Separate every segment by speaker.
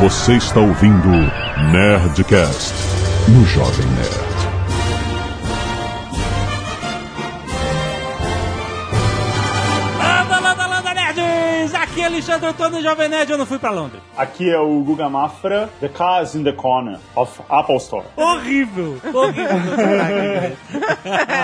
Speaker 1: Você está ouvindo Nerdcast no Jovem Nerd.
Speaker 2: Landa, landa, landa, nerds! Aqui é Alexandre Antônio Jovem Nerd, eu não fui pra Londres.
Speaker 3: Aqui é o Guga Mafra, The Cars in the Corner of Apple Store.
Speaker 2: Horrível! Horrível!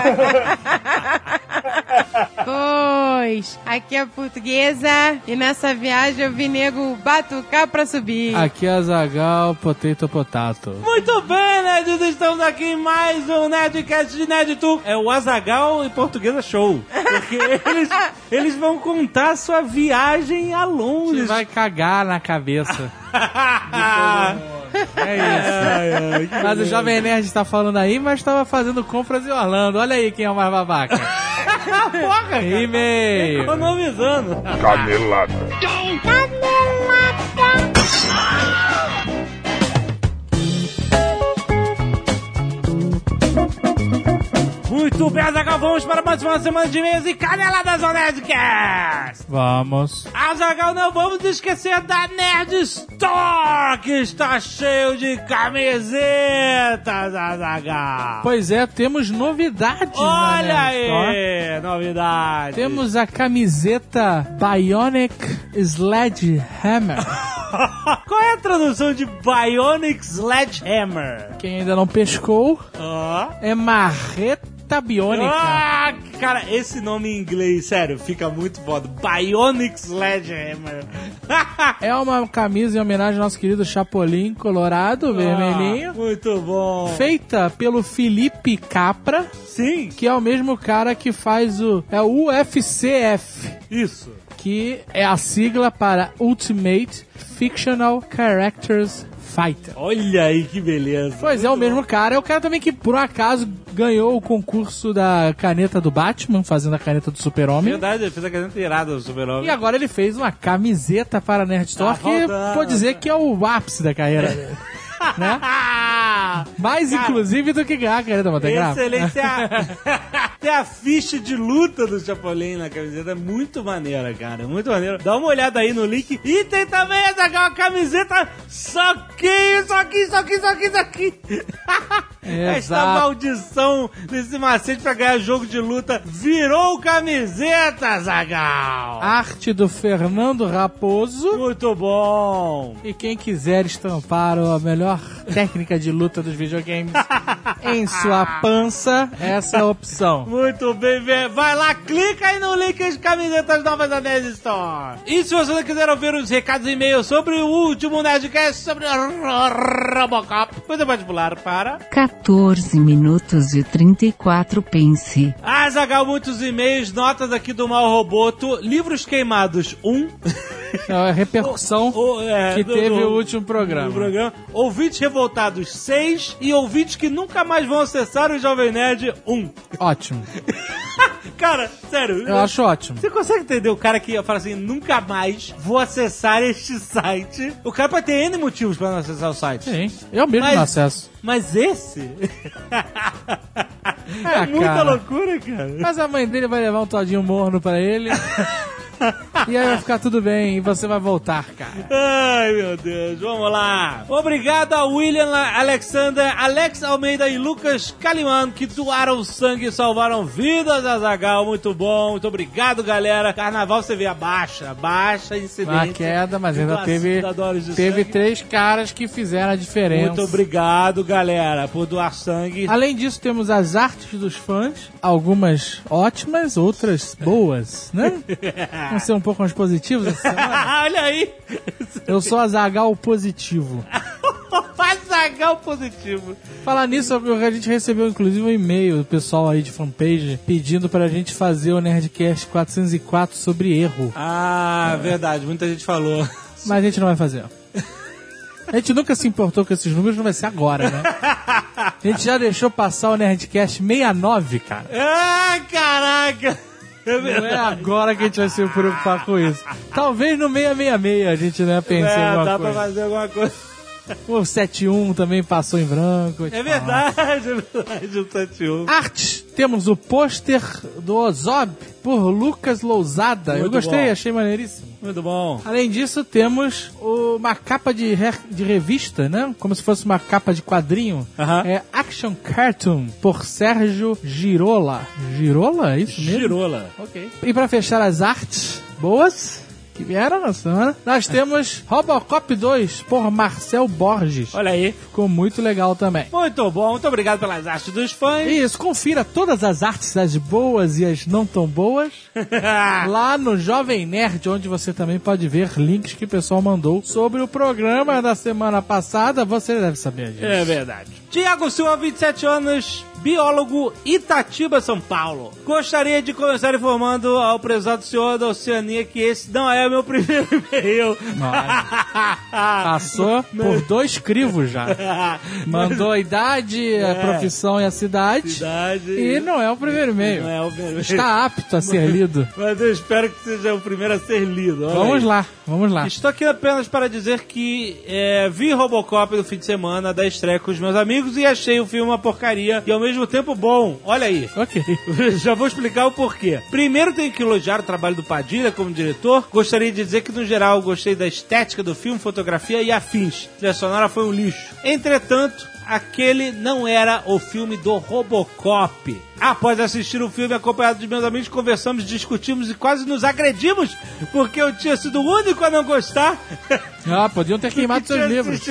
Speaker 2: Caraca,
Speaker 4: Pois, aqui é a portuguesa e nessa viagem eu vi nego batucar pra subir.
Speaker 5: Aqui é Zagal, potato, potato.
Speaker 2: Muito bem, nerds! Estamos aqui em mais um Nerdcast de Nerd Tour. É o Azagal e Portuguesa Show. Porque eles, eles vão contar a sua viagem a
Speaker 5: Você
Speaker 2: Londres.
Speaker 5: vai cagar na cabeça. É isso. mas o Jovem Nerd está falando aí, mas estava fazendo compras em Orlando. Olha aí quem é o mais babaca.
Speaker 2: Porra, cara.
Speaker 5: E-mail.
Speaker 2: Economizando.
Speaker 1: Canelada.
Speaker 2: Muito bem, Azagal, vamos para mais uma semana de e-mails e caneladas ao Nerdcast!
Speaker 5: Vamos.
Speaker 2: Azagal, não vamos esquecer da Nerd Store, que está cheio de camisetas, Azagal.
Speaker 5: Pois é, temos novidades na
Speaker 2: Olha
Speaker 5: Nerd Store.
Speaker 2: aí, novidade.
Speaker 5: Temos a camiseta Bionic Sledgehammer.
Speaker 2: Qual é a tradução de Bionic Sledgehammer?
Speaker 5: Quem ainda não pescou
Speaker 2: Ó.
Speaker 5: é marreta biônica.
Speaker 2: Ah, cara, esse nome em inglês, sério, fica muito foda. Bionic Sledgehammer.
Speaker 5: É uma camisa em homenagem ao nosso querido Chapolin
Speaker 2: Ah.
Speaker 5: Colorado, vermelhinho.
Speaker 2: Muito bom.
Speaker 5: Feita pelo Felipe Capra,
Speaker 2: Sim,
Speaker 5: que é o mesmo cara que faz o. É o UFCF,
Speaker 2: isso.
Speaker 5: que é a sigla para Ultimate Fictional Characters Fighter.
Speaker 2: Olha aí que beleza.
Speaker 5: Pois é, o mesmo cara. É o cara também que, por um acaso, ganhou o concurso da caneta do Batman, fazendo a caneta do Super-Homem.
Speaker 2: Verdade, ele fez a caneta irada do Super-Homem.
Speaker 5: E agora ele fez uma camiseta para a Nerd Store,
Speaker 2: Tá
Speaker 5: que
Speaker 2: rodando.
Speaker 5: vou dizer que é o ápice da carreira dele. né?
Speaker 2: Ah!
Speaker 5: Mais,
Speaker 2: Cara,
Speaker 5: inclusive, do que né, ganhar a caneta autografada.
Speaker 2: Excelente. Tem a... Tem a ficha de luta do Chapolin na camiseta. É muito maneira, cara. Muito maneira. Dá uma olhada aí no link. E tem também essa aqui, uma camiseta soquinho, soquinho, soquinho, soquinho, soquinho. Esta
Speaker 5: Exato.
Speaker 2: maldição desse macete pra ganhar jogo de luta virou camiseta, Zagal.
Speaker 5: Arte do Fernando Raposo.
Speaker 2: Muito bom.
Speaker 5: E quem quiser estampar a melhor técnica de luta dos videogames em sua pança, essa é a opção.
Speaker 2: Muito bem, Vé. vai lá, clica aí no link de camisetas novas da Nerd Store. E se você não quiser ouvir os recados e e-mails sobre o último Nerdcast, sobre o Robocop, você pode pular para...
Speaker 6: 14 minutos e 34 pense.
Speaker 2: Azagal, muitos e-mails, notas aqui do Mal Roboto, livros queimados 1,
Speaker 5: É a repercussão
Speaker 2: O- é,
Speaker 5: que
Speaker 2: do-
Speaker 5: teve
Speaker 2: do-
Speaker 5: o último
Speaker 2: do
Speaker 5: programa.
Speaker 2: programa, ouvintes revoltados 6 e ouvintes que nunca mais vão acessar o Jovem Nerd 1.
Speaker 5: Ótimo.
Speaker 2: Cara, sério...
Speaker 5: Eu acho ótimo.
Speaker 2: Você consegue entender o cara que fala assim, nunca mais vou acessar este site? O cara pode ter N motivos pra não acessar o site.
Speaker 5: Sim. Eu mesmo
Speaker 2: Mas-
Speaker 5: não acesso.
Speaker 2: Mas esse? é
Speaker 5: Ah,
Speaker 2: muita
Speaker 5: cara.
Speaker 2: loucura, cara.
Speaker 5: Mas a mãe dele vai levar um todinho morno pra ele. e aí vai ficar tudo bem e você vai voltar, cara.
Speaker 2: Ai, meu Deus. Vamos lá. Obrigado a William La- Alexander, Alex Almeida e Lucas Kaliman que doaram sangue e salvaram vidas, Azagal. Muito bom. Muito obrigado, galera. Carnaval você vê a baixa, baixa incidência.
Speaker 5: Uma queda, mas
Speaker 2: de
Speaker 5: ainda
Speaker 2: doa-
Speaker 5: teve,
Speaker 2: doadores de
Speaker 5: teve
Speaker 2: sangue.
Speaker 5: três caras que fizeram a diferença.
Speaker 2: Muito obrigado, galera, por doar sangue.
Speaker 5: Além disso, temos as artes dos fãs, algumas ótimas, outras boas, né? Vamos ser um pouco mais positivos essa semana.
Speaker 2: Olha aí!
Speaker 5: Eu sou Azagal positivo.
Speaker 2: Azagal positivo.
Speaker 5: Falar nisso, a gente recebeu inclusive um e-mail do pessoal aí de fanpage pedindo pra gente fazer o Nerdcast 404 sobre erro.
Speaker 2: Ah, verdade, muita gente falou.
Speaker 5: Mas a gente não vai fazer. A gente nunca se importou com esses números, não vai ser agora, né? A gente já deixou passar o Nerdcast 69, cara.
Speaker 2: Ah, caraca! É
Speaker 5: Não é
Speaker 2: verdade.
Speaker 5: agora que a gente vai se preocupar com isso. Talvez no 666 a gente né, pense em
Speaker 2: É,
Speaker 5: alguma
Speaker 2: dá pra
Speaker 5: coisa.
Speaker 2: fazer alguma coisa.
Speaker 5: O 71 também passou em branco. tipo,
Speaker 2: É verdade, é verdade, o 71.
Speaker 5: Artes. Temos o pôster do Ozob por Lucas Lousada. Eu
Speaker 2: Muito
Speaker 5: gostei,
Speaker 2: bom.
Speaker 5: achei maneiríssimo.
Speaker 2: Muito bom.
Speaker 5: Além disso, temos o- uma capa de, re- de revista, né? Como se fosse uma capa de quadrinho.
Speaker 2: Aham.
Speaker 5: É Action Cartoon, por Sérgio Girola. Girola? É isso mesmo?
Speaker 2: Girola.
Speaker 5: Ok. E pra fechar as artes boas que vieram na semana, nós temos Robocop 2, por Marcel Borges.
Speaker 2: Olha aí.
Speaker 5: Ficou muito legal também.
Speaker 2: Muito bom, muito obrigado pelas artes dos fãs.
Speaker 5: Isso, confira todas as artes, as boas e as não tão boas, lá no Jovem Nerd, onde você também pode ver links que o pessoal mandou sobre o programa da semana passada. Você deve saber disso.
Speaker 2: É verdade. Tiago Silva, 27 anos, biólogo Itatiba, São Paulo. Gostaria de começar informando ao prezado senhor da Oceania que esse não é o meu primeiro e-mail.
Speaker 5: Passou por dois crivos já. Mandou a idade, a
Speaker 2: É.
Speaker 5: profissão e a cidade.
Speaker 2: Idade.
Speaker 5: E não é o primeiro e-mail.
Speaker 2: Não é o primeiro.
Speaker 5: Está apto a ser lido.
Speaker 2: Mas eu espero que seja o primeiro a ser lido. olha
Speaker 5: Vamos
Speaker 2: aí.
Speaker 5: lá, vamos lá.
Speaker 2: Estou aqui apenas para dizer que é, vi Robocop no fim de semana da estreia com os meus amigos e achei o filme uma porcaria e ao mesmo tempo bom. Olha aí.
Speaker 5: Ok.
Speaker 2: Já vou explicar o porquê. Primeiro tenho que elogiar o trabalho do Padilha como diretor. Gostaria de dizer que, no geral, gostei da estética do filme, fotografia e afins. A trilha sonora foi um lixo. Entretanto, aquele não era o filme do Robocop. Após assistir o filme acompanhado de meus amigos, conversamos, discutimos e quase nos agredimos, porque eu tinha sido o único a não gostar.
Speaker 5: Ah, podiam ter queimado seus livros.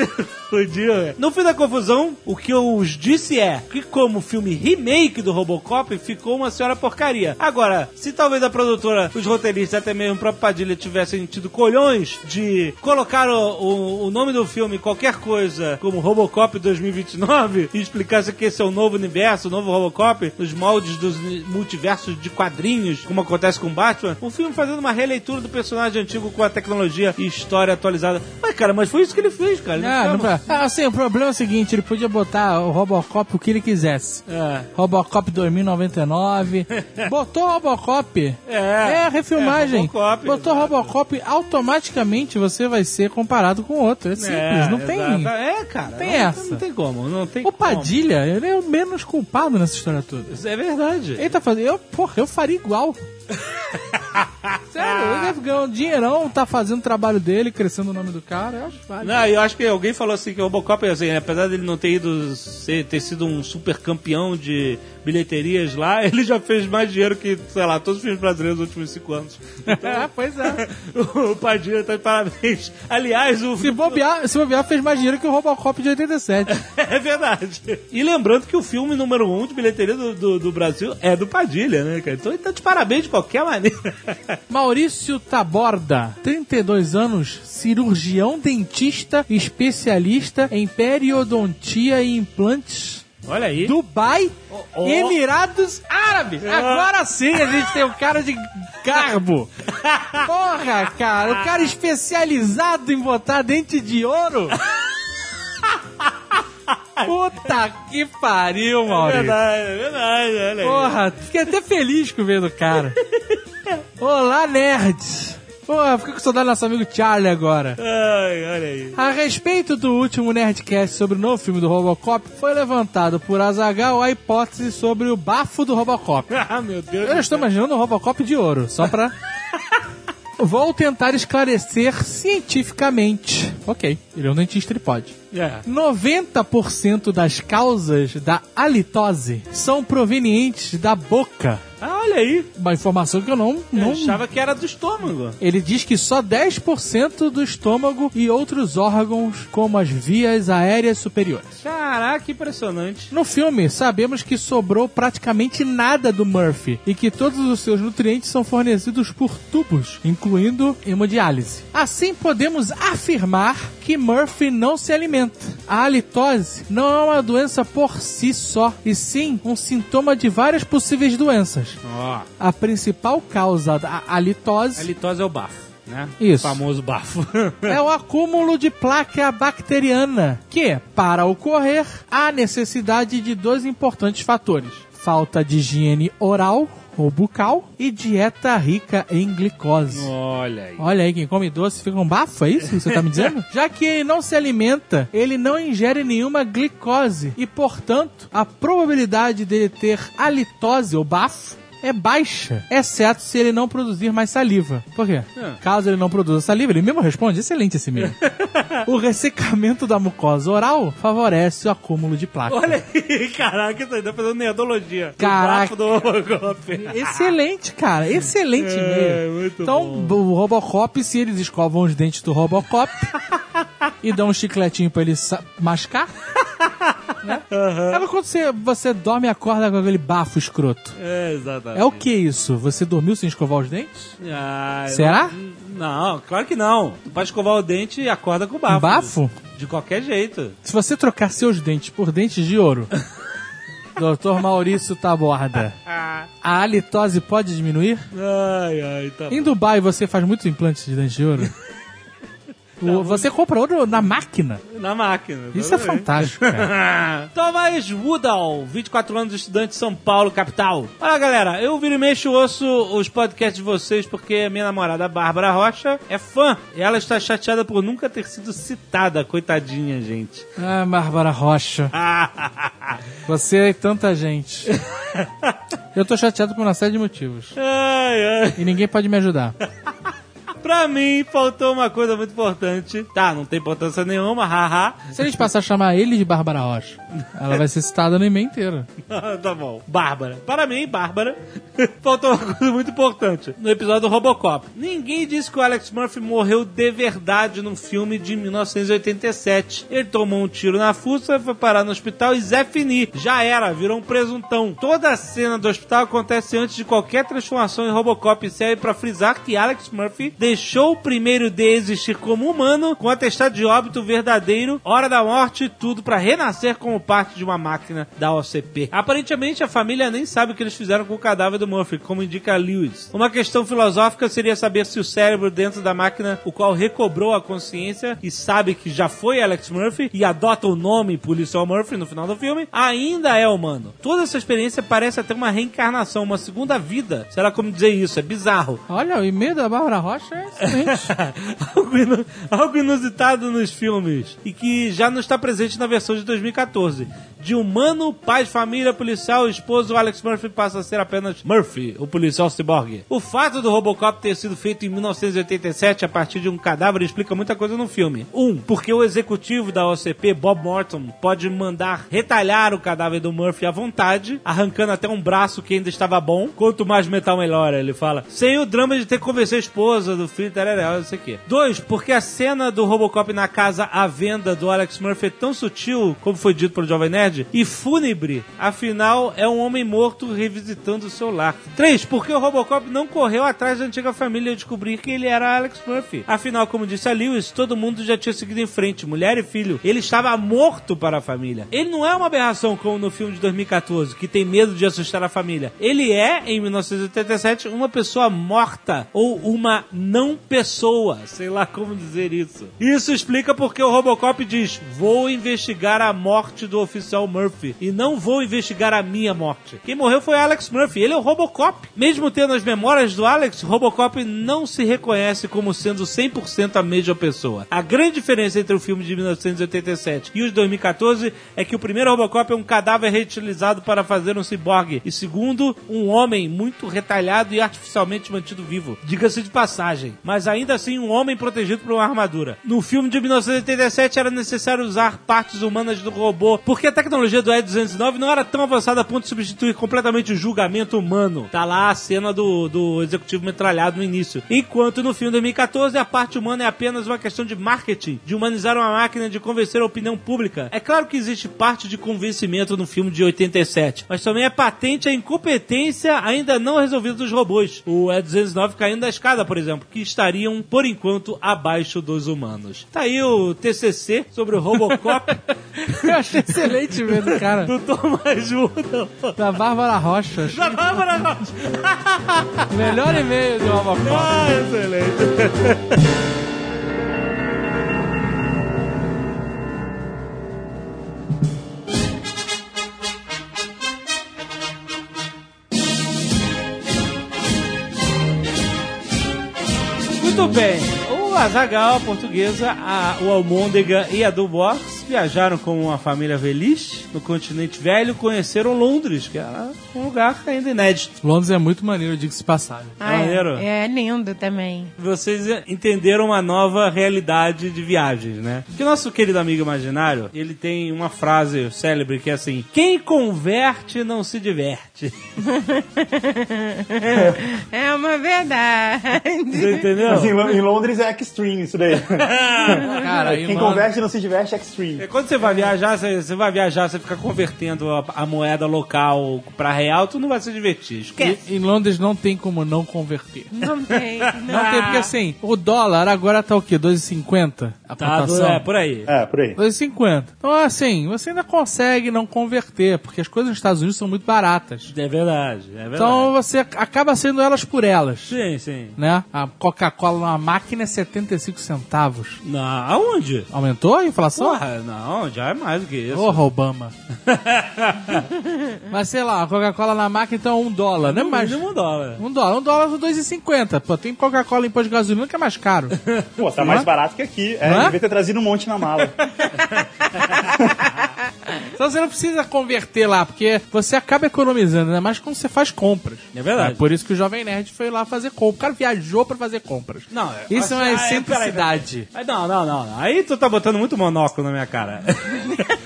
Speaker 2: Podia. né? No fim da confusão, o que eu os disse é que, como o filme remake do Robocop, ficou uma senhora porcaria. Agora, se talvez a produtora, os roteiristas, até mesmo o próprio Padilha tivessem tido colhões de colocar o, o- o nome do filme em qualquer coisa como Robocop 2029 e explicasse que esse é o novo universo, o novo Robocop, nos moldes dos uni- multiversos de quadrinhos, como acontece com Batman, o filme fazendo uma releitura do personagem antigo com a tecnologia e história atualizada. Mas, cara, mas foi isso que ele fez, cara. Ele
Speaker 5: Ah,
Speaker 2: foi
Speaker 5: não
Speaker 2: uma-
Speaker 5: pra- ah, assim, o problema é o seguinte, ele podia botar o Robocop o que ele quisesse.
Speaker 2: É.
Speaker 5: Robocop 2099. Botou Robocop.
Speaker 2: É.
Speaker 5: É, refilmagem.
Speaker 2: É, Robocop,
Speaker 5: Botou
Speaker 2: exato.
Speaker 5: Robocop, automaticamente você vai ser comparado com outro. É simples, não tem...
Speaker 2: exato. É, cara.
Speaker 5: tem
Speaker 2: não,
Speaker 5: essa.
Speaker 2: Não tem como, não tem
Speaker 5: O
Speaker 2: como.
Speaker 5: Padilha, ele é o menos culpado nessa história toda.
Speaker 2: Isso É verdade.
Speaker 5: Ele tá fazendo... Eu, porra, eu faria igual. Sério, ele deve ganhar um dinheirão, tá fazendo o trabalho dele, crescendo o nome do cara. Eu acho válido.
Speaker 2: Não, eu acho que alguém falou assim que o Robocop, assim, apesar dele não ter ido ser- ter sido um super campeão de bilheterias lá, ele já fez mais dinheiro que, sei lá, todos os filmes brasileiros nos últimos cinco anos.
Speaker 5: É, pois é.
Speaker 2: o Padilha tá de parabéns. Aliás, o
Speaker 5: Se bobear, se bobear, fez mais dinheiro que o Robocop de 87.
Speaker 2: É verdade. E lembrando que o filme número um de bilheteria do, do, do Brasil é do Padilha, né, cara? Então ele tá de parabéns de qualquer maneira.
Speaker 5: Maurício Taborda, 32 anos, cirurgião dentista, especialista em periodontia e implantes.
Speaker 2: Olha aí.
Speaker 5: Dubai,
Speaker 2: oh. Ah.
Speaker 5: Emirados Árabes. Agora sim a gente tem o cara de garbo. Porra, cara, o cara especializado em botar dente de ouro. Puta que pariu,
Speaker 2: É
Speaker 5: Maurício.
Speaker 2: verdade, é verdade, olha aí.
Speaker 5: Porra, fiquei até feliz com o meio do cara. Olá, nerds! Porra, fica com saudade do nosso amigo Charlie agora.
Speaker 2: Ai, olha aí.
Speaker 5: A respeito do último Nerdcast sobre o novo filme do Robocop, foi levantado por Azagal a hipótese sobre o bafo do Robocop.
Speaker 2: Ah, meu Deus.
Speaker 5: Eu estou imaginando um Robocop de ouro, só pra. Vou tentar esclarecer cientificamente. Ok, ele é um dentista, ele pode.
Speaker 2: É.
Speaker 5: 90% das causas da halitose são provenientes da boca.
Speaker 2: Ah, olha aí.
Speaker 5: Uma informação que eu não. não...
Speaker 2: Eu achava que era do estômago.
Speaker 5: Ele diz que só 10% do estômago e outros órgãos, como as vias aéreas superiores.
Speaker 2: Caraca, impressionante.
Speaker 5: No filme, sabemos que sobrou praticamente nada do Murphy e que todos os seus nutrientes são fornecidos por tubos, incluindo hemodiálise. Assim, podemos afirmar que Murphy não se alimenta. A halitose não é uma doença por si só, e sim um sintoma de várias possíveis doenças.
Speaker 2: Ó,
Speaker 5: A principal causa da halitose
Speaker 2: a litose é o bafo, né?
Speaker 5: Isso.
Speaker 2: O famoso bafo.
Speaker 5: é o acúmulo de placa bacteriana, que, para ocorrer, há necessidade de dois importantes fatores: falta de higiene oral ou bucal e dieta rica em glicose.
Speaker 2: Olha aí.
Speaker 5: Olha aí, quem come doce fica um bafo, é isso que você tá me dizendo? Já que ele não se alimenta, ele não ingere nenhuma glicose e, portanto, a probabilidade dele ter halitose ou bafo é baixa, exceto se ele não produzir mais saliva. Por quê?
Speaker 2: Ah.
Speaker 5: Caso ele não produza saliva, ele mesmo responde, excelente esse mesmo. o ressecamento da mucosa oral favorece o acúmulo de placa.
Speaker 2: Olha aí, caraca, isso aí tá fazendo neodologia.
Speaker 5: Caraca.
Speaker 2: O bafo do Robocop.
Speaker 5: Excelente, cara. Excelente
Speaker 2: É,
Speaker 5: e-mail.
Speaker 2: muito
Speaker 5: então, o Robocop, se eles escovam os dentes do Robocop e dão um chicletinho pra ele sa- mascar. né? Sabe quando você, você dorme e acorda com aquele bafo escroto?
Speaker 2: É, exatamente.
Speaker 5: É o que isso? Você dormiu sem escovar os dentes?
Speaker 2: Ah, eu-
Speaker 5: Será?
Speaker 2: Não, claro que não. Tu pode escovar o dente e acorda com bafo.
Speaker 5: Bafo?
Speaker 2: De qualquer jeito.
Speaker 5: Se você trocar seus dentes por dentes de ouro, Dr. Maurício Taborda, a halitose pode diminuir?
Speaker 2: Ai, ai, tá.
Speaker 5: Em Dubai você faz muitos implantes de dente de ouro? O- você compra ouro na máquina.
Speaker 2: Na máquina.
Speaker 5: Isso é
Speaker 2: tá bem.
Speaker 5: fantástico, cara.
Speaker 2: Ah. Tomás Woodall, 24 anos, estudante de São Paulo, capital. Olha, galera, eu viro e mexo ouço os podcasts de vocês porque minha namorada, Bárbara Rocha, é fã. E ela está chateada por nunca ter sido citada. Coitadinha, gente.
Speaker 5: Ah, Bárbara Rocha. Você é tanta gente. Eu tô chateado por uma série de motivos.
Speaker 2: Ai, ai.
Speaker 5: E ninguém pode me ajudar.
Speaker 2: Pra mim, faltou uma coisa muito importante. Tá, não tem importância nenhuma, haha.
Speaker 5: Se a gente passar a chamar ele de Bárbara Rocha, ela vai ser citada no e-mail inteiro.
Speaker 2: Ah, tá bom. Bárbara. Para mim, Bárbara, faltou uma coisa muito importante. No episódio do Robocop. Ninguém disse que o Alex Murphy morreu de verdade num filme de 1987. Ele tomou um tiro na fuça, foi parar no hospital e Zé Fini. Já era, virou um presuntão. Toda a cena do hospital acontece antes de qualquer transformação em Robocop e serve pra frisar que Alex Murphy deixou o primeiro de existir como humano com atestado de óbito verdadeiro, hora da morte e tudo pra renascer como parte de uma máquina da OCP. Aparentemente a família nem sabe o que eles fizeram com o cadáver do Murphy, como indica Lewis. Uma questão filosófica seria saber se o cérebro dentro da máquina, o qual recobrou a consciência e sabe que já foi Alex Murphy e adota o nome Policial Murphy no final do filme, ainda é humano. Toda essa experiência parece até uma reencarnação, uma segunda vida. Será como dizer isso? É bizarro.
Speaker 5: Olha, o e-mail da Bárbara Rocha é excelente.
Speaker 2: algo, inu- algo inusitado nos filmes e que já não está presente na versão de 2014. De humano, pai, de família, policial, esposo, Alex Murphy passa a ser apenas Murphy, o policial ciborgue. O fato do Robocop ter sido feito em 1987 a partir de um cadáver explica muita coisa no filme. Um, porque o executivo da OCP, Bob Morton, pode mandar retalhar o cadáver do Murphy à vontade, arrancando até um braço que ainda estava bom. Quanto mais metal, melhor, ele fala. Sem o drama de ter que convencer a esposa do filho, tá, tarará, não sei o quê. Dois, porque a cena do Robocop na casa à venda do Alex Murphy é tão sutil, como foi dito pelo Jovem Nerd, e fúnebre. Afinal, é um homem morto revisitando o seu lar. Três, porque o Robocop não correu atrás da antiga família e descobrir que ele era Alex Murphy. Afinal, como disse a Lewis, todo mundo já tinha seguido em frente, mulher e filho. Ele estava morto para a família. Ele não é uma aberração como no filme de 2014, que tem medo de assustar a família. Ele é, em 1987, uma pessoa morta ou uma não pessoa. Sei lá como dizer isso. Isso explica porque o Robocop diz: Vou investigar a morte do oficial Murphy e não vou investigar a minha morte. Quem morreu foi Alex Murphy. Ele é o Robocop. Mesmo tendo as memórias do Alex, Robocop não se reconhece como sendo 100% a mesma pessoa. A grande diferença entre o filme de 1987 e os 2014 é que o primeiro Robocop é um cadáver reutilizado para fazer um ciborgue e segundo, um homem muito retalhado e artificialmente mantido vivo. Diga-se de passagem, mas ainda assim um homem protegido por uma armadura. No filme de 1987 era necessário usar partes humanas do robô, porque a tecnologia do E209 não era tão avançada a ponto de substituir completamente o julgamento humano. Tá lá a cena do, do executivo metralhado no início. Enquanto no filme de 2014 a parte humana é apenas uma questão de marketing, de humanizar uma máquina, de convencer a opinião pública. É claro que existe parte de convencimento no filme de 87, mas também é patente a incompetência ainda não resolvida dos robôs. O E209 caindo da escada, por exemplo, que estariam, por enquanto, abaixo dos humanos. Tá aí o TCC sobre o Robocop
Speaker 5: Eu achei excelente mesmo, cara.
Speaker 2: do Thomas Woodall.
Speaker 5: Da Bárbara Rocha.
Speaker 2: Da Bárbara Rocha.
Speaker 5: Melhor e-mail do Robocop.
Speaker 2: Ah, excelente. bem, o Azagal, a portuguesa, a, o Almôndega e a Dubox viajaram como uma família feliz no continente velho, conheceram Londres, que era um lugar ainda inédito.
Speaker 5: Londres é muito maneiro, diga-se de passagem.
Speaker 2: É maneiro?
Speaker 4: é lindo também.
Speaker 2: vocês entenderam uma nova realidade de viagens, né? Porque o nosso querido amigo imaginário, ele tem uma frase célebre que é assim: quem converte não se diverte.
Speaker 4: É uma verdade.
Speaker 2: Você entendeu?
Speaker 3: Mas em, Lo- em Londres é extreme isso daí.
Speaker 5: Cara, aí,
Speaker 3: Quem
Speaker 5: mano,
Speaker 3: converte e não se diverte é extreme.
Speaker 2: É, Quando você vai viajar, você, você vai viajar, você fica convertendo a, a moeda local pra real, tu não vai se divertir. Esquece.
Speaker 5: e- em Londres não tem como não converter.
Speaker 4: Não tem.
Speaker 5: Não tem, porque assim, o dólar agora tá o quê? 2,50? A
Speaker 2: Tá,
Speaker 5: cotação?
Speaker 2: é, por aí.
Speaker 3: É, por aí.
Speaker 5: 2,50. Então, assim, você ainda consegue não converter, porque as coisas nos Estados Unidos são muito baratas.
Speaker 2: É verdade, é verdade.
Speaker 5: Então, você acaba sendo elas por elas.
Speaker 2: sim, sim.
Speaker 5: Né? A Coca-Cola numa máquina é 75 centavos.
Speaker 2: Não, aonde?
Speaker 5: Aumentou a inflação?
Speaker 2: Porra, não, já é mais do que isso.
Speaker 5: Porra, Obama. Mas sei lá, a Coca-Cola na máquina então é um dólar, né?
Speaker 2: No
Speaker 5: Mas
Speaker 2: mínimo um dólar.
Speaker 5: um dólar, um dólar por 2,50. Pô, tem Coca-Cola em posto de gasolina que é mais caro.
Speaker 3: Pô, tá mais barato que aqui. É,
Speaker 5: Hã?
Speaker 3: devia ter trazido um monte na mala.
Speaker 5: Então você não precisa converter lá, porque você acaba economizando, ainda mais quando você faz compras.
Speaker 2: É verdade.
Speaker 5: É por isso que o Jovem Nerd foi lá fazer compras. O cara viajou pra fazer compras.
Speaker 2: Não, é-
Speaker 5: Isso é uma
Speaker 2: Ah, é,
Speaker 5: excentricidade.
Speaker 2: Aí, Não, não, não, não. Aí tu tá botando muito monóculo na minha cara.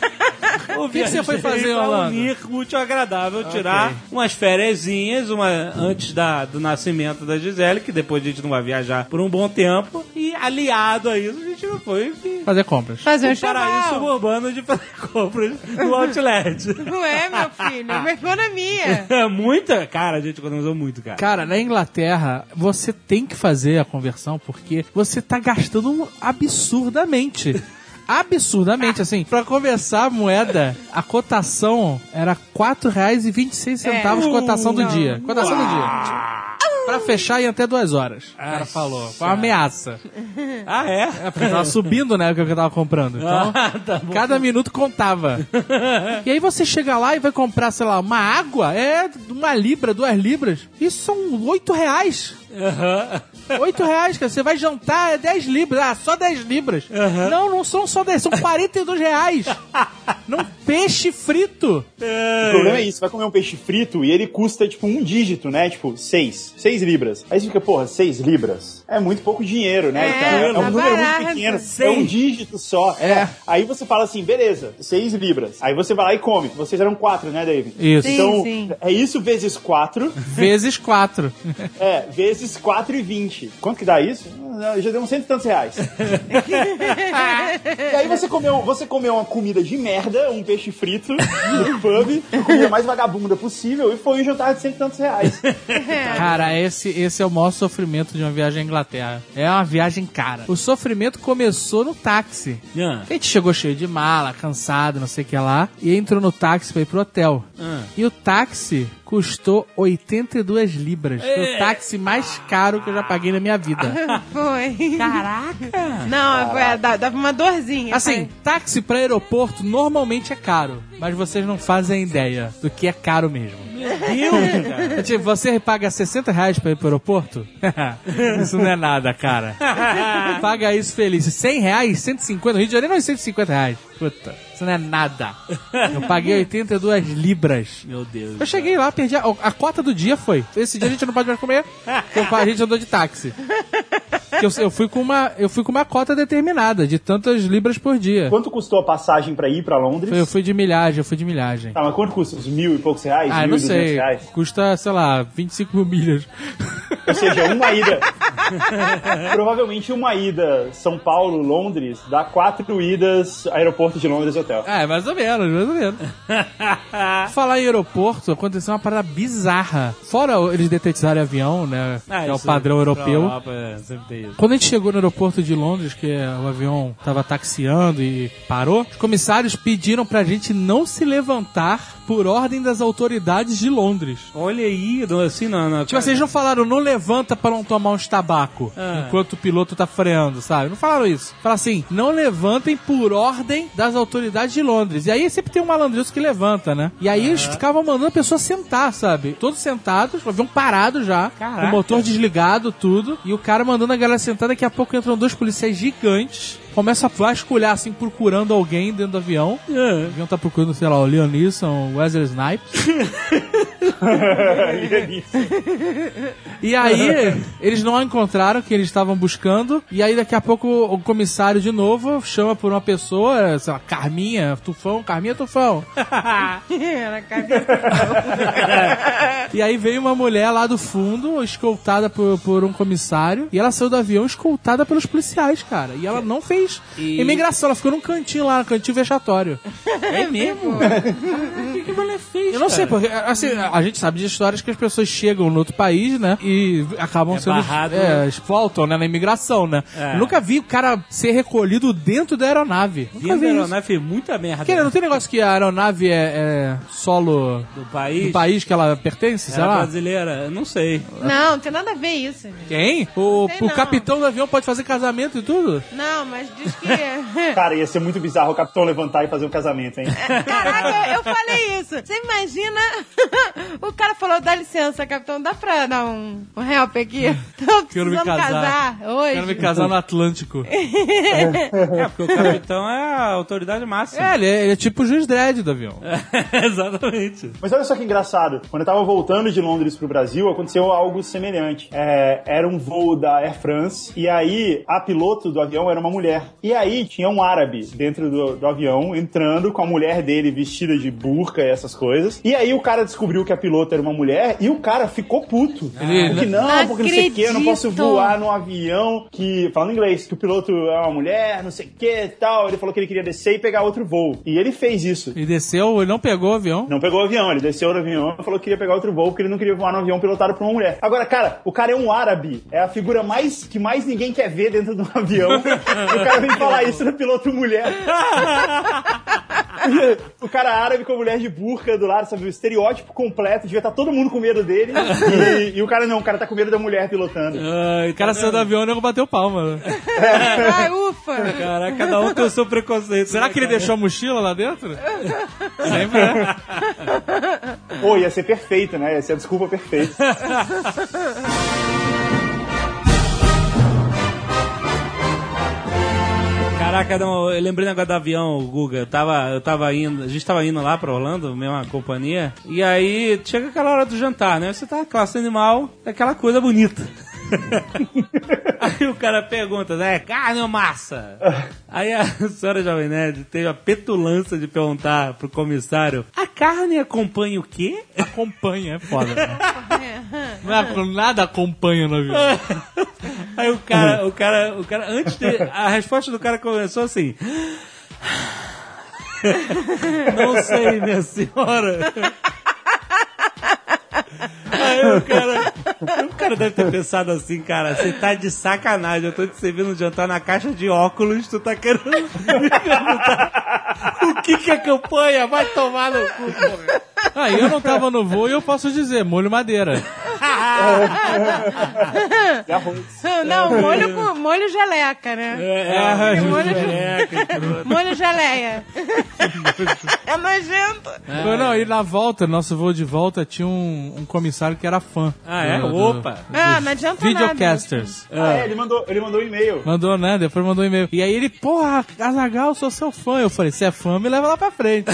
Speaker 5: O que, que você foi
Speaker 2: Pra
Speaker 5: fazer, Orlando?
Speaker 2: unir útil ao agradável, tirar umas fériasinhas, uma antes da, do nascimento da Gisele, que depois a gente não vai viajar por um bom tempo, e aliado a isso, a gente foi enfim,
Speaker 5: Fazer compras.
Speaker 4: Fazer um
Speaker 2: um paraíso
Speaker 4: chaval.
Speaker 2: suburbano de fazer compras no Outlet.
Speaker 4: Não é, meu filho. É uma economia.
Speaker 2: É Muita, cara, a gente economizou muito, cara.
Speaker 5: Cara, na Inglaterra, você tem que fazer a conversão porque você tá gastando um- absurdamente. Absurdamente, assim. Pra conversar a moeda, a cotação era R$ 4,26
Speaker 4: É.
Speaker 5: cotação do
Speaker 2: Uh,
Speaker 4: Não.
Speaker 5: dia. Cotação do dia. Pra fechar em até duas horas. O cara
Speaker 2: Nossa.
Speaker 5: falou. Foi uma ameaça.
Speaker 2: Ah, é?
Speaker 5: É porque tava subindo, né? O que eu tava comprando. Então,
Speaker 2: Ah, tá bom.
Speaker 5: cada minuto contava. e aí você chega lá e vai comprar, sei lá, uma água, é uma libra, duas libras. Isso são oito reais.
Speaker 2: Aham.
Speaker 5: Oito reais, cara. Você vai jantar, é 10 libras. Ah, só 10 libras. Não, não são só 10, são 42 reais. Num peixe frito.
Speaker 3: O problema é isso, vai comer um peixe frito e ele custa, tipo, um dígito, né? Tipo, seis. Seis libras. Aí você fica, porra, seis libras? É muito pouco dinheiro, né?
Speaker 4: É,
Speaker 3: cara?
Speaker 4: tá
Speaker 3: um número
Speaker 4: barato.
Speaker 3: muito pequeno. É
Speaker 2: Seis.
Speaker 3: um dígito só. É. Aí você fala assim, beleza, seis libras. Aí você vai lá e come. Vocês eram quatro, né, David?
Speaker 5: Isso.
Speaker 4: Sim,
Speaker 3: então,
Speaker 4: sim.
Speaker 3: é isso vezes quatro,
Speaker 5: Vezes quatro.
Speaker 3: é, vezes quatro e vinte. Quanto que dá isso? Ah, Já deu uns cento e tantos reais. E aí você comeu, você comeu uma comida de merda, um peixe frito no pub, a comida mais vagabunda possível, e foi um jantar de cento e tantos reais.
Speaker 5: Cara, esse, esse é o maior sofrimento de uma viagem à Inglaterra. É uma viagem cara. O sofrimento começou no táxi.
Speaker 2: Ah.
Speaker 5: A gente chegou cheio de mala, cansado, não sei o que lá, e entrou no táxi pra ir pro hotel.
Speaker 2: Ah.
Speaker 5: E o táxi custou 82 libras. Foi o táxi mais caro que eu já paguei na minha vida.
Speaker 4: Foi. Caraca. Não, foi, dá, dá uma dorzinha.
Speaker 5: Assim, táxi pra aeroporto normalmente é caro, mas vocês não fazem ideia do que é caro mesmo.
Speaker 2: Deus, cara.
Speaker 5: É Tipo, você paga 60 reais pra ir pro aeroporto? isso não é nada, cara. paga isso feliz. 100 reais, 150. No Rio de Janeiro não é 150 reais. Puta, isso não é nada. Eu paguei 82 libras.
Speaker 2: Meu Deus.
Speaker 5: Eu cheguei lá, perdi a, a cota do dia foi. Esse dia a gente não pode mais comer, porque a gente andou de táxi. Eu, eu fui com uma, eu fui com uma cota determinada, de tantas libras por dia.
Speaker 3: Quanto custou a passagem pra ir pra Londres?
Speaker 5: Eu fui de milhagem, eu fui de milhagem.
Speaker 3: Tá, mas quanto custa? Uns mil e poucos reais?
Speaker 5: Ah, eu
Speaker 3: mil
Speaker 5: não
Speaker 3: e duzentos
Speaker 5: sei.
Speaker 3: reais?
Speaker 5: Custa, sei lá, 25 mil milhas.
Speaker 3: Ou seja, uma ida. Provavelmente uma ida São Paulo, Londres, dá quatro idas aeroporto de Londres hotel.
Speaker 5: Ah, É, mais ou menos, mais ou menos. Falar em aeroporto, aconteceu uma parada bizarra. Fora eles detetizarem avião, né?
Speaker 3: Ah,
Speaker 5: que é o
Speaker 2: Ah, isso
Speaker 5: padrão
Speaker 2: pra
Speaker 5: europeu.
Speaker 2: Europa, é, sempre tem isso.
Speaker 5: Quando a gente chegou no aeroporto de Londres, que é, o avião tava taxiando e parou, os comissários pediram pra gente não se levantar por ordem das autoridades de Londres.
Speaker 2: Olha aí, do- assim, na. na
Speaker 5: Tipo, vocês não falaram, não levanta pra não tomar uns tabaco
Speaker 2: Ah.
Speaker 5: enquanto o piloto tá freando, sabe? Não falaram isso. Falaram assim, não levantem por ordem das autoridades de Londres. E aí sempre tem um malandroso que levanta, né? E aí eles
Speaker 2: Ah.
Speaker 5: ficavam mandando a pessoa sentar, sabe? Todos sentados, o avião parado já,
Speaker 2: Caraca.
Speaker 5: o motor desligado, tudo, e o cara mandando a galera galera sentada, daqui a pouco entram dois policiais gigantes, começam a vasculhar, assim, procurando alguém dentro do avião.
Speaker 2: Ah.
Speaker 5: O avião tá procurando, sei lá, o Leonisson, o Wesley Snipes.
Speaker 3: é
Speaker 5: E aí, eles não encontraram quem eles estavam buscando. E aí, daqui a pouco, o comissário de novo chama por uma pessoa, sei lá, Carminha, Tufão, Carminha Tufão.
Speaker 4: Era cabeça.
Speaker 5: E aí veio uma mulher lá do fundo, escoltada por, por um comissário, e ela saiu do avião escoltada pelos policiais, cara. E ela não fez imigração, ela ficou num cantinho lá, num cantinho vexatório.
Speaker 7: É mesmo? O que, que a mulher fez?
Speaker 5: Eu não sei,
Speaker 7: cara?
Speaker 5: porque assim, a gente sabe de histórias que as pessoas chegam no outro país, né? E acabam
Speaker 7: É
Speaker 5: sendo.
Speaker 7: barrado.
Speaker 5: É, voltam, né? Na imigração, né?
Speaker 2: É.
Speaker 5: Eu nunca vi o cara ser recolhido dentro da aeronave. Nunca
Speaker 2: Vindo
Speaker 5: vi
Speaker 2: da
Speaker 5: isso.
Speaker 2: aeronave fez muita merda.
Speaker 7: né?
Speaker 5: Querendo, não tem negócio que a aeronave é, é solo
Speaker 2: Do país.
Speaker 5: do país que ela pertence, sei
Speaker 2: Era
Speaker 5: lá?
Speaker 2: brasileira, eu não sei.
Speaker 4: Não, não tem nada a ver isso. gente.
Speaker 5: Quem? O,
Speaker 4: Sei
Speaker 5: o
Speaker 4: não.
Speaker 5: capitão do avião pode fazer casamento e tudo?
Speaker 4: Não, mas diz que. é.
Speaker 3: Cara, ia ser muito bizarro o capitão levantar e fazer um casamento, hein?
Speaker 4: Caraca, eu falei isso. Você imagina? O cara falou: dá licença, capitão, dá pra dar um, um help aqui? Tô precisando
Speaker 5: Quero me casar.
Speaker 4: casar. hoje.
Speaker 5: Quero me casar no Atlântico.
Speaker 2: É, porque o capitão é a autoridade máxima.
Speaker 5: é, ele é, ele é tipo o juiz dread do avião.
Speaker 2: Exatamente.
Speaker 3: Mas olha só que engraçado. Quando eu tava voltando de Londres pro Brasil, aconteceu algo semelhante. É, era um voo da Air France, e aí a piloto do avião era uma mulher. E aí tinha um árabe dentro do, do avião, entrando com a mulher dele vestida de burca e essas coisas. E aí o cara descobriu que a piloto era uma mulher, e o cara ficou puto.
Speaker 5: Ele-
Speaker 3: porque não, porque não sei o que, eu não posso
Speaker 4: Acredito.
Speaker 3: voar num avião que, falando inglês, que o piloto é uma mulher, não sei o que e tal. Ele falou que ele queria descer e pegar outro voo. E ele fez isso.
Speaker 5: Ele desceu, ele não pegou o avião.
Speaker 3: Não pegou o avião, ele desceu do avião e falou que queria pegar outro voo, porque ele não queria voar no avião pilotado por uma mulher. Agora, cara, o cara é um árabe. É a figura mais que mais ninguém quer ver dentro de um avião. o cara vem falar isso no piloto mulher. o cara árabe com a mulher de burca do lado, sabe? O estereótipo completo, devia estar todo mundo com medo dele. E, e o cara não, o cara tá com medo da mulher pilotando.
Speaker 2: Ai, tá
Speaker 5: O cara saiu do avião e o nego bateu palma.
Speaker 4: Ai, ufa.
Speaker 2: Caraca, cada um tem o seu preconceito. né,
Speaker 5: Será que ele deixou a mochila lá dentro? Sempre é.
Speaker 3: Pô, ia ser perfeito, né? Ia ser a desculpa perfeita.
Speaker 2: Caraca, não, eu lembrei do negócio do avião, Guga. Eu tava, eu tava indo, a gente tava indo lá pra Orlando, mesma companhia. E aí chega aquela hora do jantar, né? Você tá classe animal, aquela coisa bonita. aí o cara pergunta, né? Carne ou massa? Aí a senhora Jovem Nerd teve a petulância de perguntar pro comissário: a carne acompanha o quê?
Speaker 5: Acompanha, é foda. né? Não é- nada acompanha no avião.
Speaker 2: Aí o cara, o cara, o cara, antes de. A resposta do cara começou assim. Não sei, minha senhora. Aí o cara. O cara deve ter pensado assim, cara, você tá de sacanagem, eu tô te servindo um jantar na caixa de óculos, tu tá querendo me perguntar o que que é campanha? Vai tomar no cu, porra.
Speaker 5: Aí Ah, eu não tava no voo e eu posso dizer, molho madeira. É.
Speaker 4: Não, molho, com- molho geleca, né?
Speaker 2: É,
Speaker 4: molho de-
Speaker 2: moleque.
Speaker 4: Molho geleia. É nojento.
Speaker 2: É.
Speaker 5: Eu, não, e na volta, nosso voo de volta, tinha um, um comissário que era fã.
Speaker 2: Ah, é?
Speaker 5: Do- do-
Speaker 2: Opa.
Speaker 4: Ah, não adianta nada.
Speaker 5: Videocasters.
Speaker 3: Ah, é, ele mandou, ele mandou um e-mail.
Speaker 5: Mandou, né? Depois mandou um e-mail. E aí ele, porra, Azagal, sou seu fã. Eu falei, se é fã, me leva lá pra frente.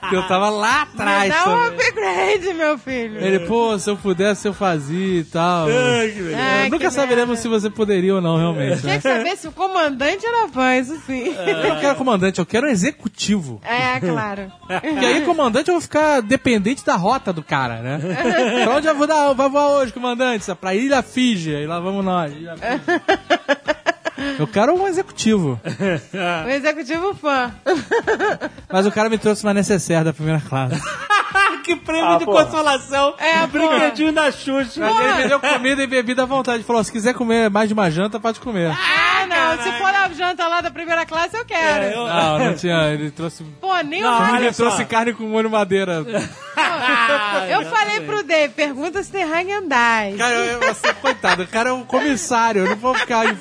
Speaker 5: Porque eu tava lá
Speaker 4: Me
Speaker 5: atrás.
Speaker 4: dá um
Speaker 5: também.
Speaker 4: upgrade, meu filho.
Speaker 5: Ele, pô, se eu pudesse, eu fazia e tal.
Speaker 2: Ai, que beleza.
Speaker 4: Ai,
Speaker 5: Eu nunca
Speaker 4: que
Speaker 5: saberemos
Speaker 4: merda.
Speaker 5: se você poderia ou não, realmente.
Speaker 4: Tinha
Speaker 5: Né?
Speaker 4: que saber se o comandante era fã, isso sim.
Speaker 5: Eu não quero comandante, eu quero um executivo.
Speaker 4: É, claro.
Speaker 5: Porque aí, comandante, eu vou ficar dependente da rota do cara, né? pra onde eu vou dar? Vai voar hoje, comandante? Pra Ilha Fiji. E lá vamos nós. Ilha Fiji. Eu quero um executivo. É.
Speaker 4: O executivo fã.
Speaker 5: Mas o cara me trouxe uma necessaire da primeira classe.
Speaker 2: Que prêmio
Speaker 3: Ah,
Speaker 2: de
Speaker 3: porra.
Speaker 2: consolação.
Speaker 4: É,
Speaker 2: Um brinquedinho da Xuxa.
Speaker 5: Mas ele me deu comida e bebida à vontade. Falou, se quiser comer mais de uma janta, pode comer.
Speaker 4: Ah, não. Se for a janta lá da primeira classe, eu quero.
Speaker 5: Não, não tinha. Ele trouxe...
Speaker 4: Pô, nem
Speaker 2: Não,
Speaker 4: o
Speaker 2: olha
Speaker 5: Ele
Speaker 4: Hagen.
Speaker 5: trouxe carne com molho madeira.
Speaker 4: Eu falei pro Dave, pergunta se tem Hagen Daz.
Speaker 5: Cara, eu, eu, assim, coitado, o cara é um comissário, eu não vou ficar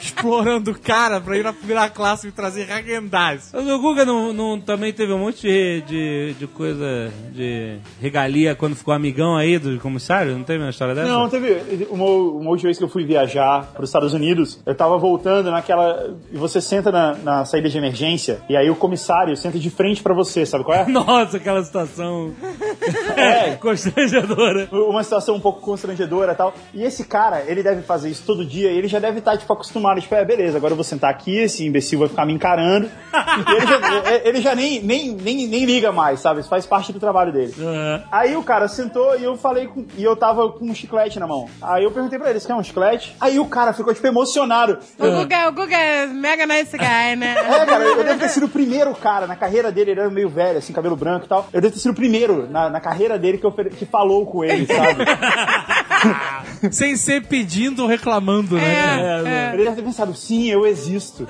Speaker 5: explorando o cara pra ir na primeira classe e trazer Hagendaz.
Speaker 2: Mas o Guga não, não- também teve um monte de, de, de coisa de regalia quando ficou amigão aí do comissário? Não teve uma história dessa?
Speaker 3: Não, teve uma, uma última vez que eu fui viajar para os Estados Unidos, eu tava voltando naquela. E você senta na, na saída de emergência, e aí o comissário senta de frente para você, sabe qual é?
Speaker 2: Nossa, aquela situação
Speaker 3: É.
Speaker 2: constrangedora.
Speaker 3: Uma situação um pouco constrangedora e tal. E esse cara, ele deve fazer isso todo dia, e ele já deve estar, tipo, acostumado. Tipo, é, beleza, agora eu vou sentar aqui, esse imbecil vai ficar me encarando. E ele já, ele já nem, nem, nem, nem liga mais, sabe? Isso faz parte do trabalho dele.
Speaker 2: Ah,
Speaker 3: Aí o cara sentou e eu falei com, e eu tava com um chiclete na mão. Aí eu perguntei pra ele, você quer um chiclete? Aí o cara ficou tipo emocionado.
Speaker 4: O Guga, o Guga é mega nice guy, né?
Speaker 3: É, cara, eu devo ter sido o primeiro cara na carreira dele, ele era meio velho, assim, cabelo branco e tal. Eu devo ter sido o primeiro na, na carreira dele que, ofere- que falou com ele, sabe?
Speaker 5: Sem ser pedindo ou reclamando, né?
Speaker 4: É, é.
Speaker 3: Ele deve ter pensado, sim, eu existo.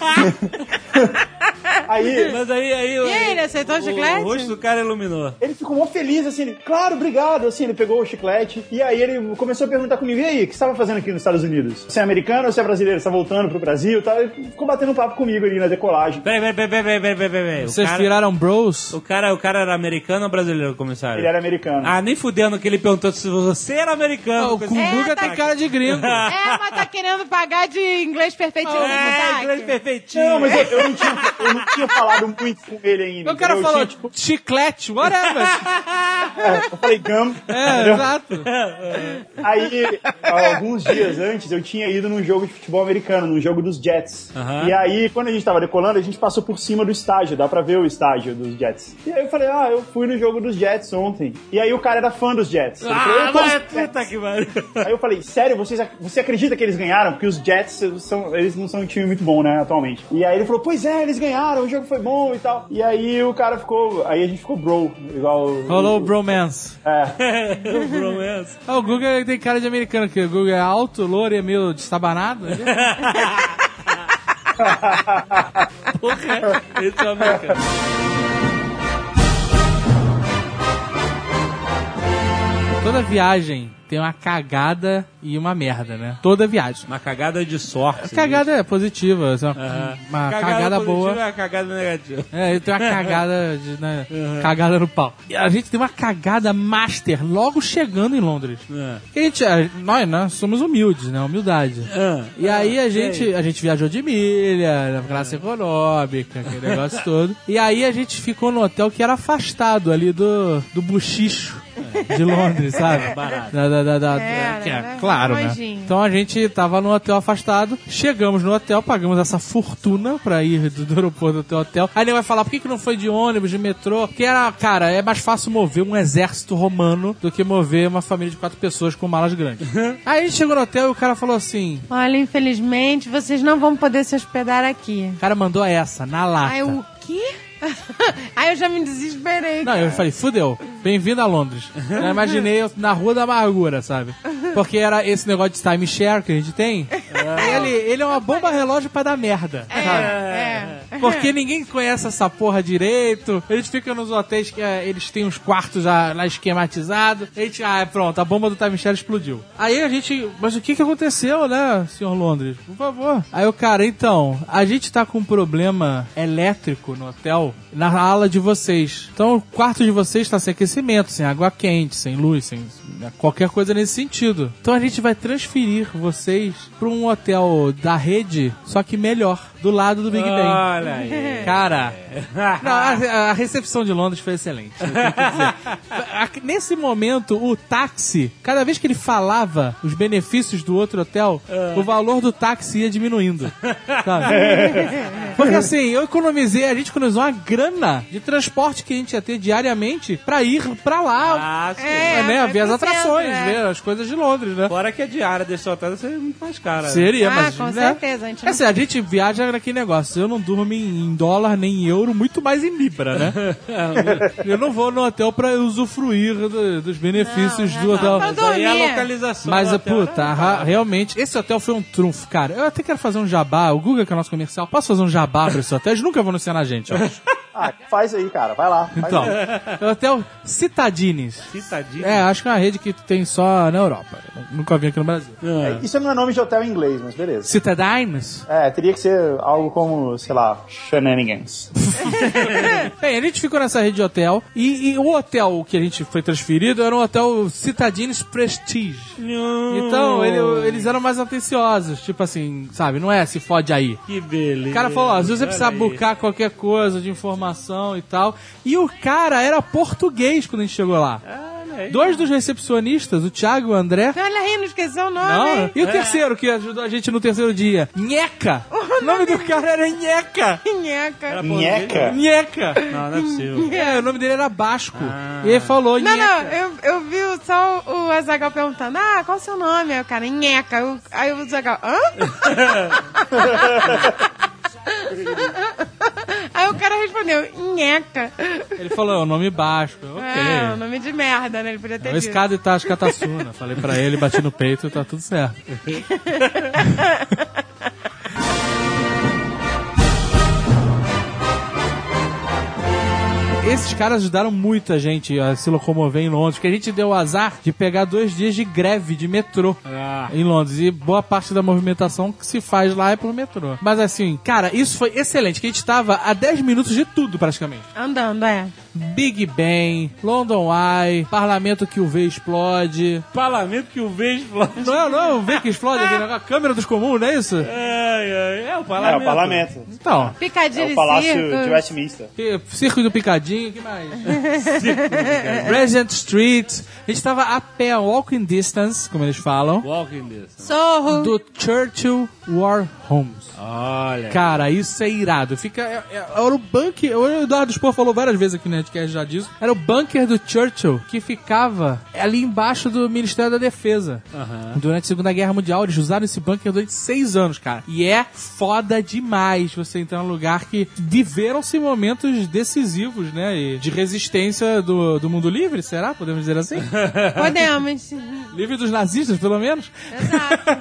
Speaker 3: É. Aí
Speaker 2: Mas aí, aí,
Speaker 4: E aí, ele aceitou o chiclete?
Speaker 2: O rosto do cara iluminou.
Speaker 3: Ele ficou mó feliz, assim, ele, claro, obrigado, assim, ele pegou o chiclete, e aí ele começou a perguntar comigo, e aí, o que você tava fazendo aqui nos Estados Unidos? Você é americano ou você é brasileiro? Você tá voltando pro Brasil e tal? Ele ficou batendo um papo comigo ali na decolagem.
Speaker 2: Peraí, peraí, peraí, peraí, peraí, peraí, peraí. O
Speaker 5: Vocês
Speaker 2: cara-
Speaker 5: viraram bros?
Speaker 2: O cara, o cara era americano ou brasileiro, comissário?
Speaker 3: Ele era americano.
Speaker 2: Ah, nem fudendo que ele perguntou se você era americano.
Speaker 5: o
Speaker 2: Coisa-
Speaker 5: Kuguga
Speaker 4: É, tá-
Speaker 5: tem cara de gringo.
Speaker 4: É, mas tá querendo pagar de inglês perfeitinho, tá?
Speaker 2: É,
Speaker 4: sotaque.
Speaker 2: inglês perfeitinho.
Speaker 3: Não, mas eu, eu não tinha, eu não tinha falado muito com ele ainda.
Speaker 5: O cara
Speaker 3: entendeu? Eu tinha,
Speaker 5: falou, tipo, chiclete, whatever.
Speaker 3: tipo, eu falei gum.
Speaker 5: é, exato.
Speaker 3: Aí, alguns dias antes, eu tinha ido num jogo de futebol americano, num jogo dos Jets.
Speaker 2: Aham.
Speaker 3: E aí, quando a gente tava decolando, a gente passou por cima do estádio, dá pra ver o estádio dos Jets. E aí eu falei, ah, eu fui no jogo dos Jets ontem. E aí o cara era fã dos Jets. Ele falou,
Speaker 2: Ah,
Speaker 3: eu torço
Speaker 2: mas
Speaker 3: pro Jets.
Speaker 2: puta que pariu.
Speaker 3: Aí eu falei, sério, vocês, ac- você acredita que eles ganharam? Porque os Jets são, eles não são um time muito bom, né, atualmente. E aí ele falou, pois é, eles ganharam, o jogo foi bom e tal. E aí o cara ficou, aí a gente ficou bro, igual...
Speaker 5: Rolou o bromance.
Speaker 2: O bromance.
Speaker 5: Ah, o Guga ele tem cara de americano, que o Guga é alto, louro e é meio destabanado. né?
Speaker 2: Porra, esse é o americano.
Speaker 5: Toda viagem tem uma cagada e uma merda, né? Toda viagem.
Speaker 2: Uma cagada de sorte.
Speaker 5: Cagada é positiva, assim, uma,
Speaker 2: Aham.
Speaker 5: uma cagada, boa.
Speaker 2: positiva é uma cagada negativa.
Speaker 5: É, eu tenho uma cagada de, né, cagada no pau. E a gente tem uma cagada master logo chegando em Londres.
Speaker 2: É.
Speaker 5: Que A gente, a- nós, né, somos humildes, né? Humildade.
Speaker 2: Ah,
Speaker 5: E aí a
Speaker 2: sei.
Speaker 5: gente, a gente viajou de milha, na classe econômica, aquele negócio todo. E aí a gente ficou no hotel que era afastado ali do, do buchicho de Londres, sabe?
Speaker 2: barato.
Speaker 5: Da, da, da, da-
Speaker 4: Era,
Speaker 5: É que é,
Speaker 4: era
Speaker 5: claro, né?
Speaker 4: longinho.
Speaker 5: Então a gente tava no hotel afastado, chegamos no hotel, pagamos essa fortuna pra ir do, do aeroporto até o hotel. Aí ele vai falar, por que, que não foi de ônibus, de metrô? Porque era, cara, é mais fácil mover um exército romano do que mover uma família de quatro pessoas com malas grandes. aí a gente chegou no hotel e o cara falou assim,
Speaker 4: Olha, infelizmente, vocês não vão poder se hospedar aqui.
Speaker 5: o cara mandou essa, na lata.
Speaker 4: Aí o quê? Aí eu já me desesperei.
Speaker 5: Não, é eu falei, fudeu, bem-vindo a Londres. Eu imaginei eu na Rua da Amargura, sabe? Porque era esse negócio de timeshare que a gente tem. Ele, ele é uma bomba relógio pra dar merda.
Speaker 4: É, é.
Speaker 5: Porque ninguém conhece essa porra direito. Eles ficam nos hotéis que eh, eles têm uns quartos já lá esquematizados. A gente, ah, pronto, a bomba do Time Share explodiu. Aí a gente, mas o que que aconteceu, né, senhor Londres? Por favor. Aí o cara, então, a gente tá com um problema elétrico no hotel, na ala de vocês. Então o quarto de vocês tá sem aquecimento, sem água quente, sem luz, sem né, qualquer coisa nesse sentido. Então a gente vai transferir vocês pra um hotel da rede, só que melhor, do lado do Big
Speaker 2: Ah,
Speaker 5: Bang.
Speaker 2: Olha
Speaker 5: É.
Speaker 2: aí.
Speaker 5: Cara, não, a, a recepção de Londres foi excelente. eu tenho que dizer. A- Nesse momento, o táxi, cada vez que ele falava os benefícios do outro hotel,
Speaker 4: Ah.
Speaker 5: o valor do táxi ia diminuindo. sabe? Porque assim, eu economizei, a gente economizou uma grana de transporte que a gente ia ter diariamente pra ir pra lá.
Speaker 2: Ah, sim.
Speaker 4: É,
Speaker 5: né, ver as
Speaker 4: 100%,
Speaker 5: atrações,
Speaker 4: é.
Speaker 5: ver as coisas de Londres, né?
Speaker 2: Fora que a diária desse hotel deve ser muito mais cara. né?
Speaker 5: Seria,
Speaker 4: Ah,
Speaker 5: mas.
Speaker 4: com
Speaker 5: né?
Speaker 4: certeza, a gente não-
Speaker 5: Assim, a gente viaja naquele negócio. Eu não durmo em em dólar nem em euro, muito mais em Libra, né? eu não vou no hotel pra usufruir do- dos benefícios
Speaker 4: Não,
Speaker 5: do
Speaker 4: não,
Speaker 5: hotel.
Speaker 4: não.
Speaker 2: Mas aí a
Speaker 4: Dormia.
Speaker 2: localização.
Speaker 5: Mas,
Speaker 2: do
Speaker 5: a
Speaker 2: hotel
Speaker 5: puta,
Speaker 2: era-
Speaker 5: ra- realmente, esse hotel foi um trunfo, cara. Eu até quero fazer um jabá. O Guga, que é o nosso comercial, posso fazer um jabá pra esse hotel? Eles nunca vão anunciar na gente, eu acho.
Speaker 3: Ah, faz aí, cara. Vai lá. Faz
Speaker 5: Então,
Speaker 3: aí.
Speaker 5: é o hotel Citadines.
Speaker 2: Citadinho.
Speaker 5: É, acho que é uma rede que tem só na Europa. Nunca vi aqui no Brasil.
Speaker 2: Ah.
Speaker 3: Isso não é nome de hotel em inglês, mas beleza.
Speaker 5: Citadines?
Speaker 3: É, teria que ser algo como, sei lá, shenanigans.
Speaker 5: Bem, a gente ficou nessa rede de hotel e, e o hotel que a gente foi transferido era um hotel Citadines Prestige. Então, ele- eles eram mais atenciosos, tipo assim, sabe? Não é se fode aí.
Speaker 2: Que beleza.
Speaker 5: O cara falou, ó, se você precisar
Speaker 2: Olha aí.
Speaker 5: buscar qualquer coisa de informação e tal. E o cara era português quando a gente chegou lá.
Speaker 2: Olha aí.
Speaker 5: Dois dos recepcionistas, o Thiago e o André.
Speaker 4: Olha aí, não esqueceu o nome.
Speaker 5: Não,
Speaker 4: hein?
Speaker 5: e o terceiro que ajudou a gente no terceiro dia? Nheca!
Speaker 2: Oh,
Speaker 5: O nome do cara era Nheca!
Speaker 4: Nheca.
Speaker 2: Era português?
Speaker 3: Nheca?
Speaker 5: Nheca!
Speaker 2: Não, não é possível.
Speaker 5: É, o nome dele era Basco. E ele falou
Speaker 4: Não,
Speaker 5: Nheca.
Speaker 4: não, eu, eu vi o- só o o Azagal perguntando: Ah, qual o seu nome? Aí o cara, Nheca. Aí o- Aí o Azagal, hã? Aí o cara respondeu: Nheca.
Speaker 5: Ele falou, é o nome Basco. Ok.
Speaker 4: É, um nome de merda, né? Ele podia ter
Speaker 5: É o
Speaker 4: dito.
Speaker 5: escada Itachi Catassuna. Falei pra ele, bati no peito, tá tudo certo. Esses caras ajudaram muito a gente a se locomover em Londres, porque a gente deu o azar de pegar dois dias de greve de metrô
Speaker 2: Ah.
Speaker 5: em Londres. E boa parte da movimentação que se faz lá é pelo metrô. Mas assim, cara, isso foi excelente, que a gente tava a 10 minutos de tudo praticamente.
Speaker 4: Andando, é.
Speaker 5: Big Ben, London Eye, Parlamento que o V explode.
Speaker 2: Parlamento que o vejo falando.
Speaker 5: Não, não, o V que explode, aquele negócio, a Câmara dos Comuns, não é isso?
Speaker 2: Ai, ai, é o
Speaker 3: É,
Speaker 2: parlamento.
Speaker 3: o parlamento.
Speaker 5: Então,
Speaker 3: É
Speaker 4: Picadilho
Speaker 3: o palácio
Speaker 4: Circo.
Speaker 3: de Westminster.
Speaker 5: que- Circo do Picadinho, que mais? Regent Street. A gente tava a pé, walking distance, como eles falam,
Speaker 2: Walking this.
Speaker 4: Sorro.
Speaker 5: do Churchill War Homes.
Speaker 2: Olha.
Speaker 5: Cara, isso é irado. Fica. é- é- era o bunker. O Eduardo Spor falou várias vezes aqui no Netcast já disso. Era o bunker do Churchill que ficava ali embaixo do Ministério da Defesa. Durante a Segunda Guerra Mundial, eles usaram esse bunker durante seis anos, cara. E é foda demais você entrar num lugar que viveram-se momentos decisivos, né? E de resistência do, do mundo livre, será? Podemos dizer assim?
Speaker 4: Podemos.
Speaker 5: livre dos nazistas, pelo menos.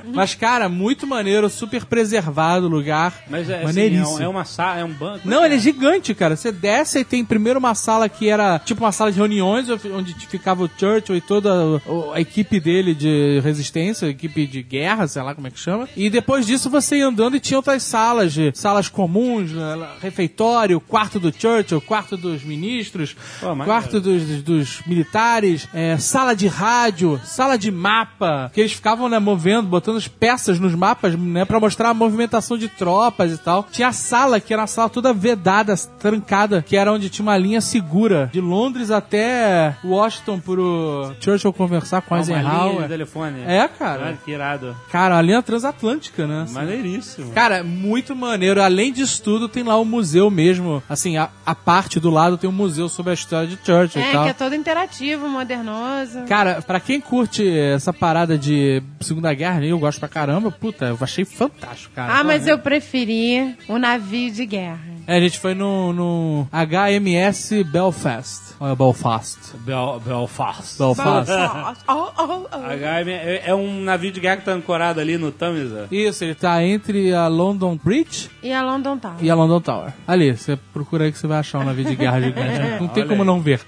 Speaker 5: Mas, cara, muito maneiro, super preservado o lugar.
Speaker 2: Mas é, assim, é,
Speaker 5: maneiríssimo.
Speaker 2: um, é uma sala, é um banco.
Speaker 5: Não, ele é gigante, cara. Você desce e tem primeiro uma sala que era tipo uma sala de reuniões, onde ficava o Churchill e toda o- a equipe dele de resistência, equipe de guerra, sei lá como é que chama. E depois disso você ia andando e tinha outras salas, de- salas comuns, né, refeitório, quarto do Churchill, quarto dos ministros,
Speaker 2: Pô, mas-
Speaker 5: quarto dos, dos- dos militares, é, sala de rádio, sala de mapa, que eles ficavam né, movendo, botando as peças nos mapas, né, para mostrar a movimentação de tropas e tal. Tinha a sala que era uma sala toda vedada, trancada, que era onde tinha uma linha segura de Londres até Washington pro Churchill conversar com
Speaker 2: é uma linha de
Speaker 5: Eisenhower.
Speaker 2: telefone.
Speaker 5: É, cara.
Speaker 2: Olha que irado.
Speaker 5: Cara, a linha transatlântica, né? assim.
Speaker 2: Maneiríssimo.
Speaker 5: Cara, muito maneiro. Além disso tudo, tem lá o museu mesmo. Assim, a, a parte do lado tem um museu sobre a história de Churchill e
Speaker 4: É,
Speaker 5: tal.
Speaker 4: que é todo interativo, modernoso.
Speaker 5: Cara, pra quem curte essa parada de Segunda Guerra, né, eu gosto pra caramba, puta, eu achei fantástico, cara.
Speaker 4: Ah, mas eu preferi o navio de guerra.
Speaker 5: É, a gente foi no, no HMS Belfast. Olha, Belfast.
Speaker 2: Bel, Belfast.
Speaker 5: Belfast.
Speaker 4: Oh, oh, oh.
Speaker 2: HM é, é um navio de guerra que tá ancorado ali no Tamisa.
Speaker 5: Isso, ele tá entre a London Bridge
Speaker 4: E a London Town.
Speaker 5: e a London Tower. Ali, você procura aí que você vai achar um navio de guerra gigante. Não tem como não ver.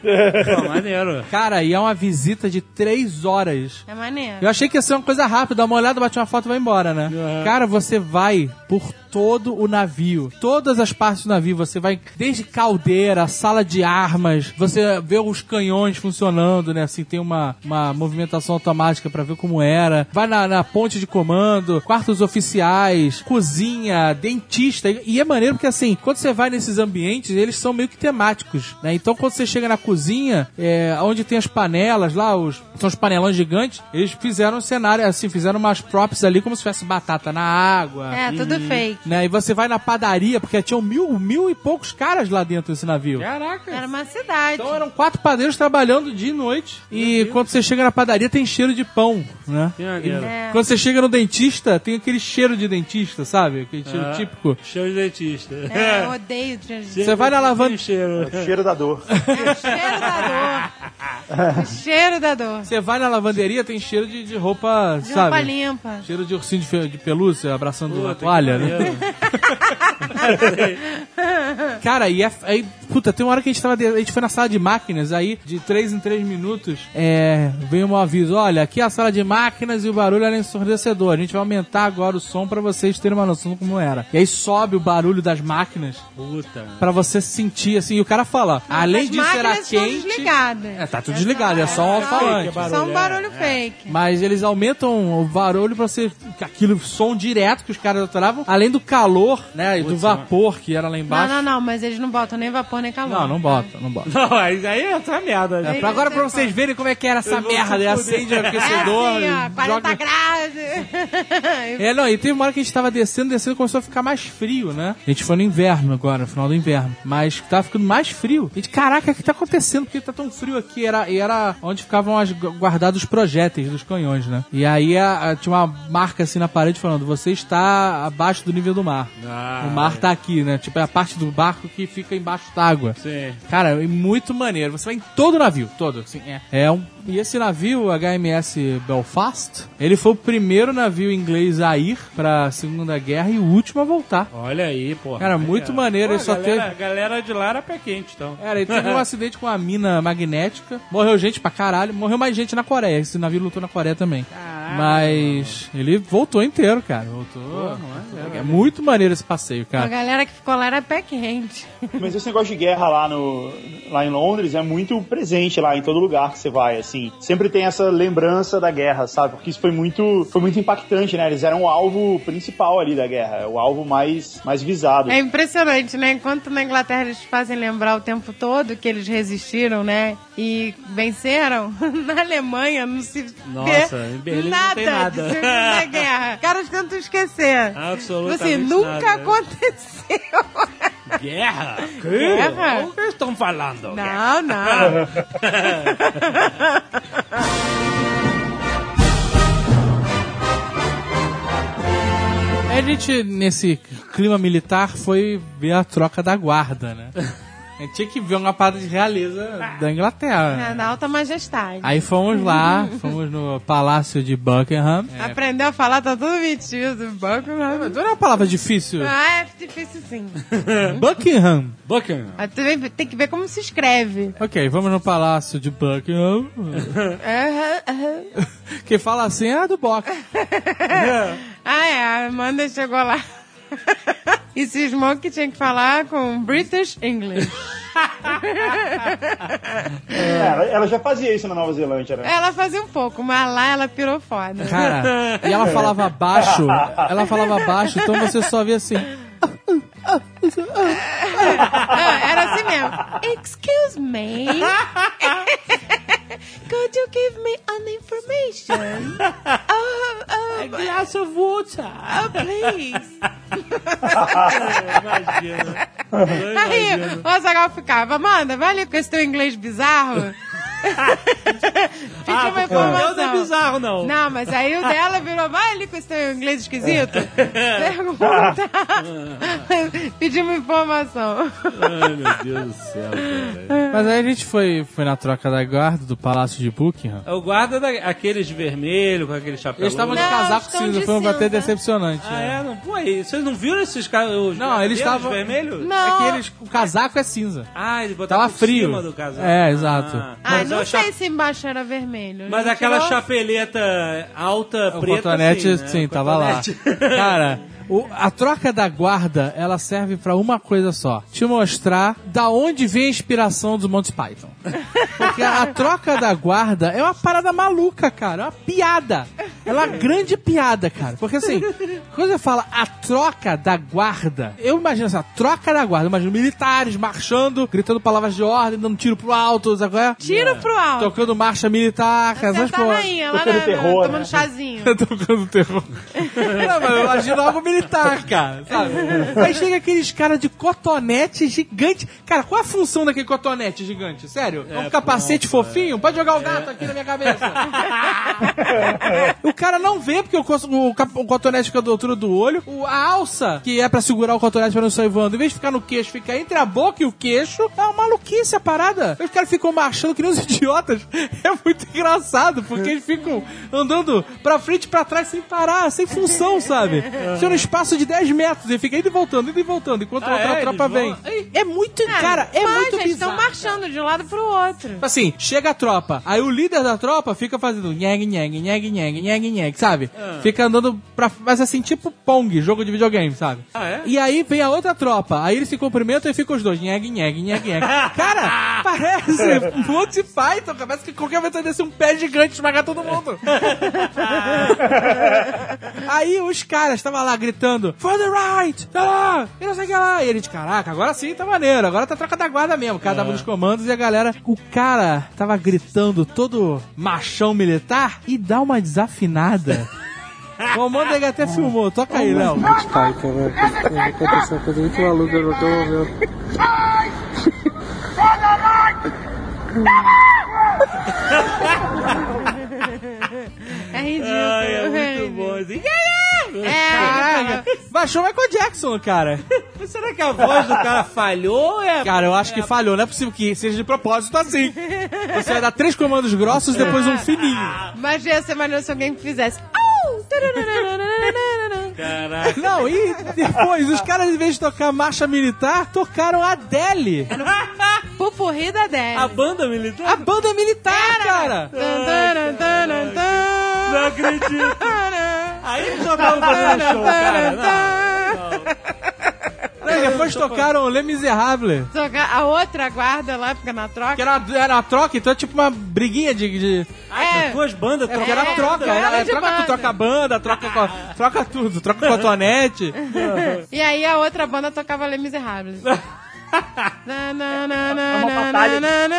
Speaker 2: Pô, maneiro.
Speaker 5: Cara, e é uma visita de três horas.
Speaker 4: É maneiro.
Speaker 5: Eu achei que ia ser uma coisa rápida, dá uma olhada, bate uma foto e vai embora, né? Cara, você vai por todo o navio, todas as partes do navio, você vai desde caldeira, sala de armas, você vê os canhões funcionando, né? Assim, tem uma, uma movimentação automática pra ver como era. Vai na, na ponte de comando, quartos oficiais, cozinha, dentista. E e é maneiro porque, assim, quando você vai nesses ambientes, eles são meio que temáticos, né? Então, quando você chega na cozinha, é, onde tem as panelas lá, os, são os panelões gigantes, eles fizeram um cenário, assim, fizeram umas props ali como se fosse batata na água.
Speaker 4: É, tudo fake.
Speaker 5: Né? E você vai na padaria, porque tinham mil, mil e poucos caras lá dentro desse navio.
Speaker 4: Era uma cidade.
Speaker 5: Então eram quatro padeiros trabalhando dia e noite. E quando você chega na padaria, tem cheiro de pão, né?
Speaker 2: Que maneiro.
Speaker 4: É.
Speaker 5: Quando você chega no dentista, tem aquele cheiro de dentista, sabe? Aquele cheiro
Speaker 2: Ah.
Speaker 5: típico.
Speaker 2: Show de dentista.
Speaker 4: É, eu odeio transição.
Speaker 5: Você vai na lavan-
Speaker 2: Que cheiro.
Speaker 3: O cheiro da dor.
Speaker 4: É o cheiro da dor. O cheiro da dor.
Speaker 5: Você vai na lavanderia, tem cheiro de, de roupa,
Speaker 4: De
Speaker 5: sabe?
Speaker 4: roupa limpa.
Speaker 5: Cheiro de ursinho de, fe- de pelúcia abraçando
Speaker 2: Puta
Speaker 5: a
Speaker 2: que
Speaker 5: toalha, né?
Speaker 2: maneiro.
Speaker 5: Cara, e é- aí, puta, tem uma hora que a gente tava. de- a gente foi na sala de máquinas, aí, de 3 em 3 minutos, é, veio um aviso: olha, aqui é a sala de máquinas e o barulho era ensurdecedor. A gente vai aumentar agora o som pra vocês terem uma noção de como era. E aí sobe o barulho das máquinas
Speaker 2: Puta.
Speaker 5: pra você sentir assim. E o cara fala: além
Speaker 4: As
Speaker 5: de ser a
Speaker 4: máquinas estão
Speaker 5: quente.
Speaker 4: desligadas.
Speaker 5: É, tá tudo desligado, é só um alto-falante. É.
Speaker 4: Só um barulho fake.
Speaker 5: Mas eles aumentam o barulho pra ser aquele som direto que os caras atoravam, além do calor, né, e do vapor que era lá
Speaker 4: Não,
Speaker 5: embaixo.
Speaker 4: não, não, mas eles não botam nem vapor nem calor.
Speaker 5: Não, não bota, não bota.
Speaker 2: Não, aí aí é outra merda.
Speaker 5: É,
Speaker 2: né?
Speaker 5: pra agora pra vocês verem como é que era essa merda, e acende o
Speaker 4: É
Speaker 5: aquecedor.
Speaker 4: assim, ó, 40
Speaker 5: joga...
Speaker 4: graus.
Speaker 5: É, não, e teve uma hora que a gente tava descendo, descendo, começou a ficar mais frio, né? A gente foi no inverno agora, no final do inverno. Mas tava ficando mais frio. A gente, caraca, o que tá acontecendo? Por que tá tão frio aqui? Era, e era onde ficavam as- guardados os projéteis dos canhões, né? E aí a- a- tinha uma marca assim na parede falando, você está abaixo do nível do mar.
Speaker 2: Ah,
Speaker 5: o mar tá aqui, né? Tipo, é a parte do barco que fica embaixo d'água.
Speaker 2: Sim.
Speaker 5: Cara, é muito maneiro. Você vai em todo o navio, todo, assim, é. É um... E esse navio, HMS Belfast, ele foi o primeiro navio inglês a ir pra Segunda Guerra e o último a voltar.
Speaker 2: Olha aí, porra.
Speaker 5: Cara, muito
Speaker 2: Pô,
Speaker 5: maneiro,
Speaker 2: a
Speaker 5: ele só
Speaker 2: galera,
Speaker 5: teve-
Speaker 2: A galera de lá era pé quente, então.
Speaker 5: Cara, ele teve um acidente com a mina magnética. Morreu gente pra caralho. Morreu mais gente na Coreia. Esse navio lutou na Coreia também. Mas ele voltou inteiro, cara. Voltou. é muito maneiro esse passeio,
Speaker 4: A
Speaker 5: cara.
Speaker 4: galera que ficou lá era pé quente.
Speaker 3: Mas esse negócio de guerra lá, no, lá em Londres é muito presente lá em todo lugar que você vai, assim. Sempre tem essa lembrança da guerra, sabe? Porque isso foi muito, foi muito impactante, né? Eles eram o alvo principal ali da guerra, o alvo mais, mais visado.
Speaker 4: É impressionante, né? Enquanto na Inglaterra eles fazem lembrar o tempo todo que eles resistiram, né? E venceram, na Alemanha não se
Speaker 2: Nossa,
Speaker 4: vê
Speaker 2: em Berlim não
Speaker 4: nada,
Speaker 2: tem nada.
Speaker 4: de Segunda Guerra. Os caras tentam esquecer.
Speaker 2: Absolutamente
Speaker 4: Assim, nunca
Speaker 2: nada.
Speaker 4: aconteceu.
Speaker 2: Guerra? Que?
Speaker 4: Guerra?
Speaker 2: O que eles estão falando? Guerra.
Speaker 4: Não, não.
Speaker 5: A gente, nesse clima militar, foi ver a troca da guarda, né? A gente tinha que ver uma parada de realeza da Inglaterra. né?
Speaker 4: É Na alta majestade.
Speaker 5: Aí fomos lá, fomos no Palácio de Buckingham.
Speaker 4: É.
Speaker 2: é.
Speaker 4: Aprendeu a falar, tá tudo metido. Banco não.
Speaker 5: Não é uma palavra difícil.
Speaker 4: Ah, é difícil sim.
Speaker 5: Buckingham.
Speaker 2: Buckingham.
Speaker 4: Mas também tem que ver como se escreve.
Speaker 5: Ok, vamos no Palácio de Buckingham.
Speaker 4: Aham, aham.
Speaker 5: Quem fala assim é a do Bock.
Speaker 4: Ah, é, a Amanda chegou lá. e cismou que tinha que falar com British English.
Speaker 3: É, ela, ela já fazia isso na Nova Zelândia, né?
Speaker 4: Ela fazia um pouco, mas lá ela pirou foda.
Speaker 5: Cara, e ela falava baixo. Ela falava baixo, então você só via assim.
Speaker 4: Ah, era assim mesmo. Excuse me. Could you give me an information? Oh, oh,
Speaker 2: Glass of water.
Speaker 4: oh, please.
Speaker 2: Imagina. Eu
Speaker 4: Aí
Speaker 2: imagino.
Speaker 4: o Azaghal ficava, Amanda, vai ali com esse teu inglês bizarro. Pediu
Speaker 2: Ah,
Speaker 4: uma
Speaker 2: porque o meu não é
Speaker 4: informação.
Speaker 2: bizarro, não.
Speaker 4: Não, mas aí o dela virou, vai ali com esse teu inglês esquisito. Pergunta.
Speaker 2: Ah.
Speaker 4: Pediu uma informação.
Speaker 2: Ai, meu Deus do céu, cara.
Speaker 5: Mas aí a gente foi, foi na troca da guarda do Palácio de Buckingham.
Speaker 2: É O guarda da... aqueles de vermelho, com aquele chapéu.
Speaker 5: Eles estavam de
Speaker 4: Não,
Speaker 5: casaco
Speaker 4: estão
Speaker 5: cinza,
Speaker 4: de
Speaker 5: foi até
Speaker 4: cinza.
Speaker 5: decepcionante.
Speaker 2: Ah,
Speaker 5: né?
Speaker 2: é? Não... Pô, aí, vocês não viram esses caras? os
Speaker 5: Não,
Speaker 2: verdadeiros
Speaker 5: eles estavam-
Speaker 2: vermelhos?
Speaker 5: É
Speaker 4: Não.
Speaker 5: que eles, o casaco é cinza.
Speaker 2: Ah, eles botaram
Speaker 5: Tava
Speaker 2: por
Speaker 5: frio.
Speaker 2: cima do casaco.
Speaker 5: É, exato.
Speaker 4: Ah,
Speaker 2: Mas
Speaker 4: não
Speaker 2: a cha-
Speaker 4: sei se embaixo era vermelho.
Speaker 2: Mas
Speaker 4: Ele
Speaker 2: aquela
Speaker 4: tirou-
Speaker 2: chapeleta alta,
Speaker 5: O
Speaker 2: preta,
Speaker 5: cotonete,
Speaker 2: assim, né?
Speaker 5: sim,
Speaker 2: O
Speaker 5: tava lá.
Speaker 2: cotonete.
Speaker 5: Cara, o- a troca da guarda, ela serve pra uma coisa só. Te mostrar da onde vem a inspiração dos Monty Python. Porque a troca da guarda é uma parada maluca, cara. É uma piada. Ela é uma grande piada, cara. Porque assim, quando você fala a troca da guarda, eu imagino assim, a troca da guarda. Eu imagino militares marchando, gritando palavras de ordem, dando tiro pro alto, sabe qual é?
Speaker 4: Tiro pro alto.
Speaker 5: Tocando marcha militar, essas
Speaker 4: Sentar
Speaker 5: coisas.
Speaker 4: rainha, lá
Speaker 3: Tocando
Speaker 4: na,
Speaker 3: terror,
Speaker 4: tomando
Speaker 3: né?
Speaker 4: chazinho.
Speaker 5: tocando terror. Não, mas eu imagino algo militar, cara, sabe? Aí chega aqueles caras de cotonete gigante. Cara, qual a função daquele cotonete gigante? Sério? É um capacete fofinho? Pode jogar o gato aqui na minha cabeça. o O cara não vê porque o, cos- o cap- o cotonete fica da altura do olho. O- a alça, que é pra segurar o cotonete pra não sair voando, em vez de ficar no queixo, fica entre a boca e o queixo. É uma maluquice a parada. Os caras ficam marchando que nem uns idiotas. É muito engraçado, porque eles ficam andando pra frente e pra trás sem parar, sem função, sabe? Isso é um espaço de 10 metros. E fica indo e voltando, indo e voltando, enquanto
Speaker 2: Ah,
Speaker 5: a outra
Speaker 2: é?
Speaker 5: tropa
Speaker 2: Eles
Speaker 5: vem.
Speaker 2: vão- Ah,
Speaker 5: É muito, cara, é
Speaker 4: mas
Speaker 5: muito
Speaker 4: eles
Speaker 5: bizarro.
Speaker 4: estão marchando de um lado pro outro.
Speaker 5: Tipo assim, chega a tropa, aí o líder da tropa fica fazendo nheg, nheg, nheg, nheg, nheg, nheg, sabe?
Speaker 2: Ah.
Speaker 5: Fica andando pra. Mas assim, tipo Pong, jogo de videogame, sabe?
Speaker 2: Ah, é?
Speaker 5: E aí vem a outra tropa, aí eles se cumprimentam e ficam os dois nheg, nheg, nheg, nheg. Cara, parece um Monty Python, cara, parece que qualquer vez vai descer um pé gigante e esmagar todo mundo. Aí os caras estavam lá gritando, for the right, tá lá, e não sei o que lá. E ele de caraca, agora sim tá maneiro, agora tá troca da guarda mesmo. O cara dava nos comandos e a galera, o cara tava gritando todo machão militar e dá uma desafinada. O Comando ele até filmou, toca aí, Léo.
Speaker 4: É ridículo.
Speaker 2: Ai, é
Speaker 4: é
Speaker 2: muito
Speaker 4: ridículo.
Speaker 2: bom. assim.
Speaker 4: É,
Speaker 5: Caraca, baixou o Michael Jackson, cara.
Speaker 2: Mas será que a voz do cara falhou? ou É...
Speaker 5: Cara, eu acho que falhou, não é possível que seja de propósito assim. Você vai dar três comandos grossos, depois um fininho.
Speaker 4: mas ia ser maneiro se alguém fizesse. Au! Tarararararararara.
Speaker 2: Caraca.
Speaker 5: Não, e depois, os caras, em vez de tocar marcha militar, tocaram Adele.
Speaker 4: Pupurri da
Speaker 2: A
Speaker 4: Débora.
Speaker 2: banda militar?
Speaker 5: A banda militar, cara!
Speaker 2: Não acredito. Aí eles já estavam fazendo um show, cara. Não, não.
Speaker 5: Não, e depois tocaram Les Miserables.
Speaker 4: A outra guarda lá, fica na troca.
Speaker 5: Que era, era uma troca, então é tipo uma briguinha de. de-
Speaker 2: Ah,
Speaker 4: É.
Speaker 2: duas bandas
Speaker 5: É porque era
Speaker 4: É,
Speaker 5: troca,
Speaker 4: era
Speaker 5: era,
Speaker 4: de
Speaker 5: troca,
Speaker 4: banda.
Speaker 5: tu troca a banda, troca, co- troca tudo, troca cotonete.
Speaker 4: E aí a outra banda tocava Les Miserables. Na, na, na,
Speaker 5: É
Speaker 4: na,
Speaker 3: uma
Speaker 4: na,
Speaker 3: batalha.
Speaker 4: na, na.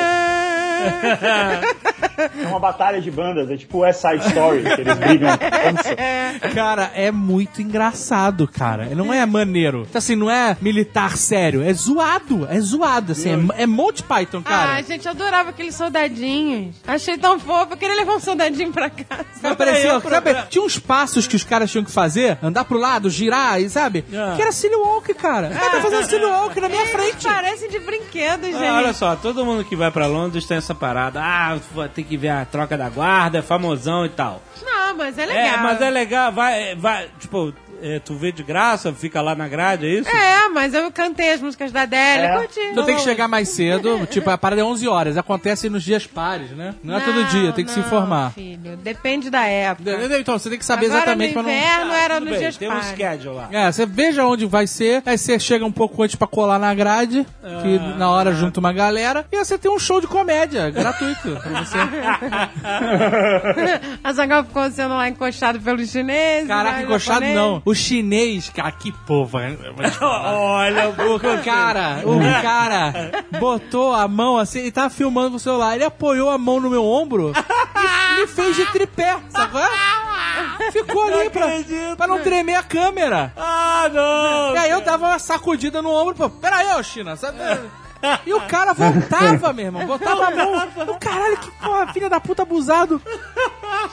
Speaker 3: É uma batalha de bandas, é tipo West Side Story, que eles brigam. É um
Speaker 5: Cara, é muito engraçado, cara. Não é maneiro. Então, assim, não é militar sério, é zoado, é zoado, assim, é, é Monty Python, cara.
Speaker 4: Ah, gente, eu adorava aqueles soldadinhos. Achei tão fofo, eu queria levar um soldadinho pra casa.
Speaker 5: Mas parecia,
Speaker 2: Peraí, é um
Speaker 5: sabe,
Speaker 2: programa.
Speaker 5: tinha uns passos que os caras tinham que fazer, andar pro lado, girar, e sabe?
Speaker 2: Ah.
Speaker 4: É.
Speaker 5: Que era silly walk, cara. O cara tá fazendo silly walk na minha frente.
Speaker 4: Parecem de brinquedo, gente.
Speaker 2: Ah, olha só, todo mundo que vai pra Londres tem essa parada. Ah, vou ter que ver a troca da guarda, é famosão e tal.
Speaker 4: Não, mas é legal.
Speaker 2: É, mas é legal, vai, é, vai tipo, é, tu vê de graça, fica lá na grade, é isso?
Speaker 4: É, mas eu cantei as músicas da Adélia,
Speaker 3: É.
Speaker 4: curti.
Speaker 5: Tu Então tem que chegar mais cedo, tipo, a parada é 11 horas, acontece nos dias pares, né? Não é todo dia, tem que se
Speaker 4: não,
Speaker 5: informar.
Speaker 4: filho, depende da época.
Speaker 5: Entendeu? Então, você tem que saber
Speaker 4: Agora é
Speaker 5: exatamente
Speaker 4: no
Speaker 5: pra não... Ah,
Speaker 4: inverno era
Speaker 2: Tudo
Speaker 4: nos
Speaker 2: bem,
Speaker 4: dias
Speaker 2: Tem um
Speaker 4: pares.
Speaker 2: schedule lá.
Speaker 5: É, você veja onde vai ser, aí você chega um pouco antes pra colar na grade,
Speaker 4: É.
Speaker 5: que na hora junta uma galera, e aí você tem um show de comédia gratuito pra você.
Speaker 4: A Zagal ficou sendo lá encostado pelos chineses.
Speaker 5: Caraca,
Speaker 4: né,
Speaker 5: encoxado
Speaker 4: japonês.
Speaker 5: não. O chinês, cara, que povo. né? hein?
Speaker 2: Olha o burro.
Speaker 5: O cara, o cara botou a mão assim e tava filmando o celular. Ele apoiou a mão no meu ombro e me fez de tripé, sacou? Ficou ali
Speaker 2: Não
Speaker 5: pra,
Speaker 2: acredito.
Speaker 5: pra não tremer a câmera.
Speaker 2: Ah, não!
Speaker 5: E aí eu dava uma sacudida no ombro, pô, peraí, ô China, sabe? E o cara voltava, meu irmão, botava a mão. O caralho, que porra, filha da puta abusado.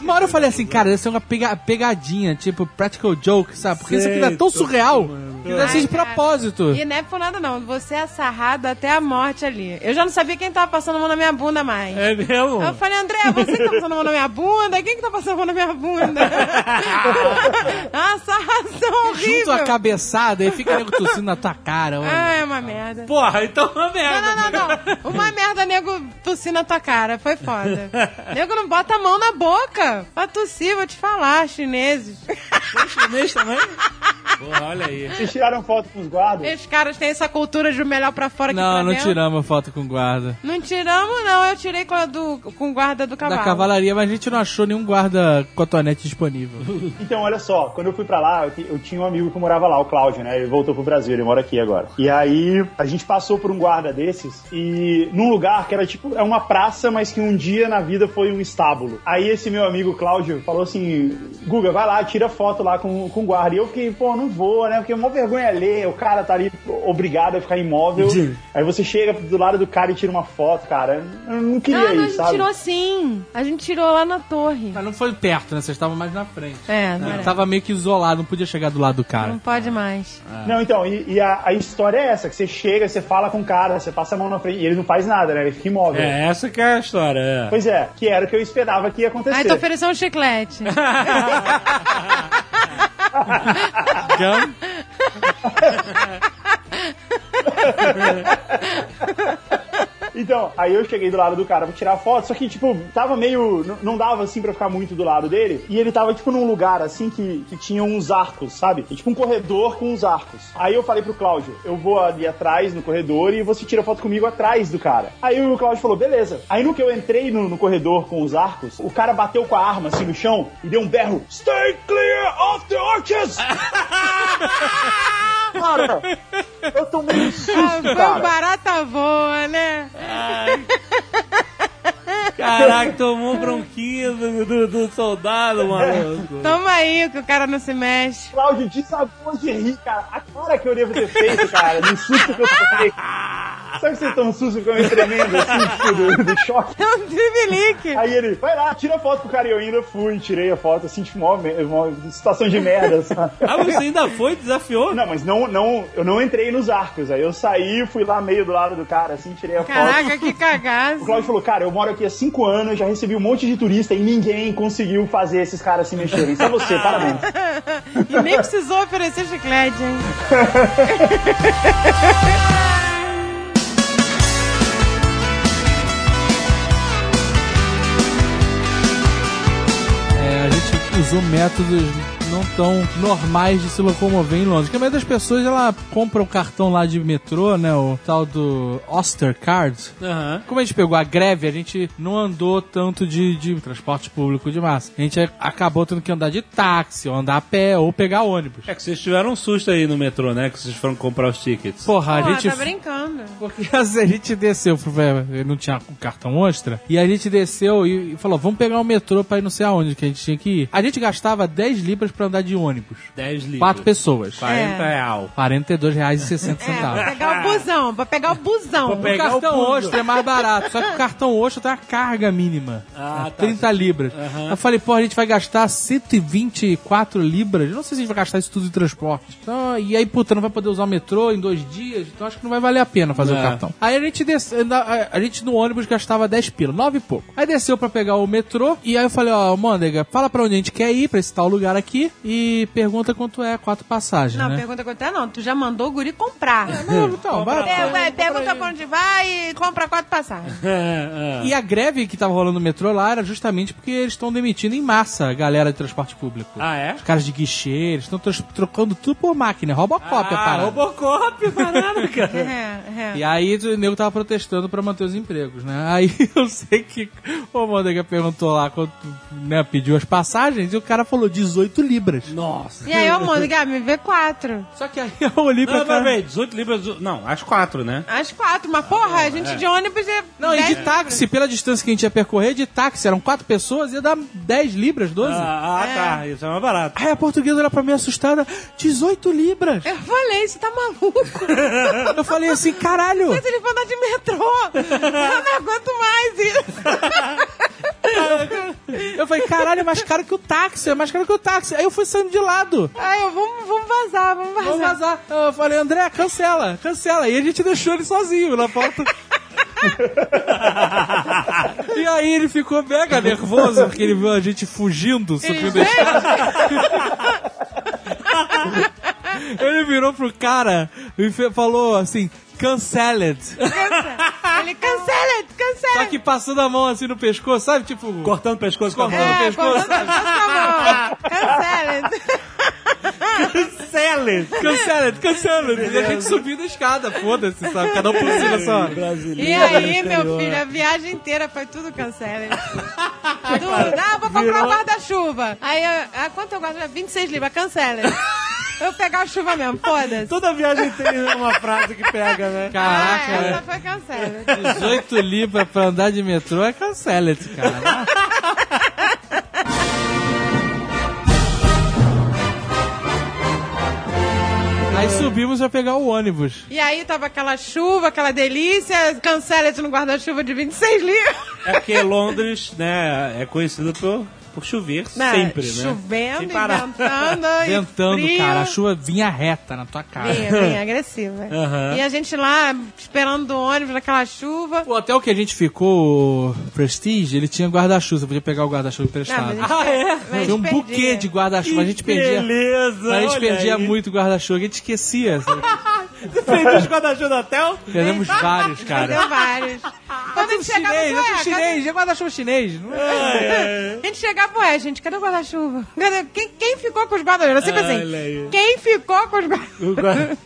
Speaker 5: Uma hora eu falei assim, cara, isso é uma pega- pegadinha, tipo practical joke, sabe? Porque isso aqui tá tão surreal que deve ser de
Speaker 4: Ai, cara.
Speaker 5: propósito.
Speaker 4: E não é por nada, não. Você é sarrado até a morte ali. Eu já não sabia quem tava passando a mão na minha bunda mais.
Speaker 2: É mesmo?
Speaker 4: Aí Eu falei, André, você que tá passando a mão na minha bunda? Quem que tá passando a mão na minha bunda? Nossa, razão
Speaker 5: Junto
Speaker 4: horrível.
Speaker 5: a cabeçada e fica nego tossindo na tua cara. olha.
Speaker 4: Ah, é uma merda.
Speaker 2: Porra, então é uma
Speaker 4: Não,
Speaker 2: merda.
Speaker 4: não, não, não. Uma merda, nego, tossir na tua cara. Foi foda. Nego não bota a mão na boca pra tossir, vou te falar, chineses.
Speaker 2: Tem chinês também? Porra, olha aí.
Speaker 3: Vocês tiraram foto com os guardas?
Speaker 4: Os caras têm essa cultura de o melhor pra fora que pra
Speaker 5: Não, não
Speaker 4: dentro.
Speaker 5: tiramos foto com guarda.
Speaker 4: Não tiramos, não. Eu tirei com, a do, com o guarda do cavalo.
Speaker 5: Da cavalaria, mas a gente não achou nenhum guarda cotonete disponível.
Speaker 3: Então, olha só, quando eu fui pra lá, eu, ti- eu tinha um amigo que morava lá, o Cláudio, né? Ele voltou pro Brasil, ele mora aqui agora. E aí, a gente passou por um guarda desses e num lugar que era tipo, é uma praça, mas que um dia na vida foi um estábulo. Aí esse meu amigo Cláudio falou assim: Guga, vai lá, tira foto lá com, com o guarda. E eu fiquei, pô, não vou, boa, né? Porque é uma vergonha alheia, o cara tá ali obrigado a ficar imóvel.
Speaker 2: Sim.
Speaker 3: Aí você chega do lado do cara e tira uma foto, cara. Eu não queria
Speaker 4: Ah, não, a
Speaker 3: isso,
Speaker 4: gente
Speaker 3: sabe?
Speaker 4: tirou sim. A gente tirou lá na torre.
Speaker 5: Mas não foi perto, né? Vocês estavam mais na frente.
Speaker 4: É, não,
Speaker 5: Né?
Speaker 4: era.
Speaker 5: Tava meio que isolado, não podia chegar do lado do cara.
Speaker 4: não pode mais.
Speaker 3: Não, então, e, e a, a história é essa: que você chega, você fala com o cara, você passa a mão na frente e ele não faz nada, né? Ele fica imóvel.
Speaker 2: É, essa que é a história. é.
Speaker 3: Pois é, que era o que eu esperava que ia acontecer.
Speaker 4: Aí tu ofereceu um chiclete.
Speaker 5: Então,
Speaker 3: Então, aí eu cheguei do lado do cara pra tirar foto, só que, tipo, tava meio. n- Não dava assim pra ficar muito do lado dele. E ele tava, tipo, num lugar assim que, que tinha uns arcos, sabe? E, tipo um corredor com uns arcos. Aí eu falei pro Cláudio, eu vou ali atrás no corredor e você tira foto comigo atrás do cara. Aí o Cláudio falou, beleza. Aí no que eu entrei no, no corredor com os arcos, o cara bateu com a arma assim no chão e deu um berro: Stay clear of the arches! cara, eu tomei um
Speaker 4: Ah,
Speaker 3: susto,
Speaker 4: Foi um
Speaker 3: cara.
Speaker 4: barata voa, né?
Speaker 2: Caraca, tomou bronquinha do, do- do soldado, maluco.
Speaker 4: Toma aí, que o cara não se mexe.
Speaker 3: Cláudio desabou de rir, cara. A cara que eu devo ter feito, cara, do susto que eu tomei. Sabe que você toma um susto e fica meio tremendo, assim, tipo, do, do choque?
Speaker 4: É um trivelique.
Speaker 3: Aí ele, vai lá, tira a foto pro cara. E eu ainda fui, tirei a foto, assim, tipo, mó, me- mó situação de merda, sabe?
Speaker 2: Ah, você ainda foi, desafiou?
Speaker 3: Não, mas não, não, eu não entrei nos arcos. Aí eu saí, fui lá meio do lado do cara, assim, tirei a foto.
Speaker 4: Caraca, que
Speaker 3: O
Speaker 4: cagaço.
Speaker 3: Cláudio falou, cara, eu moro aqui há cinco anos, já recebi um monte de turista e ninguém conseguiu fazer esses caras se mexerem. Só você, parabéns.
Speaker 4: E nem precisou oferecer chiclete, hein?
Speaker 5: é, a gente usou métodos não tão normais de se locomover em Londres. Porque a maioria das pessoas, ela compra o cartão lá de metrô, né? O tal do Oster Card.
Speaker 2: Aham.
Speaker 5: Como a gente pegou a greve, a gente não andou tanto de, de transporte público de massa. A gente a- acabou tendo que andar de táxi, ou andar a pé, ou pegar ônibus.
Speaker 2: É que vocês tiveram um susto aí no metrô, né? Que vocês foram comprar os tickets.
Speaker 5: Porra, a
Speaker 4: Pô,
Speaker 5: gente
Speaker 4: tá brincando.
Speaker 5: Porque a gente desceu, pro- eu não tinha o cartão ostra, e a gente desceu e e falou, vamos pegar o metrô pra ir não sei aonde que a gente tinha que ir. A gente gastava 10 libras pra andar de ônibus.
Speaker 2: 10 livros.
Speaker 5: Quatro pessoas.
Speaker 2: 40 real.
Speaker 5: R$ 42,60.
Speaker 4: É, pra pegar o busão, pra pegar o busão.
Speaker 2: Pra
Speaker 5: O
Speaker 2: pegar o
Speaker 5: cartão
Speaker 2: fundo.
Speaker 5: ostra é mais barato, só que o cartão ostra tem uma carga mínima.
Speaker 2: Ah,
Speaker 5: É
Speaker 2: tá.
Speaker 5: 30 libras. Eu falei, pô, a gente vai gastar 124 libras. Não sei se a gente vai gastar isso tudo em transporte. Então, e aí, puta, não vai poder usar o metrô em dois dias, então acho que não vai valer a pena fazer
Speaker 2: É.
Speaker 5: o cartão. Aí a gente desceu, a gente no ônibus gastava 10 pila, 9 e pouco. Aí desceu pra pegar o metrô, e aí eu falei, ó, Môndega, fala pra onde a gente quer ir, pra esse tal lugar aqui, e pergunta quanto é quatro passagens,
Speaker 4: Não,
Speaker 5: né?
Speaker 4: pergunta quanto é não. Tu já mandou o guri comprar.
Speaker 5: Não, então, vai,
Speaker 4: Pega- é, Pergunta pra onde vai e compra quatro passagens.
Speaker 2: É, é.
Speaker 5: E a greve que tava rolando no metrô lá era justamente porque eles estão demitindo em massa a galera de transporte público.
Speaker 2: Ah, é?
Speaker 5: Os caras de guichê, eles estão trocando tudo por máquina, é Robocop a
Speaker 2: Ah,
Speaker 5: parada.
Speaker 2: Robocop, parada, cara.
Speaker 4: É,
Speaker 5: E
Speaker 4: é.
Speaker 5: aí o nego tava protestando pra manter os empregos, né? Aí eu sei que o Mondega perguntou lá quanto, né, pediu as passagens e o cara falou 18 libras.
Speaker 2: Nossa. Ah,
Speaker 4: E aí eu mando, Gabi, me vê quatro.
Speaker 5: Só que aí eu olhei pra
Speaker 2: Não,
Speaker 5: cara...
Speaker 2: pera, peraí, 18 libras. Não, as quatro, né?
Speaker 4: As quatro, mas porra, a gente de ônibus é.
Speaker 5: Não, e
Speaker 4: dez
Speaker 5: de tá-
Speaker 4: libras.
Speaker 5: táxi, pela distância que a gente ia percorrer, de táxi, eram quatro pessoas, ia dar 10 libras, 12.
Speaker 2: Ah, ah, tá. Isso é mais barato.
Speaker 5: Aí a portuguesa olha pra mim assustada, 18 libras.
Speaker 4: Eu falei, você tá maluco?
Speaker 5: Eu falei assim, caralho.
Speaker 4: Mas ele vai andar de metrô. Eu não aguento mais isso.
Speaker 5: Eu falei, caralho, é mais caro que o táxi, é mais caro que o táxi. Aí eu fui saindo de lado.
Speaker 4: Aí eu, vamos, vamos vazar, vamos vazar.
Speaker 5: Vamos vazar. Eu falei, André, cancela, cancela. E a gente deixou ele sozinho na porta. e aí ele ficou mega nervoso porque ele viu a gente fugindo, subindo a escada. Ele virou pro cara e fe- falou assim, canceled.
Speaker 4: Ele cancela, cancela.
Speaker 5: Só que passando a mão assim no pescoço, sabe? Tipo,
Speaker 2: Cortando o pescoço com a mão.
Speaker 5: Cortando. no
Speaker 4: É,
Speaker 5: pescoço.
Speaker 4: cortando a mão. Cancela.
Speaker 2: Celes.
Speaker 5: Cancela, cancela. E a gente subiu da escada, foda-se, sabe? Cada um por cima só.
Speaker 4: E aí, meu filho, a viagem inteira foi tudo cancela. Tudo. Ah, vou comprar um guarda-chuva. Aí, eu, ah, quanto eu guardo? 26 libras, cancela. Eu pegar a chuva mesmo, foda-se.
Speaker 2: Toda viagem tem uma frase que pega, né?
Speaker 5: Caraca,
Speaker 4: ah, é.
Speaker 5: é.
Speaker 4: essa foi cancela.
Speaker 5: 18 libras pra andar de metrô é cancela esse cara. Aí subimos pra pegar o ônibus.
Speaker 4: E aí tava aquela chuva, aquela delícia, cancela-te no guarda-chuva de 26 livros.
Speaker 2: É porque Londres, né, é conhecido por, por chover
Speaker 4: Não,
Speaker 2: sempre, né?
Speaker 4: Chovendo,
Speaker 2: Sem parar.
Speaker 4: inventando.
Speaker 5: Ventando,
Speaker 4: e frio.
Speaker 5: cara. A chuva vinha reta na tua cara.
Speaker 4: Bem, bem agressiva.
Speaker 2: Aham.
Speaker 4: E a gente lá, esperando o ônibus naquela chuva.
Speaker 5: O hotel que a gente ficou, Prestige, ele tinha guarda-chuva. Você podia pegar o guarda-chuva emprestado.
Speaker 4: Não, mas a gente- mas a gente
Speaker 5: Tinha um
Speaker 4: perdia.
Speaker 5: buquê de guarda-chuva. A gente perdia.
Speaker 2: Beleza,
Speaker 5: A gente
Speaker 2: olha
Speaker 5: perdia
Speaker 2: aí.
Speaker 5: muito guarda-chuva. A gente esquecia. sabe?
Speaker 2: Você fez os guarda-chuva do hotel?
Speaker 5: Perdemos vários, cara.
Speaker 4: Perdeu vários. Quando a
Speaker 5: Tudo
Speaker 4: gente chegava,
Speaker 5: chinês, é
Speaker 4: ué,
Speaker 5: tudo
Speaker 4: cadê-
Speaker 5: chinês, é guarda-chuva chinês. Não é?
Speaker 4: A gente chegava, ué, gente, cadê o guarda-chuva? Cadê- Quem, quem ficou com os guarda-chuva? Sempre
Speaker 2: Olha aí.
Speaker 4: assim, quem ficou com os guarda-chuva?
Speaker 2: O guarda-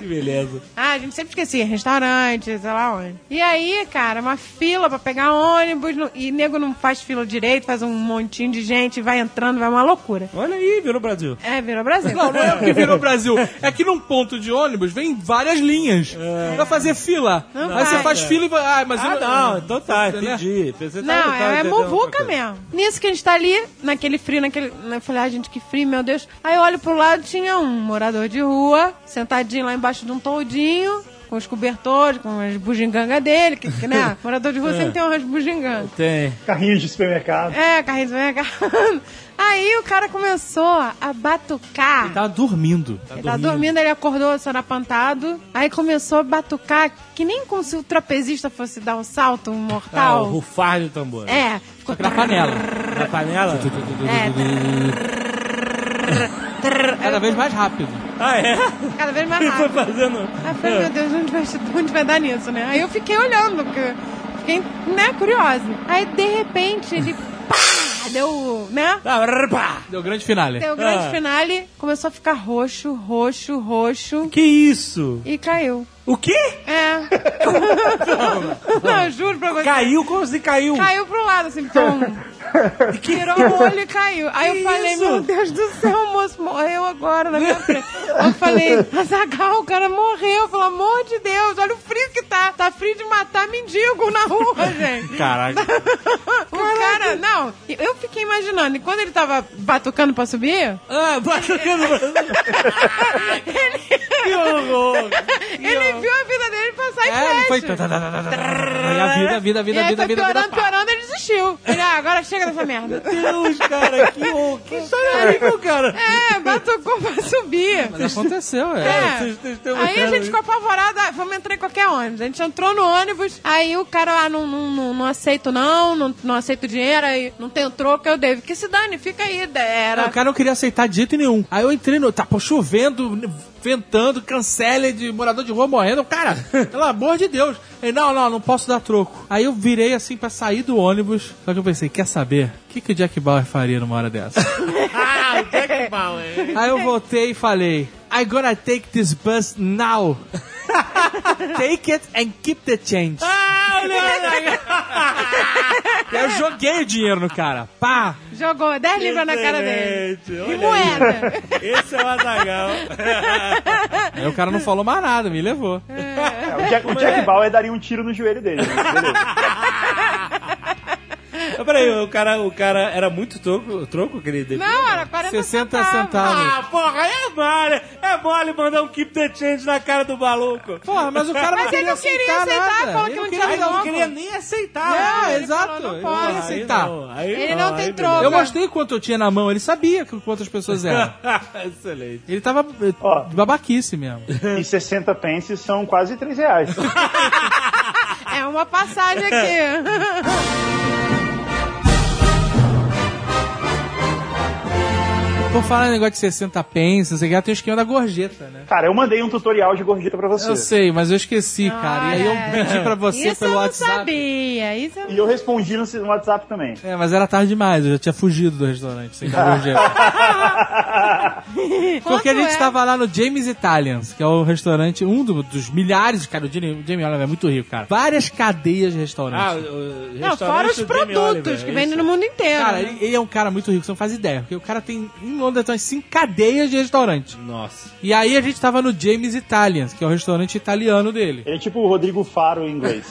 Speaker 2: que beleza.
Speaker 4: Ah, a gente sempre esquecia, restaurante, sei lá onde. E aí, cara, uma fila pra pegar ônibus, no- e nego não faz fila direito, faz um montinho de gente, vai entrando, vai uma loucura.
Speaker 2: Olha aí, virou Brasil.
Speaker 4: É, virou Brasil.
Speaker 5: Não, não é o que virou Brasil. É que num ponto de ônibus vem várias linhas. Vai fazer fila.
Speaker 4: Não
Speaker 5: Aí você
Speaker 4: vai.
Speaker 5: faz fila e vai. Ah, mas
Speaker 2: Ah,
Speaker 5: eu
Speaker 2: não, então tá,
Speaker 5: Você, tá né?
Speaker 2: entendi. Pensei que
Speaker 4: Não,
Speaker 2: tava- tava
Speaker 4: é, é
Speaker 2: entendendo outra
Speaker 4: muvuca
Speaker 2: coisa.
Speaker 4: mesmo. Nisso que a gente tá ali, naquele frio, naquele. Eu falei, ai, gente, que frio, meu Deus. Aí eu olho pro lado, tinha um morador de rua, sentadinho lá embaixo de um toldinho. Com os cobertores, com as bugigangas dele, que, que, né? Morador de rua sempre tem umas bugigangas.
Speaker 2: Tem.
Speaker 3: Carrinhos de supermercado.
Speaker 4: É, carrinho de supermercado. Aí o cara começou a batucar.
Speaker 5: Tava dormindo.
Speaker 4: Ele tá dormindo, ele acordou sonapantado. Aí começou a batucar, que nem como se o trapezista fosse dar um salto
Speaker 2: Tá,
Speaker 4: um
Speaker 2: o
Speaker 4: mortal.
Speaker 2: rufar de tambor.
Speaker 4: é, ficou
Speaker 5: Na panela.
Speaker 2: Na panela?
Speaker 4: É.
Speaker 5: Cada vez mais rápido.
Speaker 2: Ah, é?
Speaker 4: cada vez mais
Speaker 2: Ele foi
Speaker 4: rápido.
Speaker 2: fazendo...
Speaker 4: Aí eu falei, Ah, meu Deus, onde vai, onde vai dar nisso, né? Aí eu fiquei olhando, porque fiquei, né, curiosa. Aí, de repente, ele pá, deu, né?
Speaker 2: Tá, brrr, pá.
Speaker 5: Deu grande finale.
Speaker 4: Deu o grande
Speaker 2: Ah.
Speaker 4: finale, começou a ficar roxo, roxo, roxo
Speaker 2: Que isso?
Speaker 4: e caiu.
Speaker 2: O quê?
Speaker 4: É. Não, eu juro pra você.
Speaker 2: Caiu? Como assim caiu?
Speaker 4: Caiu pro lado, assim, pum. Tirou o olho e caiu. Aí
Speaker 2: Que
Speaker 4: eu falei,
Speaker 2: isso?
Speaker 4: meu Deus do céu, o moço morreu agora na minha frente. Aí eu falei, Azagal, o cara morreu, pelo amor de Deus, olha o frio que tá. Tá frio de matar mendigo na rua, gente.
Speaker 2: Caraca.
Speaker 4: O cara, não, eu fiquei imaginando, e quando ele tava batucando pra subir,
Speaker 2: Ah, batucando. que horror.
Speaker 4: ele viu a vida dele passar em
Speaker 5: É, ele
Speaker 4: frente.
Speaker 5: foi. E a vida, vida,
Speaker 4: E
Speaker 5: vida,
Speaker 4: aí
Speaker 5: vida,
Speaker 4: foi
Speaker 5: vida, vida.
Speaker 4: piorando,
Speaker 5: pá.
Speaker 4: piorando, ele desistiu. Ele, ah, agora chega dessa merda.
Speaker 2: Deus, cara, que horror. Que história horrível, cara.
Speaker 4: É, batucou pra subir.
Speaker 5: Mas aconteceu, é.
Speaker 4: É.
Speaker 2: vocês- vocês têm um
Speaker 4: Aí a
Speaker 2: cara
Speaker 4: gente
Speaker 2: aí.
Speaker 4: ficou apavorada, ah, vamos entrar em qualquer ônibus. A gente entrou no ônibus, aí o cara, ah, não, não, não, não aceito não, não, não aceito dinheiro, aí não tem o troco, eu devo. Que se dane, fica aí,
Speaker 5: Não, o
Speaker 4: era.
Speaker 5: cara não queria aceitar de jeito nenhum. Aí eu entrei no. Tá, pô, chovendo, ventando, cancela de morador de rua morrendo. Cara, pelo amor de Deus. Ele, não, não, não posso dar troco. Aí eu virei assim pra sair do ônibus. Só que eu pensei, quer saber? O que, que o Jack Bauer faria numa hora dessa?
Speaker 2: Ah, o Jack Bauer.
Speaker 5: Aí eu voltei e falei, I gonna take this bus now. take it and keep the change.
Speaker 2: Ah, olha
Speaker 5: Aí eu joguei o dinheiro no cara. Pá!
Speaker 4: Jogou 10 libras na cara dele.
Speaker 2: Excelente,
Speaker 4: E
Speaker 2: olha aí.
Speaker 4: moeda.
Speaker 2: Esse é o Azagal.
Speaker 5: Aí o cara não falou mais nada, me levou.
Speaker 3: É, o Jack, o Jack Bauer daria um tiro no joelho dele. né? Beleza.
Speaker 2: Peraí, o cara, o cara era muito troco, troco que ele devia? né?
Speaker 4: Não, era 40
Speaker 5: 60
Speaker 4: centavos.
Speaker 5: centavos.
Speaker 2: Ah, porra, é mole. É mole mandar um keep the change na cara do maluco.
Speaker 5: Porra, "Ah, mas o cara não
Speaker 4: Mas ele
Speaker 5: queria
Speaker 4: não queria
Speaker 5: aceitar
Speaker 4: aceitar, falou
Speaker 5: nada.
Speaker 4: que
Speaker 5: Ele
Speaker 4: não
Speaker 5: queria
Speaker 4: tinha
Speaker 2: Aí
Speaker 5: nada.
Speaker 2: não
Speaker 4: louco.
Speaker 2: queria nem aceitar.
Speaker 5: Não,
Speaker 4: ele
Speaker 5: exato.
Speaker 4: falou, não
Speaker 5: Ele
Speaker 4: pode.
Speaker 5: não ia
Speaker 4: Aí
Speaker 5: aceitar.
Speaker 2: não, aí
Speaker 4: Ele não tem
Speaker 2: aí
Speaker 4: troco.
Speaker 5: Eu mostrei quanto eu tinha na mão, ele sabia que- quantas pessoas eram.
Speaker 2: beleza. Excelente.
Speaker 5: Ele tava eh,
Speaker 3: Ó.
Speaker 5: babaquice mesmo.
Speaker 3: E 60 pences são quase 3 reais.
Speaker 4: É uma passagem
Speaker 5: É.
Speaker 4: aqui.
Speaker 5: Por falar em negócio de 60 pence, não sei o que, tem o esquema da gorjeta, né?
Speaker 3: Cara, eu mandei um tutorial de gorjeta pra
Speaker 5: Eu
Speaker 3: você.
Speaker 5: sei, mas eu esqueci, cara. E aí eu pedi pra você
Speaker 4: Ah, é. isso
Speaker 5: pelo
Speaker 4: eu não
Speaker 5: WhatsApp.
Speaker 4: sabia. Isso eu...
Speaker 3: E eu respondi no no WhatsApp também.
Speaker 5: É, mas era tarde demais, eu já tinha fugido do restaurante sem dar gorjeta. Porque a
Speaker 4: Quanto
Speaker 5: gente
Speaker 4: é?
Speaker 5: tava lá no James Italians, que é o restaurante, um do- dos milhares, cara, o Jamie Jamie Oliver é muito rico, cara. Várias cadeias de
Speaker 2: Ah,
Speaker 5: restaurantes.
Speaker 2: o
Speaker 4: Não, fora os produtos
Speaker 2: é
Speaker 4: que vendem no mundo inteiro.
Speaker 5: Cara,
Speaker 4: né?
Speaker 5: ele, ele é um cara muito rico, você não faz ideia. Porque o cara tem, um em Londres, tem umas cinco assim, cadeias de restaurante.
Speaker 2: Nossa.
Speaker 5: E aí a gente tava no James Italians, que é o restaurante italiano dele.
Speaker 3: Ele é tipo o Rodrigo Faro em inglês.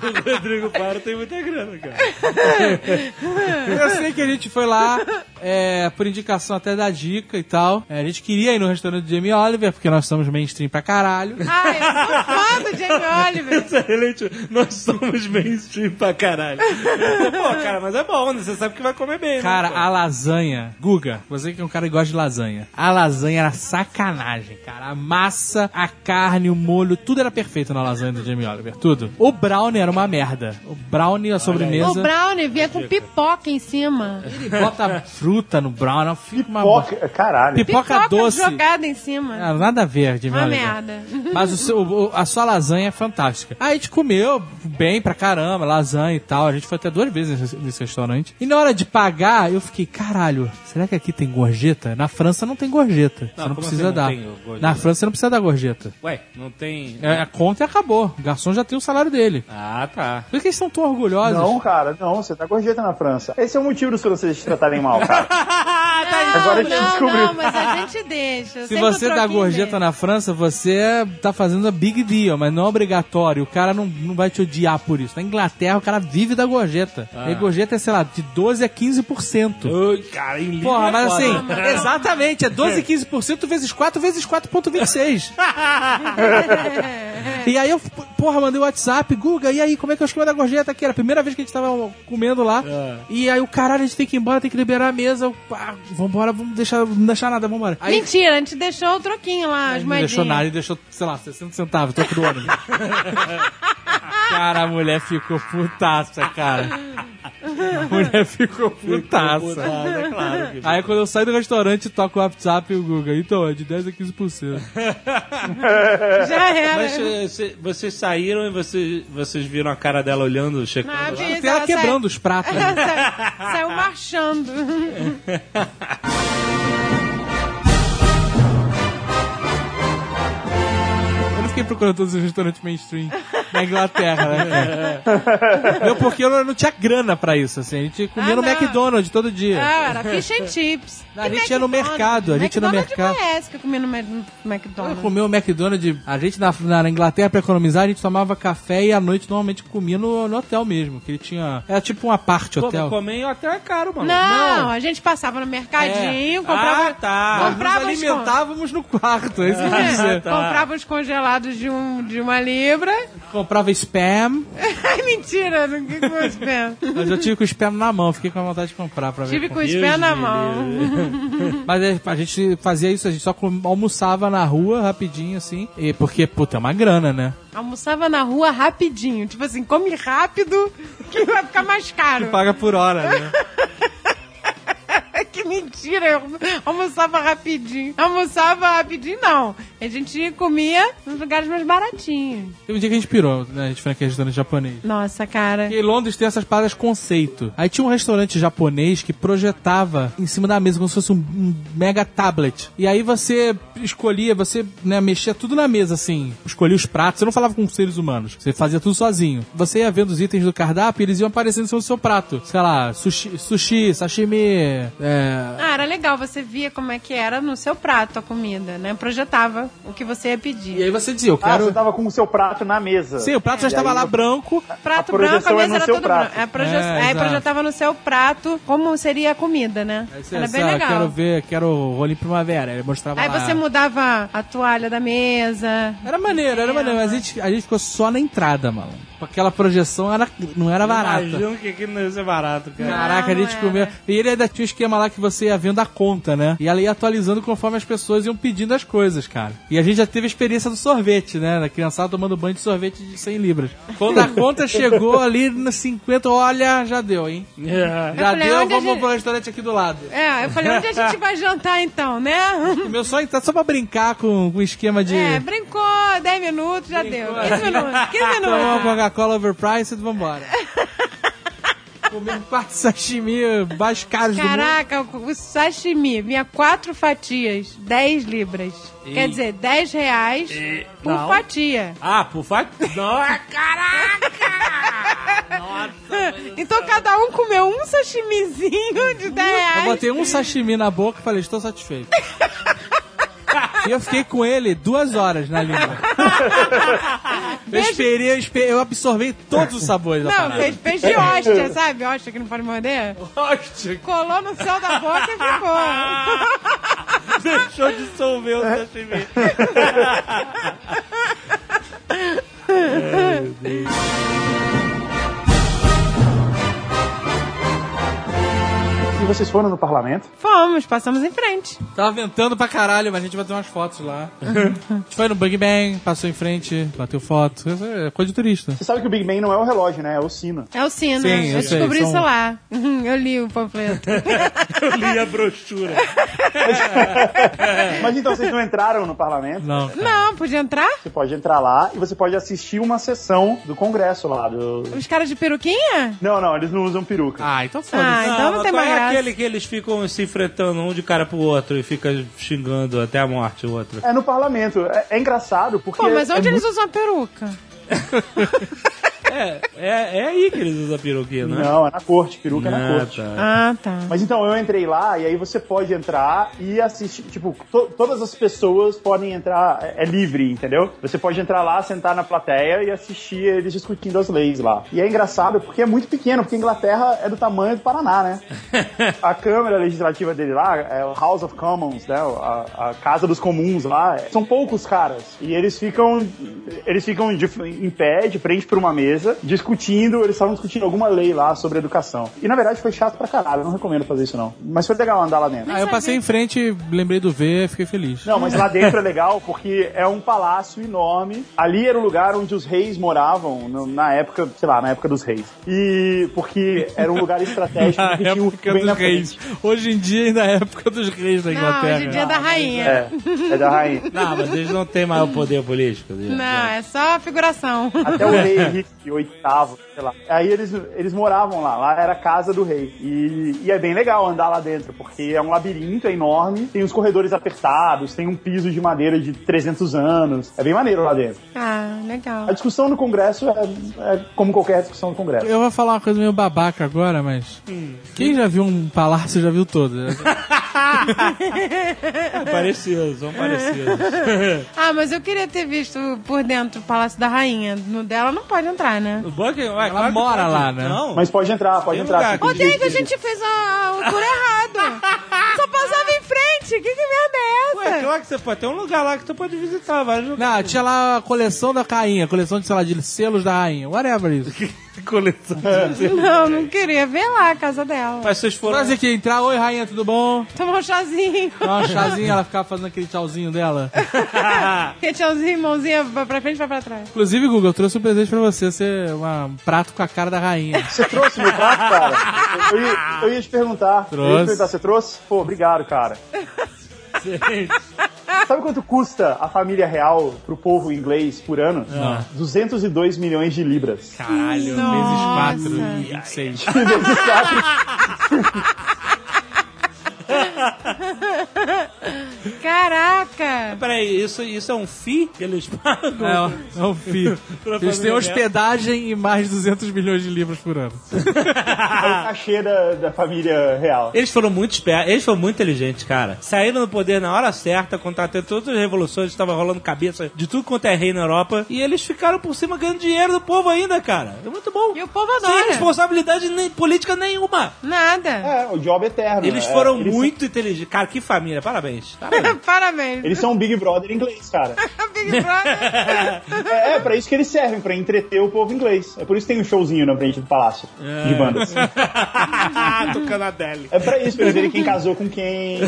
Speaker 2: O Rodrigo Faro tem muita grana, cara.
Speaker 5: Eu sei que a gente foi lá, é, é, por indicação até da dica e tal, é, a gente queria ir no restaurante do Jamie Oliver, porque nós somos mainstream pra caralho.
Speaker 4: Ai, eu sou fã do Jamie Oliver.
Speaker 2: Excelente, nós somos mainstream pra caralho. Pô, cara, mas é bom, né? Você sabe que vai comer bem, né,
Speaker 5: Cara,
Speaker 2: pô?
Speaker 5: a lasanha. Guga, você que é um cara que gosta de lasanha. A lasanha era sacanagem, cara. A massa, a carne, o molho, tudo era perfeito na lasanha do Jamie Oliver. Tudo. O brownie era uma merda. O brownie, a sobremesa.
Speaker 4: O Brownie vinha com pipoca em cima.
Speaker 5: Ele bota fruta no brownie, fica uma bo-
Speaker 3: Poca... Caralho.
Speaker 5: Pipoca, doce.
Speaker 4: jogada em cima.
Speaker 5: Ah, nada a ver, Jamie
Speaker 4: Uma
Speaker 5: Oliver.
Speaker 4: merda.
Speaker 5: Mas o seu- o- a sua lasanha é fantástica. Aí a gente comeu bem pra caramba, lasanha e tal. A gente foi até duas vezes nesse, nesse restaurante. E na hora de pagar, eu fiquei, caralho, será que aqui tem gorjeta? Na França não tem gorjeta.
Speaker 2: Não,
Speaker 5: você não
Speaker 2: como
Speaker 5: precisa
Speaker 2: assim não
Speaker 5: dar.
Speaker 2: tem gorjeta?
Speaker 5: na França você não precisa dar gorjeta.
Speaker 2: Ué, não tem...
Speaker 5: É, a conta e acabou. O garçom já tem o salário dele.
Speaker 2: Ah, tá.
Speaker 5: Por que eles estão tão orgulhosos?
Speaker 3: Não, cara, não, você tá gorjeta na França. Esse é o motivo dos franceses te tratarem mal, cara.
Speaker 4: Não,
Speaker 3: Agora a gente
Speaker 4: não,
Speaker 3: descobriu.
Speaker 4: não, mas a gente deixa.
Speaker 5: Se você dá gorjeta
Speaker 4: na
Speaker 5: na França, você tá fazendo a big deal, mas não é obrigatório. O cara não, não vai te odiar por isso. Na Inglaterra, o cara vive da gorjeta. E a gorjeta é, sei lá, de 12% a 15%.
Speaker 2: Ui, cara, em livro
Speaker 5: Porra,
Speaker 2: é
Speaker 5: mas
Speaker 2: foda.
Speaker 5: assim, exatamente, é 12, 15% vezes 4 vezes 4,26. e aí eu, porra, mandei o WhatsApp, Guga, e aí, como é que eu escolhi da gorjeta aqui? Era a primeira vez que a gente tava comendo lá. E aí o caralho, a gente tem que ir embora, tem que liberar a mesa. Eu, Ah, vambora, vamos deixar, não deixar nada, vambora. Aí,
Speaker 4: Mentira, a gente deixou o troquinho lá, as
Speaker 5: ele não deixou nada,
Speaker 4: moedinhas.
Speaker 5: ele deixou, sei lá, 60 centavos, troco do ônibus. né? cara, a mulher ficou putaça, cara. A mulher ficou putaça.
Speaker 2: Ah, é claro que...
Speaker 5: Aí quando eu saio do restaurante, toco o WhatsApp e o Guga. Então, é de 10 a 15%.
Speaker 4: Já era.
Speaker 2: Mas eh, cê- vocês saíram e vocês, vocês viram a cara dela olhando, checando.
Speaker 4: Ah,
Speaker 2: lá?
Speaker 4: vi,
Speaker 5: Tem ela
Speaker 4: saiu-
Speaker 5: quebrando os pratos. né?
Speaker 4: saiu- Saiu marchando.
Speaker 5: Eu não fiquei procurando todos os restaurantes mainstream na Inglaterra, né? cara? Não, porque eu não tinha grana pra isso, assim. A gente comia
Speaker 4: Ah,
Speaker 5: no
Speaker 4: não.
Speaker 5: McDonald's todo dia.
Speaker 4: Ah, era fish and chips.
Speaker 5: Não, a
Speaker 4: E
Speaker 5: gente ia no
Speaker 4: McDonald's.
Speaker 5: mercado, a gente ia no
Speaker 4: McDonald's
Speaker 5: mercado.
Speaker 4: parece que eu comi no Mac- no
Speaker 5: Eu
Speaker 4: McDonald's.
Speaker 5: comia o McDonald's, a gente na, na- na Inglaterra, pra economizar, a gente tomava café e à noite normalmente comia no, no hotel mesmo, que ele tinha... Era tipo uma parte
Speaker 2: Pô,
Speaker 5: hotel. É.
Speaker 2: mas comer em hotel é caro, mano.
Speaker 4: Não, a gente passava no mercadinho, um comprava...
Speaker 2: Ah, tá.
Speaker 5: Nós nos
Speaker 4: comprava uns con-
Speaker 5: alimentávamos no quarto, é isso que eu quis
Speaker 4: É,
Speaker 5: dizer.
Speaker 4: comprava os congelados de, um, de uma libra.
Speaker 5: Comprava spam,
Speaker 4: Ai, mentira, não que com os pés.
Speaker 5: mas eu tive com o spam na mão, fiquei com a vontade de comprar pra ver.
Speaker 4: Tive
Speaker 5: como-
Speaker 4: com os pés na mão. Tipo-
Speaker 5: Mas é, a gente fazia isso, a gente só com- almoçava na rua rapidinho, assim, e porque, puta, é uma grana, né?
Speaker 4: Almoçava na rua rapidinho. Tipo assim, come rápido que vai ficar mais caro. É
Speaker 5: Paga por hora, né?
Speaker 4: Que mentira, eu almoçava rapidinho. Almoçava rapidinho, não. A gente comia nos lugares mais baratinhos.
Speaker 5: Teve um dia que a gente pirou, né? A gente foi naquele restaurante japonês.
Speaker 4: Nossa, cara.
Speaker 5: Porque em Londres tem essas paradas conceito. Aí tinha um restaurante japonês que projetava em cima da mesa como se fosse um, um mega tablet. E aí você escolhia, você né, mexia tudo na mesa, assim. Escolhia os pratos, você não falava com seres humanos. Você fazia tudo sozinho. Você ia vendo os itens do cardápio e eles iam aparecendo em cima do seu prato. Sei lá, sushi, sushi sashimi, é,
Speaker 4: Ah, era legal, você via como é que era no seu prato a comida, né? Projetava o que você ia
Speaker 5: E
Speaker 4: pedir.
Speaker 5: aí você dizia, eu
Speaker 3: Ah,
Speaker 5: quero...
Speaker 3: você tava com o seu prato na mesa.
Speaker 5: Sim, o prato
Speaker 3: E
Speaker 5: já
Speaker 3: aí
Speaker 5: estava lá
Speaker 3: eu-
Speaker 5: branco.
Speaker 4: Prato
Speaker 3: A
Speaker 4: branco, a
Speaker 3: projeção é
Speaker 4: mesa
Speaker 3: no
Speaker 4: era
Speaker 3: seu
Speaker 4: todo
Speaker 3: prato.
Speaker 4: branco. É, proje-
Speaker 5: É,
Speaker 4: aí
Speaker 5: exato.
Speaker 4: projetava no seu prato como seria a comida, né?
Speaker 5: Aí você,
Speaker 4: Era bem
Speaker 5: sei lá,
Speaker 4: legal.
Speaker 5: Quero ver, quero rolinho primavera. Ele mostrava
Speaker 4: Aí
Speaker 5: lá.
Speaker 4: você mudava a toalha da mesa.
Speaker 5: Era maneiro, era maneiro, mas a gente, a gente ficou só na entrada, mano. Aquela projeção era, não era barata.
Speaker 2: Imagino que aquilo não ia ser barato, cara.
Speaker 5: Caraca, a
Speaker 4: Não,
Speaker 5: gente
Speaker 4: não
Speaker 5: comeu.
Speaker 4: era.
Speaker 5: E ele ainda tinha um esquema lá que você ia vendo a conta, né? E ela ia atualizando conforme as pessoas iam pedindo as coisas, cara. E a gente já teve a experiência do sorvete, né? Da criançada tomando banho de sorvete de 100 libras. Quando a conta chegou ali nos 50, olha, já deu, hein?
Speaker 2: É.
Speaker 5: Já
Speaker 4: falei,
Speaker 5: deu,
Speaker 4: onde a
Speaker 5: vamos
Speaker 4: gente-
Speaker 5: pro restaurante aqui do lado.
Speaker 4: É, eu falei, onde a gente vai jantar então, né?
Speaker 5: Meu sonho tá só pra brincar com com o esquema de.
Speaker 4: É, brincou, 10 minutos, já deu. 15 minutos, 15
Speaker 5: Tomar uma
Speaker 4: minutos.
Speaker 5: Coca-Cola overpriced, vambora. Comer um quarto de sashimi mais caros
Speaker 4: Caraca, o o sashimi vinha quatro fatias, 10 libras. Quer dizer, 10 reais por
Speaker 5: Não.
Speaker 4: fatia.
Speaker 2: Ah, por fato. Não, caraca!
Speaker 4: Então cada um comeu um sashimizinho de 10
Speaker 5: do mundo. Eu
Speaker 4: reais.
Speaker 5: botei um sashimi na boca e falei, estou satisfeito. E eu fiquei com ele duas horas na língua. Eu
Speaker 4: Beijo.
Speaker 5: esperei, eu, espe- eu absorvei todos os sabores da
Speaker 4: Não,
Speaker 5: parada.
Speaker 4: fez, fez de hóstia, sabe? Hóstia que não pode morder.
Speaker 2: Hostia,
Speaker 4: Colou no céu da boca e ficou.
Speaker 2: deixou de dissolver o sashimi.
Speaker 3: E vocês foram no parlamento?
Speaker 4: Fomos, passamos em frente.
Speaker 5: Tava ventando pra caralho, mas a gente bateu umas fotos lá. a gente foi no Big Bang, passou em frente, bateu foto. É coisa de turista.
Speaker 3: Você sabe que o Big Bang não é o relógio, né? É o sino.
Speaker 4: É o sino.
Speaker 5: Sim, eu
Speaker 4: eu
Speaker 5: sei,
Speaker 4: descobri
Speaker 5: são-
Speaker 4: isso lá. Eu li o panfleto.
Speaker 2: Eu li a brochura.
Speaker 5: É.
Speaker 3: Mas então vocês não entraram no parlamento?
Speaker 5: Não. cara.
Speaker 4: Não, podia entrar?
Speaker 3: Você pode entrar lá e você pode assistir uma sessão do congresso lá. Do...
Speaker 4: Os caras de peruquinha?
Speaker 3: Não, não, eles não usam peruca.
Speaker 5: Ah, então foda-se.
Speaker 4: Ah, então não
Speaker 2: mas
Speaker 4: tem
Speaker 2: qual
Speaker 4: mais
Speaker 2: é
Speaker 4: graça.
Speaker 2: aquele que eles ficam se enfrentando um de cara pro outro e fica xingando até a morte o outro.
Speaker 3: É no parlamento. É, é engraçado porque.
Speaker 4: Pô, mas onde
Speaker 3: é
Speaker 4: eles usam a peruca?
Speaker 2: É, é, é aí que eles usam a peruquinha,
Speaker 3: muito-
Speaker 2: né?
Speaker 3: Não, é na corte, peruca é na
Speaker 2: Ah,
Speaker 3: corte.
Speaker 2: tá.
Speaker 4: Ah, tá.
Speaker 3: Mas então, eu entrei lá e aí você pode entrar e assistir. Tipo, to- todas as pessoas podem entrar, é, é livre, entendeu? Você pode entrar lá, sentar na plateia e assistir eles discutindo as leis lá. E é engraçado porque é muito pequeno, porque a Inglaterra é do tamanho do Paraná, né? a Câmara Legislativa dele lá, é o House of Commons, né? A, a Casa dos Comuns lá, é, são poucos caras. E eles ficam. Eles ficam de- em pé, de frente pra uma mesa, discutindo, eles estavam discutindo alguma lei lá sobre educação. E na verdade foi chato pra caralho, eu não recomendo fazer isso não. Mas foi legal andar lá dentro.
Speaker 5: Aí eu passei em frente, lembrei do V, fiquei feliz.
Speaker 3: Não, mas lá dentro é legal porque é um palácio enorme. Ali era o lugar onde os reis moravam no- na época, sei lá, na época dos reis. E porque era um lugar estratégico
Speaker 5: Na
Speaker 3: que tinha o
Speaker 5: época
Speaker 3: bem na
Speaker 5: dos reis.
Speaker 3: frente.
Speaker 5: Hoje em dia ainda é a época dos reis da
Speaker 4: Não,
Speaker 5: Inglaterra. né?
Speaker 4: hoje em dia é da rainha.
Speaker 3: É, é da rainha.
Speaker 2: Não, mas eles não têm maior poder político. né? eles-
Speaker 4: Não, é só figuração.
Speaker 3: Até o
Speaker 2: É.
Speaker 3: rei Henrique oitavo, sei lá. Aí eles, eles moravam lá, lá era a casa do rei. E, e é bem legal andar lá dentro, porque é um labirinto, é enorme, tem uns corredores apertados, tem um piso de madeira de 300 anos. É bem maneiro lá dentro.
Speaker 4: Ah, legal.
Speaker 3: A discussão no Congresso é, é como qualquer discussão no Congresso.
Speaker 5: Eu vou falar uma coisa meio babaca agora, mas. Quem já viu um palácio já viu todo. né?
Speaker 2: É parecidos, são parecidos.
Speaker 4: Ah, mas eu queria ter visto por dentro o Palácio da Rainha. No dela não pode entrar, né?
Speaker 2: O Buck, ué,
Speaker 5: Ela mora lá, né?
Speaker 2: Não.
Speaker 3: Mas pode entrar, pode
Speaker 2: Tem
Speaker 3: entrar.
Speaker 2: lugar
Speaker 3: Você
Speaker 4: Ô,
Speaker 3: tem
Speaker 4: David, a
Speaker 3: direito de-
Speaker 4: gente fez a- o tour errado. Só passava em frente. Que, que merda é
Speaker 2: Ué,
Speaker 4: essa?
Speaker 2: claro que você pode. Tem um lugar lá que você pode visitar, vários lugares.
Speaker 5: Não, tinha lá a coleção da rainha, coleção de, sei lá, de selos da rainha, whatever isso.
Speaker 2: Coleção.
Speaker 4: Não, não queria ver lá a casa dela.
Speaker 2: Mas vocês foram.
Speaker 5: Frase que entrar, oi rainha, tudo bom?
Speaker 4: Tomar um chazinho.
Speaker 5: Dá uma chazinha, ela ficava fazendo aquele tchauzinho dela.
Speaker 4: Que tchauzinho, mãozinha pra- pra frente e pra trás.
Speaker 5: Inclusive, Google, eu trouxe um presente pra você, ser uma- um prato com a cara da rainha.
Speaker 3: Você trouxe meu prato, cara? Eu, eu ia, eu ia te perguntar. Eu ia
Speaker 5: Trouxe.
Speaker 3: te perguntar, você trouxe? Pô, obrigado, cara. Sabe quanto custa a família real pro povo inglês por ano? 202 milhões de libras.
Speaker 5: Caralho,
Speaker 4: Nossa.
Speaker 5: vezes 4 e 26.
Speaker 4: Caraca!
Speaker 2: Peraí, isso, isso é um FII que eles pagam?
Speaker 5: É, um- é um filho. Eles têm hospedagem e mais 200 milhões de livros por ano.
Speaker 3: É o cachê da, da família real.
Speaker 2: Eles foram muito espertos, eles foram muito inteligentes, cara. Saíram do poder na hora certa, contratando todas as revoluções, estava rolando cabeça de tudo quanto é rei na Europa. E eles ficaram por cima ganhando dinheiro do povo ainda, cara. É muito bom.
Speaker 4: E o povo
Speaker 2: Sem
Speaker 4: adora.
Speaker 2: responsabilidade nem, política nenhuma. Ah,
Speaker 4: Nada.
Speaker 3: É, o job eterno.
Speaker 2: Eles
Speaker 3: É,
Speaker 2: foram
Speaker 3: eles-
Speaker 2: muito inteligentes. Cara, que família, parabéns. Parabéns.
Speaker 4: Parabéns.
Speaker 3: Eles são um Big Brother inglês, cara.
Speaker 4: A Big Brother.
Speaker 3: É, é pra isso que eles servem, pra entreter o povo inglês. É por isso que tem um showzinho na frente do palácio
Speaker 2: É.
Speaker 3: de bandas.
Speaker 2: Tocando a Adele.
Speaker 3: É pra isso, pra eles verem quem casou com quem.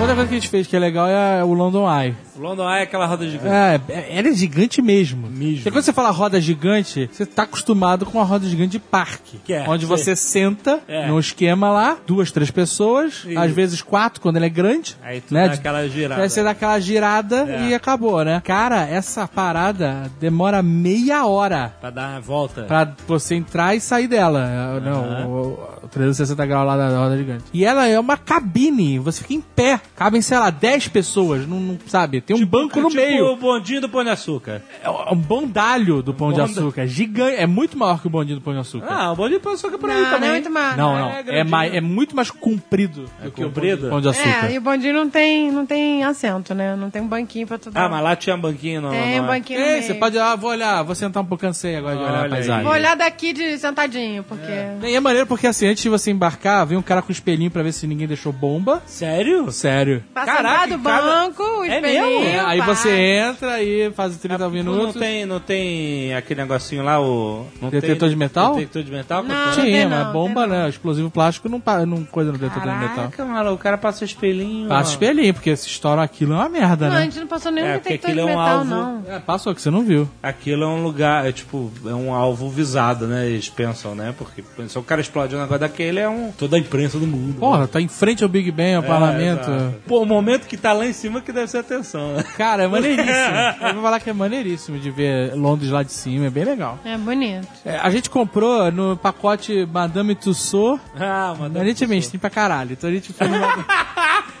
Speaker 5: Outra coisa que a gente fez que é legal é o London Eye.
Speaker 2: London Eye é aquela roda gigante.
Speaker 5: É, é- ela é gigante mesmo.
Speaker 2: Mesmo.
Speaker 5: Porque quando você fala roda gigante, você tá acostumado com uma roda gigante de parque.
Speaker 2: Que é,
Speaker 5: onde
Speaker 2: sim.
Speaker 5: você senta
Speaker 2: É.
Speaker 5: num esquema lá, duas, três pessoas,
Speaker 2: Isso.
Speaker 5: às vezes quatro quando ele é grande.
Speaker 2: Aí tu
Speaker 5: né?
Speaker 2: dá aquela girada.
Speaker 5: Aí você dá aquela girada
Speaker 2: É.
Speaker 5: e acabou, né? Cara, essa parada demora meia hora.
Speaker 2: Pra dar uma volta.
Speaker 5: Pra você entrar e sair dela. É, Não, o, o 360 graus lá da roda gigante. E ela é uma cabine, você fica em pé. Cabem, sei lá, 10 pessoas, não, não- sabe? Tem um banco no
Speaker 2: tipo
Speaker 5: meio.
Speaker 2: o bondinho do Pão de Açúcar.
Speaker 5: É um bondalho do Pão de
Speaker 2: Bonda-
Speaker 5: Açúcar. Gigante. É muito maior que o bondinho do Pão de Açúcar.
Speaker 2: Ah, o bondinho do Pão de Açúcar é por aí
Speaker 4: Não,
Speaker 2: também.
Speaker 4: não é muito maior.
Speaker 5: não, não.
Speaker 2: é
Speaker 5: É,
Speaker 2: grandinho. É
Speaker 5: mais, é muito mais comprido do que o
Speaker 2: comprido?
Speaker 5: bondinho do Pão de Açúcar.
Speaker 4: É, e o bondinho não tem, não tem assento, né? Não tem um banquinho pra todo
Speaker 2: Ah,
Speaker 4: mundo.
Speaker 2: mas lá tinha um banquinho. Não,
Speaker 4: Tem
Speaker 2: não
Speaker 4: um
Speaker 2: é.
Speaker 4: banquinho no
Speaker 5: É,
Speaker 4: meio.
Speaker 5: você pode. Ah, vou olhar, vou sentar um pouco cansei agora de olhar a
Speaker 2: Olha aí.
Speaker 5: paisagem.
Speaker 4: Vou olhar daqui de sentadinho, porque...
Speaker 5: E é maneiro porque assim, antes de você embarcar, vem um cara com espelhinho pra ver se ninguém deixou bomba.
Speaker 2: Sério?
Speaker 5: Sério.
Speaker 4: Passa
Speaker 2: Caraca,
Speaker 4: lá do
Speaker 2: em cada-
Speaker 4: banco, o
Speaker 2: É
Speaker 4: espelhinho,
Speaker 2: mesmo?
Speaker 5: É, aí
Speaker 4: pá.
Speaker 5: você entra e faz 30
Speaker 4: Tá
Speaker 2: Não
Speaker 5: minutos.
Speaker 2: tem, não tem aquele negocinho lá, o... Não tem-
Speaker 5: Detetor de metal?
Speaker 2: Detetor de metal?
Speaker 4: Não.
Speaker 2: Cotô?
Speaker 5: Tinha,
Speaker 4: tem
Speaker 5: mas
Speaker 4: não,
Speaker 5: bomba,
Speaker 4: tem
Speaker 5: né? Explosivo plástico não, pa- não coisa no detetor de metal.
Speaker 2: Caraca, maluco, o cara Tá. passa o espelhinho.
Speaker 5: Passa
Speaker 2: ó.
Speaker 5: espelhinho, porque se estouram aquilo é uma merda,
Speaker 4: Não, a
Speaker 5: né?
Speaker 4: gente não passou nenhum
Speaker 2: É, porque
Speaker 4: detector de
Speaker 2: aquilo é um
Speaker 4: metal,
Speaker 2: alvo.
Speaker 4: não.
Speaker 5: É, passou que você não viu.
Speaker 2: Aquilo é um lugar, é tipo, é um alvo visado, né? Eles pensam, né? Porque se o cara explode um negócio daquele, é um. toda a imprensa do mundo. né?
Speaker 5: Porra, tá em frente ao Big Ben, ao
Speaker 2: É,
Speaker 5: parlamento.
Speaker 2: exato. Pô, o momento que tá lá em cima que deve ser atenção, né?
Speaker 5: Cara, é maneiríssimo. Eu vou falar que é maneiríssimo de ver Londres lá de cima, é bem legal.
Speaker 4: É bonito.
Speaker 5: É, a gente comprou no pacote Madame Tussauds.
Speaker 2: Ah,
Speaker 5: A gente é mainstream pra caralho, então a gente foi numa...
Speaker 4: Não,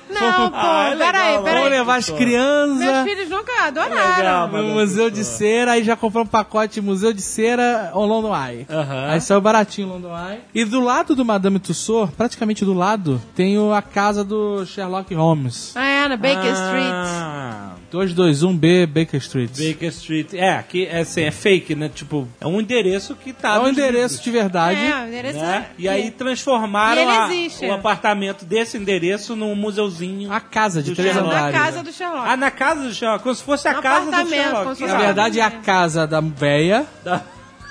Speaker 2: Ah, é
Speaker 4: pô, peraí,
Speaker 2: legal,
Speaker 5: Vamos
Speaker 4: peraí.
Speaker 5: levar as crianças
Speaker 4: Meus filhos nunca
Speaker 2: Legal,
Speaker 4: adoraram.
Speaker 5: no
Speaker 2: Madame
Speaker 5: Museu de
Speaker 2: Tussauds.
Speaker 5: Cera e já comprou um pacote Museu de Cera ou London Eye.
Speaker 2: Aham.
Speaker 5: Aí saiu baratinho o London Eye. E do lado do Madame Tussauds, praticamente do lado, tem o- a casa do Sherlock Holmes.
Speaker 4: Ah, é, na Baker Street.
Speaker 2: Ah,
Speaker 5: 221B Baker Street.
Speaker 2: Baker Street. É, aqui é, assim, é fake, né? Tipo, é um endereço que tá.
Speaker 5: É um
Speaker 2: nos
Speaker 5: endereço
Speaker 2: livros,
Speaker 5: de verdade.
Speaker 4: É, interessante.
Speaker 2: Né? E aí transformaram
Speaker 4: E ele
Speaker 2: a-
Speaker 4: existe.
Speaker 2: o apartamento desse endereço num museuzinho.
Speaker 5: A casa de
Speaker 2: Do
Speaker 5: três
Speaker 4: É,
Speaker 2: Sherlock.
Speaker 4: na
Speaker 5: andares.
Speaker 4: casa do Sherlock.
Speaker 2: Ah, na casa do Sherlock, como se fosse a
Speaker 4: No
Speaker 2: casa do
Speaker 4: apartamento,
Speaker 2: Sherlock.
Speaker 4: como se
Speaker 5: Na
Speaker 4: fosse
Speaker 2: Ah,
Speaker 5: verdade, é a casa da véia
Speaker 2: da-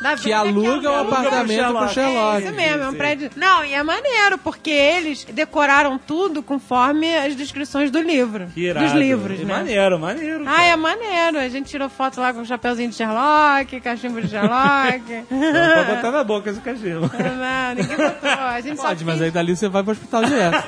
Speaker 4: Da
Speaker 5: que
Speaker 4: vida
Speaker 5: aluga o
Speaker 4: aluga.
Speaker 5: apartamento pro
Speaker 2: um Sherlock.
Speaker 5: Sherlock.
Speaker 4: É isso mesmo, é um
Speaker 2: Sim.
Speaker 4: prédio. Não, e é maneiro, porque eles decoraram tudo conforme as descrições do livro.
Speaker 2: Que irado.
Speaker 4: Dos livros,
Speaker 2: E
Speaker 4: né?
Speaker 2: Maneiro, maneiro.
Speaker 4: Ah, é maneiro. A gente tirou foto lá com o chapeuzinho de Sherlock, cachimbo de Sherlock.
Speaker 2: Não pode botar na boca esse cachimbo.
Speaker 4: Não, ninguém botou. A gente
Speaker 5: Pode,
Speaker 4: só
Speaker 5: mas
Speaker 2: é
Speaker 4: finge.
Speaker 5: aí dali você vai pro hospital direto.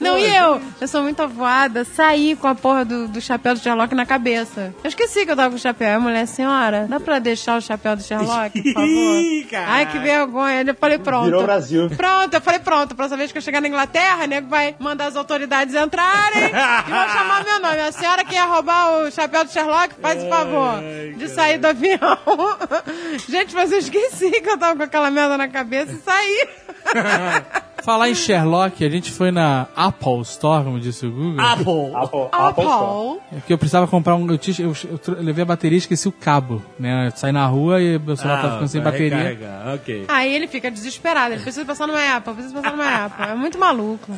Speaker 4: Não, e eu? Eu sou muito avoada. Saí com a porra do, do chapéu do Sherlock na cabeça. Eu esqueci que eu tava com o chapéu. Aí a mulher, senhora, dá pra deixar o chapéu do Sherlock, por
Speaker 2: Ih,
Speaker 4: favor?
Speaker 2: caraca.
Speaker 4: Ai, que vergonha. Eu falei, pronto.
Speaker 3: Virou Brasil.
Speaker 4: Pronto, eu falei, pronto. Próxima vez que eu chegar na Inglaterra, o nego vai mandar as autoridades entrarem e vão chamar meu nome. A senhora que ia roubar o chapéu do Sherlock, faz o favor de sair do avião. Gente, mas eu esqueci que eu tava com aquela merda na cabeça e saí.
Speaker 5: Falar em Sherlock, a gente foi na Apple Store, como disse Ah, o Google.
Speaker 2: Apple.
Speaker 3: Apple, Apple Store.
Speaker 4: Apple.
Speaker 5: É porque eu precisava comprar um. Eu, tinha- eu- eu tro- eu levei a bateria e esqueci o cabo. Né? Eu saí na rua e meu
Speaker 2: Ah,
Speaker 5: celular tava tá ficando sem
Speaker 2: vai
Speaker 5: bateria.
Speaker 2: recarregar, Ok.
Speaker 4: Aí ele fica desesperado, ele precisa passar numa Apple, precisa passar numa Apple. É muito maluco.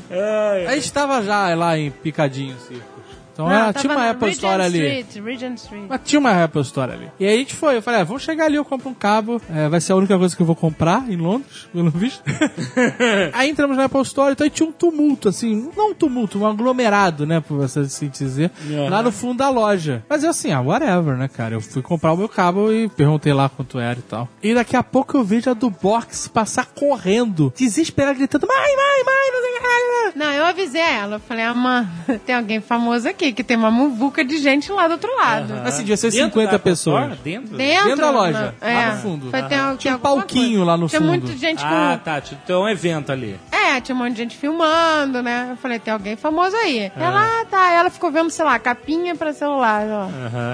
Speaker 5: A gente tava já lá em Picadinho Circos. Então
Speaker 4: Não,
Speaker 5: era,
Speaker 4: Ah, tava
Speaker 5: tinha uma
Speaker 4: na
Speaker 5: Apple
Speaker 4: Regent
Speaker 5: Store ali.
Speaker 4: Street, Regent Street.
Speaker 5: Mas tinha uma Apple Store ali. E aí a gente foi, eu falei, ah, vamos chegar ali, eu compro um cabo. é, vai ser a única coisa que eu vou comprar em Londres, pelo visto. aí entramos na Apple Store, então aí tinha um tumulto, assim, não um tumulto, um aglomerado, né, por você assim dizer, lá no fundo da loja. Mas eu assim, ah, whatever, né, cara? Eu fui comprar o meu cabo e perguntei lá quanto era e tal. E daqui a pouco eu vejo a do box passar correndo, desesperada, gritando, mãe, mãe, mãe, não sei o que. ah, ah."
Speaker 4: Não, eu avisei ela, eu falei, ah, mano, tem alguém famoso aqui, que tem uma muvuca de gente lá do outro lado.
Speaker 5: Mas assim, devia ser
Speaker 2: Ah. Dentro
Speaker 5: 50
Speaker 2: da Apple
Speaker 5: pessoas.
Speaker 2: Store? Dentro?
Speaker 4: Dentro,
Speaker 5: Dentro da loja,
Speaker 4: na-
Speaker 5: lá
Speaker 4: é,
Speaker 5: no fundo.
Speaker 4: Foi, tem, al- tem
Speaker 5: Tinha um
Speaker 4: alguma
Speaker 5: palquinho lá no
Speaker 4: tinha
Speaker 5: fundo.
Speaker 4: muita gente
Speaker 2: Ah,
Speaker 4: com...
Speaker 2: tá. Então é um evento ali.
Speaker 4: É, tinha um monte de gente filmando, né? Eu falei, tem alguém famoso aí.
Speaker 5: É.
Speaker 4: Ela, ah, tá. Ela ficou vendo, sei lá, capinha pra celular. Ó.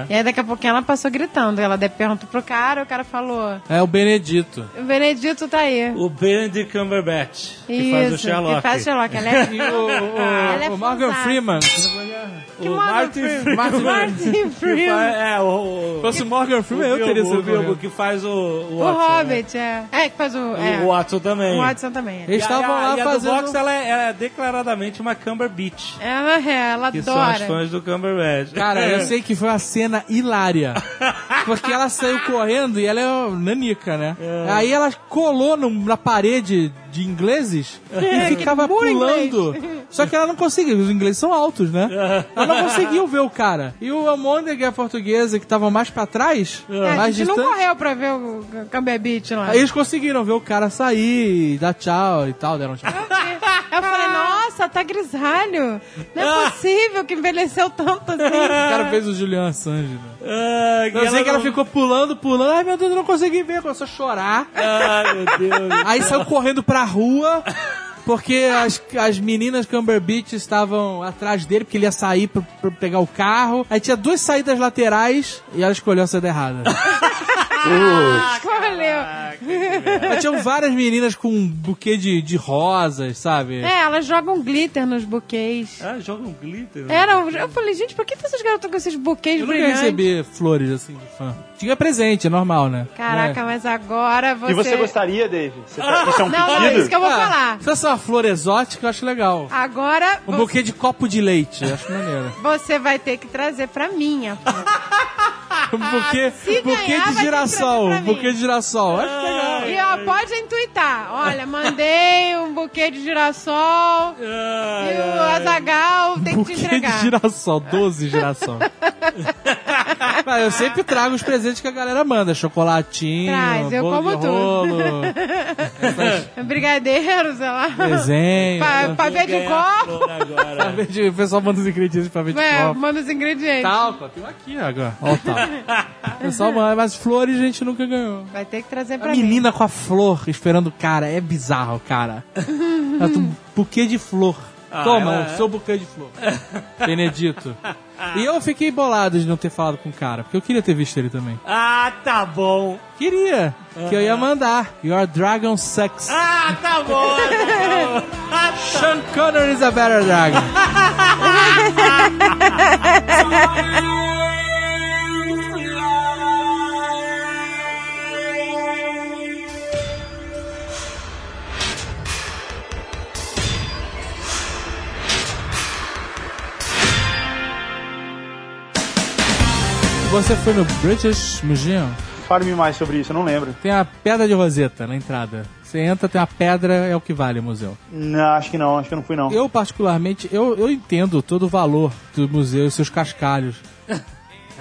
Speaker 4: E aí daqui a pouquinho ela passou gritando. Ela de- perguntou pro cara, o cara falou,
Speaker 5: É o Benedito.
Speaker 4: O Benedito tá aí.
Speaker 2: O Benedict Cumberbatch, que
Speaker 4: Isso,
Speaker 2: faz o Sherlock.
Speaker 4: Que faz o Sherlock. Ela é...
Speaker 5: E o, o-
Speaker 4: Ela é
Speaker 5: o Morgan
Speaker 4: fãzaça.
Speaker 5: Freeman.
Speaker 4: que
Speaker 2: o
Speaker 4: modo
Speaker 2: Martin
Speaker 4: Freeman?
Speaker 2: Freeman.
Speaker 4: Martin
Speaker 2: Que
Speaker 4: Freeman.
Speaker 2: faz- é, o...
Speaker 5: Se
Speaker 2: o
Speaker 5: fosse o Morgan
Speaker 2: o
Speaker 5: Freeman, eu
Speaker 2: Bilbo,
Speaker 5: teria sido
Speaker 2: o
Speaker 5: o Morgan.
Speaker 2: Bilbo que faz o, o
Speaker 4: O
Speaker 2: Watson, né?
Speaker 4: Hobbit, é. É, que faz o... é.
Speaker 2: O Watson também.
Speaker 4: O Watson também. é.
Speaker 5: Eles estavam lá
Speaker 2: e a,
Speaker 5: fazendo...
Speaker 2: E a do Box, ela é, ela é declaradamente uma Cumberbatch.
Speaker 4: Ela, é, ela
Speaker 2: Que são as
Speaker 4: adora.
Speaker 2: fãs do Cumberbatch.
Speaker 5: Cara, eu sei que foi uma cena hilária. Porque ela saiu correndo e ela é uma nanica, né? Aí ela colou num- na parede de ingleses
Speaker 4: É,
Speaker 5: e ficava pulando. Só que ela não conseguia, os ingleses são altos, né? Ela não conseguiu ver o cara. E o Almôndega, que é a portuguesa, que tava mais pra trás,
Speaker 4: É, a
Speaker 5: mais
Speaker 4: gente não
Speaker 5: distante,
Speaker 4: correu pra ver o Cambebit lá.
Speaker 5: Aí eles conseguiram ver o cara sair, e dar tchau e tal, deram um tchau.
Speaker 4: Eu falei, nossa, tá grisalho. Não é possível que envelheceu tanto assim.
Speaker 5: O cara fez o Julian Assange, né?
Speaker 2: Ah,
Speaker 5: Eu sei que ela
Speaker 2: não-
Speaker 5: ficou pulando, pulando. Ai, meu Deus, eu não consegui ver. Começou a chorar.
Speaker 2: Ai, meu Deus.
Speaker 5: Aí saiu correndo pra rua. porque as, as meninas Cumberbatch estavam atrás dele, porque ele ia sair pra, pra pegar o carro. Aí tinha duas saídas laterais e ela escolheu a saída errada.
Speaker 4: Escolheu.
Speaker 5: Aí tinham várias meninas com um buquê de, de rosas, sabe?
Speaker 4: É, elas jogam glitter nos buquês.
Speaker 2: Ah, joga um glitter. né?
Speaker 4: Era, um- eu falei, gente, por que essas garotas com esses buquês
Speaker 5: Eu nunca
Speaker 4: brilhantes?
Speaker 5: recebi flores assim de fã. Tinha presente, é normal, né?
Speaker 4: Caraca,
Speaker 5: É.
Speaker 4: mas agora você.
Speaker 3: E você gostaria, David? Você tá- Isso é um
Speaker 4: Não, não,
Speaker 3: pedido?
Speaker 4: isso que eu vou
Speaker 5: Ah,
Speaker 4: falar. Ah,
Speaker 5: Se fosse uma flor exótica, eu acho legal.
Speaker 4: Agora
Speaker 5: Um
Speaker 4: vo-
Speaker 5: buquê de copo de leite, eu acho maneiro.
Speaker 4: você vai ter que trazer pra mim. a foto.
Speaker 5: Um
Speaker 4: Ah,
Speaker 5: buquê,
Speaker 4: se
Speaker 5: buquê
Speaker 4: ganhar, vai ter
Speaker 5: de
Speaker 4: que
Speaker 5: girassol,
Speaker 4: trazer pra
Speaker 5: um
Speaker 4: mim. Ah,
Speaker 5: buquê de girassol. Acho legal.
Speaker 4: E ó, pode intuitar. Olha, mandei um buquê de girassol e o Azagal tem que te
Speaker 5: Buquê de
Speaker 4: entregar.
Speaker 5: girassol, 12 girassol. Mas eu sempre trago os presentes que a galera manda: chocolatinho,
Speaker 4: Traz, eu
Speaker 5: bolo
Speaker 4: como
Speaker 5: de
Speaker 4: tudo.
Speaker 5: rolo,
Speaker 4: Brigadeiro, sei lá.
Speaker 5: desenho.
Speaker 4: Pa- Pavê de copo.
Speaker 2: Flor agora.
Speaker 5: O pessoal manda os ingredientes pra ver de Tá.
Speaker 4: É,
Speaker 5: copo.
Speaker 4: manda os ingredientes.
Speaker 5: Talpa, tem um aqui agora. Ó, o talpa. Pessoal, manda, mas flores a gente nunca ganhou.
Speaker 4: Vai ter que trazer
Speaker 5: A
Speaker 4: pra mim.
Speaker 5: menina com a flor esperando o cara, é bizarro, cara. Ela tem um buquê de flor. Toma, o seu buquê de flor. Benedito. E eu fiquei bolado de não ter falado com o cara, porque eu queria ter visto ele também.
Speaker 2: Ah, tá bom.
Speaker 5: Queria, que eu ia mandar. Your Dragon Sucks.
Speaker 2: Ah, tá bom. tá bom.
Speaker 5: Sean Connery is a better dragon. Você foi no British Museum?
Speaker 3: Fale-me mais sobre isso, eu não lembro.
Speaker 5: Tem a pedra de Roseta na entrada. Você entra, tem uma pedra, é o que vale o museu.
Speaker 3: Não, acho que não, acho que eu não fui, não.
Speaker 5: Eu, particularmente, eu, eu entendo todo o valor do museu e seus cascalhos,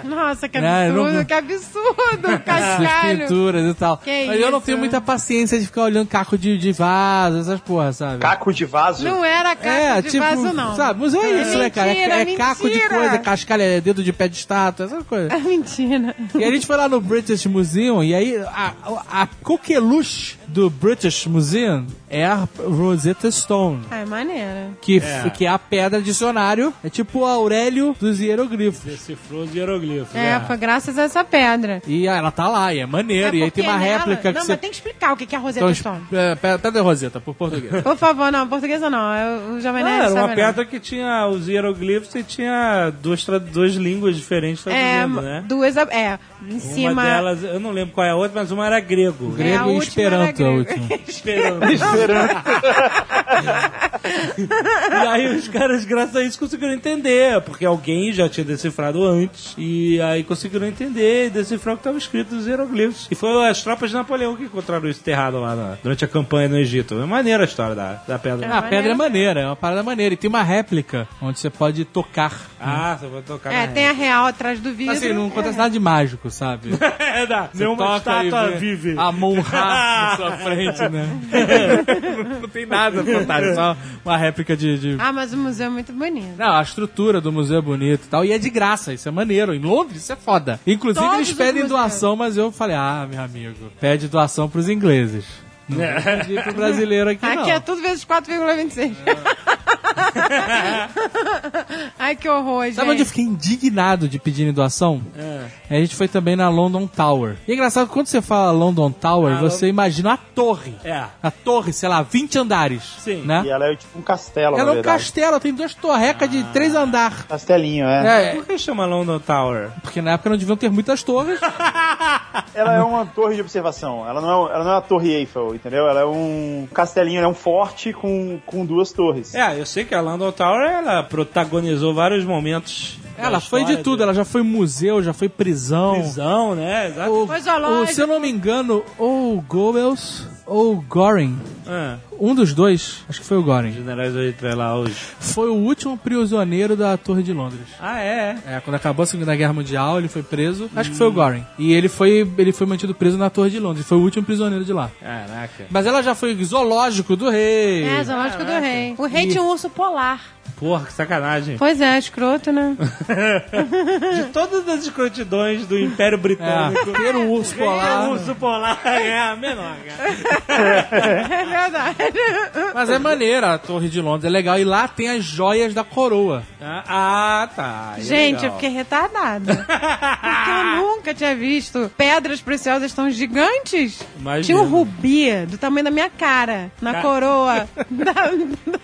Speaker 4: Nossa, que
Speaker 5: Não, eu não-
Speaker 4: absurdo, que absurdo,
Speaker 5: suas
Speaker 4: Ah. cascalho.
Speaker 5: pinturas e tal.
Speaker 4: Que
Speaker 5: Mas eu não
Speaker 4: isso?
Speaker 5: tenho muita paciência de ficar olhando caco de, de vaso, essas porra, sabe?
Speaker 3: Caco de vaso?
Speaker 4: Não era caco
Speaker 5: é,
Speaker 4: de
Speaker 5: tipo,
Speaker 4: vaso, não.
Speaker 5: sabe? Museu é
Speaker 4: É
Speaker 5: isso, né, cara? É,
Speaker 4: mentira,
Speaker 5: é caco de
Speaker 4: mentira.
Speaker 5: coisa, é cascalho, é dedo de pé de estátua, essas coisas.
Speaker 4: É mentira.
Speaker 5: E a gente foi lá no British Museum e aí a, a, a coqueluche do British Museum é a Rosetta Stone.
Speaker 4: Ai, maneira.
Speaker 5: Que, f- que é a pedra dicionário, é tipo o Aurélio dos hieroglifos.
Speaker 2: Decifrou os hieroglifos.
Speaker 4: É,
Speaker 2: né?
Speaker 4: foi graças a essa pedra.
Speaker 5: E ela tá lá, e é maneiro. e aí tem
Speaker 4: porque
Speaker 5: uma
Speaker 4: nela-
Speaker 5: réplica
Speaker 4: Não,
Speaker 5: que você.
Speaker 4: mas tem que explicar o que É, que é a Rosetta
Speaker 5: Então,
Speaker 4: Stone.
Speaker 5: é, pe- pedra Roseta, por português.
Speaker 4: Por favor, não, portuguesa não. Eu, o Jovem
Speaker 2: Ah,
Speaker 4: Nerd
Speaker 2: era
Speaker 4: sabe
Speaker 2: uma
Speaker 4: não.
Speaker 2: pedra que tinha os hieroglifos e tinha duas, tra- duas línguas diferentes
Speaker 4: É,
Speaker 2: traduzindo, né?
Speaker 4: duas. ab- É, em
Speaker 2: Uma
Speaker 4: cima.
Speaker 2: delas, eu não lembro qual é a outra, mas uma era grego.
Speaker 4: é, a
Speaker 5: Grego e
Speaker 4: última era
Speaker 5: Esperanto é a
Speaker 4: grego.
Speaker 5: última.
Speaker 2: Esperando. e aí os caras, graças a isso, conseguiram entender, porque alguém já tinha decifrado antes, e aí conseguiram entender e decifrar o que estava escrito nos hieroglifos. E foi as tropas de Napoleão que encontraram isso enterrado lá na- durante a campanha no Egito. É maneira a história da, da pedra.
Speaker 5: A pedra é maneira, é uma parada maneira. E tem uma réplica onde você pode tocar.
Speaker 2: Ah, você vai tocar
Speaker 4: É,
Speaker 2: na
Speaker 4: tem a real atrás do vidro.
Speaker 5: Assim, não acontece
Speaker 4: É.
Speaker 5: nada de mágico, sabe?
Speaker 2: É, dá.
Speaker 5: Você
Speaker 2: Nenhuma
Speaker 5: toca e
Speaker 2: estátua
Speaker 5: vê
Speaker 2: vive.
Speaker 5: A monra na sua frente, né? não, não tem nada fantástico, só uma réplica de- de
Speaker 4: Ah, mas o museu é muito bonito.
Speaker 5: Não, a estrutura do museu é bonita e tal. E é de graça, isso é maneiro. Em Londres, isso é foda. Inclusive,
Speaker 4: Todos
Speaker 5: eles
Speaker 4: os
Speaker 5: pedem
Speaker 4: museus.
Speaker 5: doação, mas eu falei, ah, meu amigo, pede doação pros ingleses. Não vou pedir pro brasileiro aqui, não.
Speaker 4: Aqui é tudo vezes 4,26. Ai, que horror, gente.
Speaker 5: Sabe onde eu fiquei indignado de pedirem doação? A gente foi também na London Tower. E é engraçado que quando você fala Ah, London Tower, você imagina a torre.
Speaker 2: É.
Speaker 5: A torre, sei lá, 20 andares.
Speaker 2: Sim.
Speaker 5: Né?
Speaker 3: E ela é tipo um castelo,
Speaker 5: Ela
Speaker 3: na
Speaker 5: é um
Speaker 3: verdade.
Speaker 5: castelo, ela tem duas torrecas de três andares.
Speaker 3: Castelinho, é.
Speaker 5: Ah. É,
Speaker 2: Por que chama London Tower?
Speaker 5: porque na época não deviam ter muitas torres.
Speaker 3: Ela é uma torre de observação. Ela não é, um- ela não é uma torre Eiffel, entendeu? Ela é um castelinho, ela é um forte com, com duas torres.
Speaker 2: É, eu sei que a London Tower ela protagonizou vários momentos. da
Speaker 5: É, Ela foi de
Speaker 2: história
Speaker 5: tudo, ela já foi museu, já foi prisão.
Speaker 2: prisão, né? Exato.
Speaker 5: O,
Speaker 4: Foi zoológico.
Speaker 5: o- se eu não me engano, ou o Goebbels ou o Goring,
Speaker 2: Ah,
Speaker 5: um dos dois, acho que foi o
Speaker 2: os
Speaker 5: Goring,
Speaker 2: generais vão entrar lá hoje.
Speaker 5: foi o último prisioneiro da Torre de Londres.
Speaker 2: Ah, é?
Speaker 5: É, quando acabou a Segunda Guerra Mundial, ele foi preso. Acho que foi o Goring. E ele foi, ele foi mantido preso na Torre de Londres. Foi o último prisioneiro de lá.
Speaker 2: Caraca.
Speaker 5: Mas ela já foi zoológico do rei.
Speaker 4: É,
Speaker 5: Ah,
Speaker 4: zoológico do rei. O rei tinha um urso polar.
Speaker 2: Porra, que sacanagem.
Speaker 4: Pois é, escroto, né?
Speaker 2: De todas as escrotidões do Império Britânico,
Speaker 5: É, ter um urso
Speaker 2: o
Speaker 5: polar.
Speaker 2: urso polar é a menor, cara.
Speaker 4: É verdade.
Speaker 5: Mas é maneira a Torre de Londres, é legal. E lá tem as joias da coroa.
Speaker 2: Ah, ah, tá. Aí é
Speaker 4: Gente, eu
Speaker 2: legal.
Speaker 4: fiquei retardada. Porque eu nunca tinha visto pedras preciosas tão gigantes.
Speaker 5: Imagina.
Speaker 4: Tinha um rubi do tamanho da minha cara na
Speaker 2: Ca-
Speaker 4: coroa da,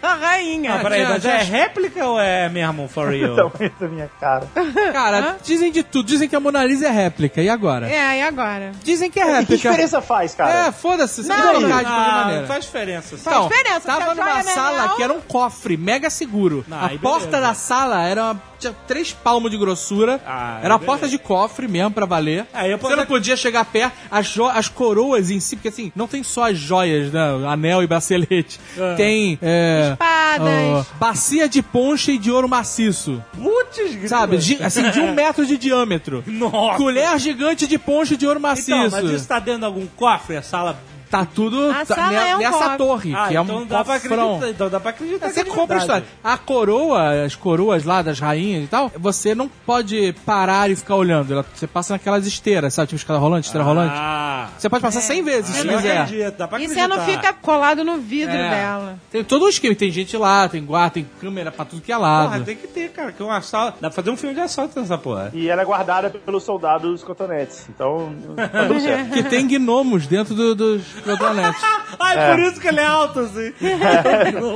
Speaker 4: da rainha.
Speaker 2: Não, peraí,
Speaker 4: Tinha-
Speaker 2: mas é réplica ou é mesmo for real?
Speaker 3: Tamanho da é minha cara.
Speaker 5: Cara, dizem de tudo. Dizem que a Mona Lisa é réplica. E agora?
Speaker 4: É, e agora?
Speaker 5: Dizem que é
Speaker 3: E que
Speaker 5: réplica.
Speaker 3: diferença faz,
Speaker 5: É,
Speaker 3: cara?
Speaker 5: foda-se. Você
Speaker 4: Não,
Speaker 5: não,
Speaker 3: não.
Speaker 5: de qualquer
Speaker 2: Ah,
Speaker 5: maneira.
Speaker 2: não faz diferença.
Speaker 5: Então,
Speaker 4: diferença, porque
Speaker 5: tava
Speaker 4: a joia
Speaker 5: numa
Speaker 4: não é
Speaker 5: sala
Speaker 4: real.
Speaker 5: que era um cofre mega seguro.
Speaker 2: Ah,
Speaker 5: a
Speaker 2: aí
Speaker 5: porta
Speaker 2: beleza.
Speaker 5: da sala era uma- tinha três palmos de grossura.
Speaker 2: Ah, aí
Speaker 5: era uma
Speaker 2: beleza. É,
Speaker 5: porta de cofre mesmo pra valer.
Speaker 2: Aí eu posso-
Speaker 5: Você não podia chegar perto. As, jo- as coroas em si, porque assim, não tem só as joias, né? Anel e bracelete.
Speaker 2: Ah.
Speaker 5: Tem. é,
Speaker 4: Espadas.
Speaker 5: ó, bacia de poncha e de ouro maciço.
Speaker 2: Putz, Então,
Speaker 5: Sabe? De- assim, de um metro de diâmetro.
Speaker 2: Nossa.
Speaker 5: Colher gigante de poncha e de ouro maciço.
Speaker 2: Então, mas isso tá dentro de algum cofre, a sala...
Speaker 5: Tá tudo
Speaker 4: A
Speaker 5: tá-
Speaker 4: sala
Speaker 5: ne-
Speaker 4: é um
Speaker 5: nessa
Speaker 4: cofre.
Speaker 5: torre,
Speaker 2: Ah,
Speaker 5: que é
Speaker 2: então,
Speaker 5: um
Speaker 2: dá pra
Speaker 5: cofrão.
Speaker 2: acreditar, então dá pra acreditar.
Speaker 5: Você
Speaker 2: que é
Speaker 5: compra a
Speaker 2: verdade.
Speaker 5: história. A coroa, as coroas lá das rainhas e tal, você não pode parar e ficar olhando. Ela- Você passa naquelas esteiras, sabe? Tipo escada rolante, esteira rolante.
Speaker 2: Ah,
Speaker 5: Você pode passar 100 vezes, se
Speaker 2: eu não
Speaker 5: quiser.
Speaker 2: acredito, dá pra
Speaker 4: E
Speaker 2: acreditar.
Speaker 4: você não fica colado no vidro
Speaker 5: É.
Speaker 4: dela.
Speaker 5: Tem todo um esquema. Tem gente lá, tem guarda, tem câmera pra tudo que é lado.
Speaker 2: Porra, tem que ter, cara, que é uma sala... Dá pra fazer um filme de assalto nessa porra.
Speaker 3: E ela é guardada pelos soldados dos cotonetes. Então, tá tudo certo.
Speaker 5: Que tem gnomos dentro do, dos cotonetes.
Speaker 2: Ai, por isso que ele é alto, assim.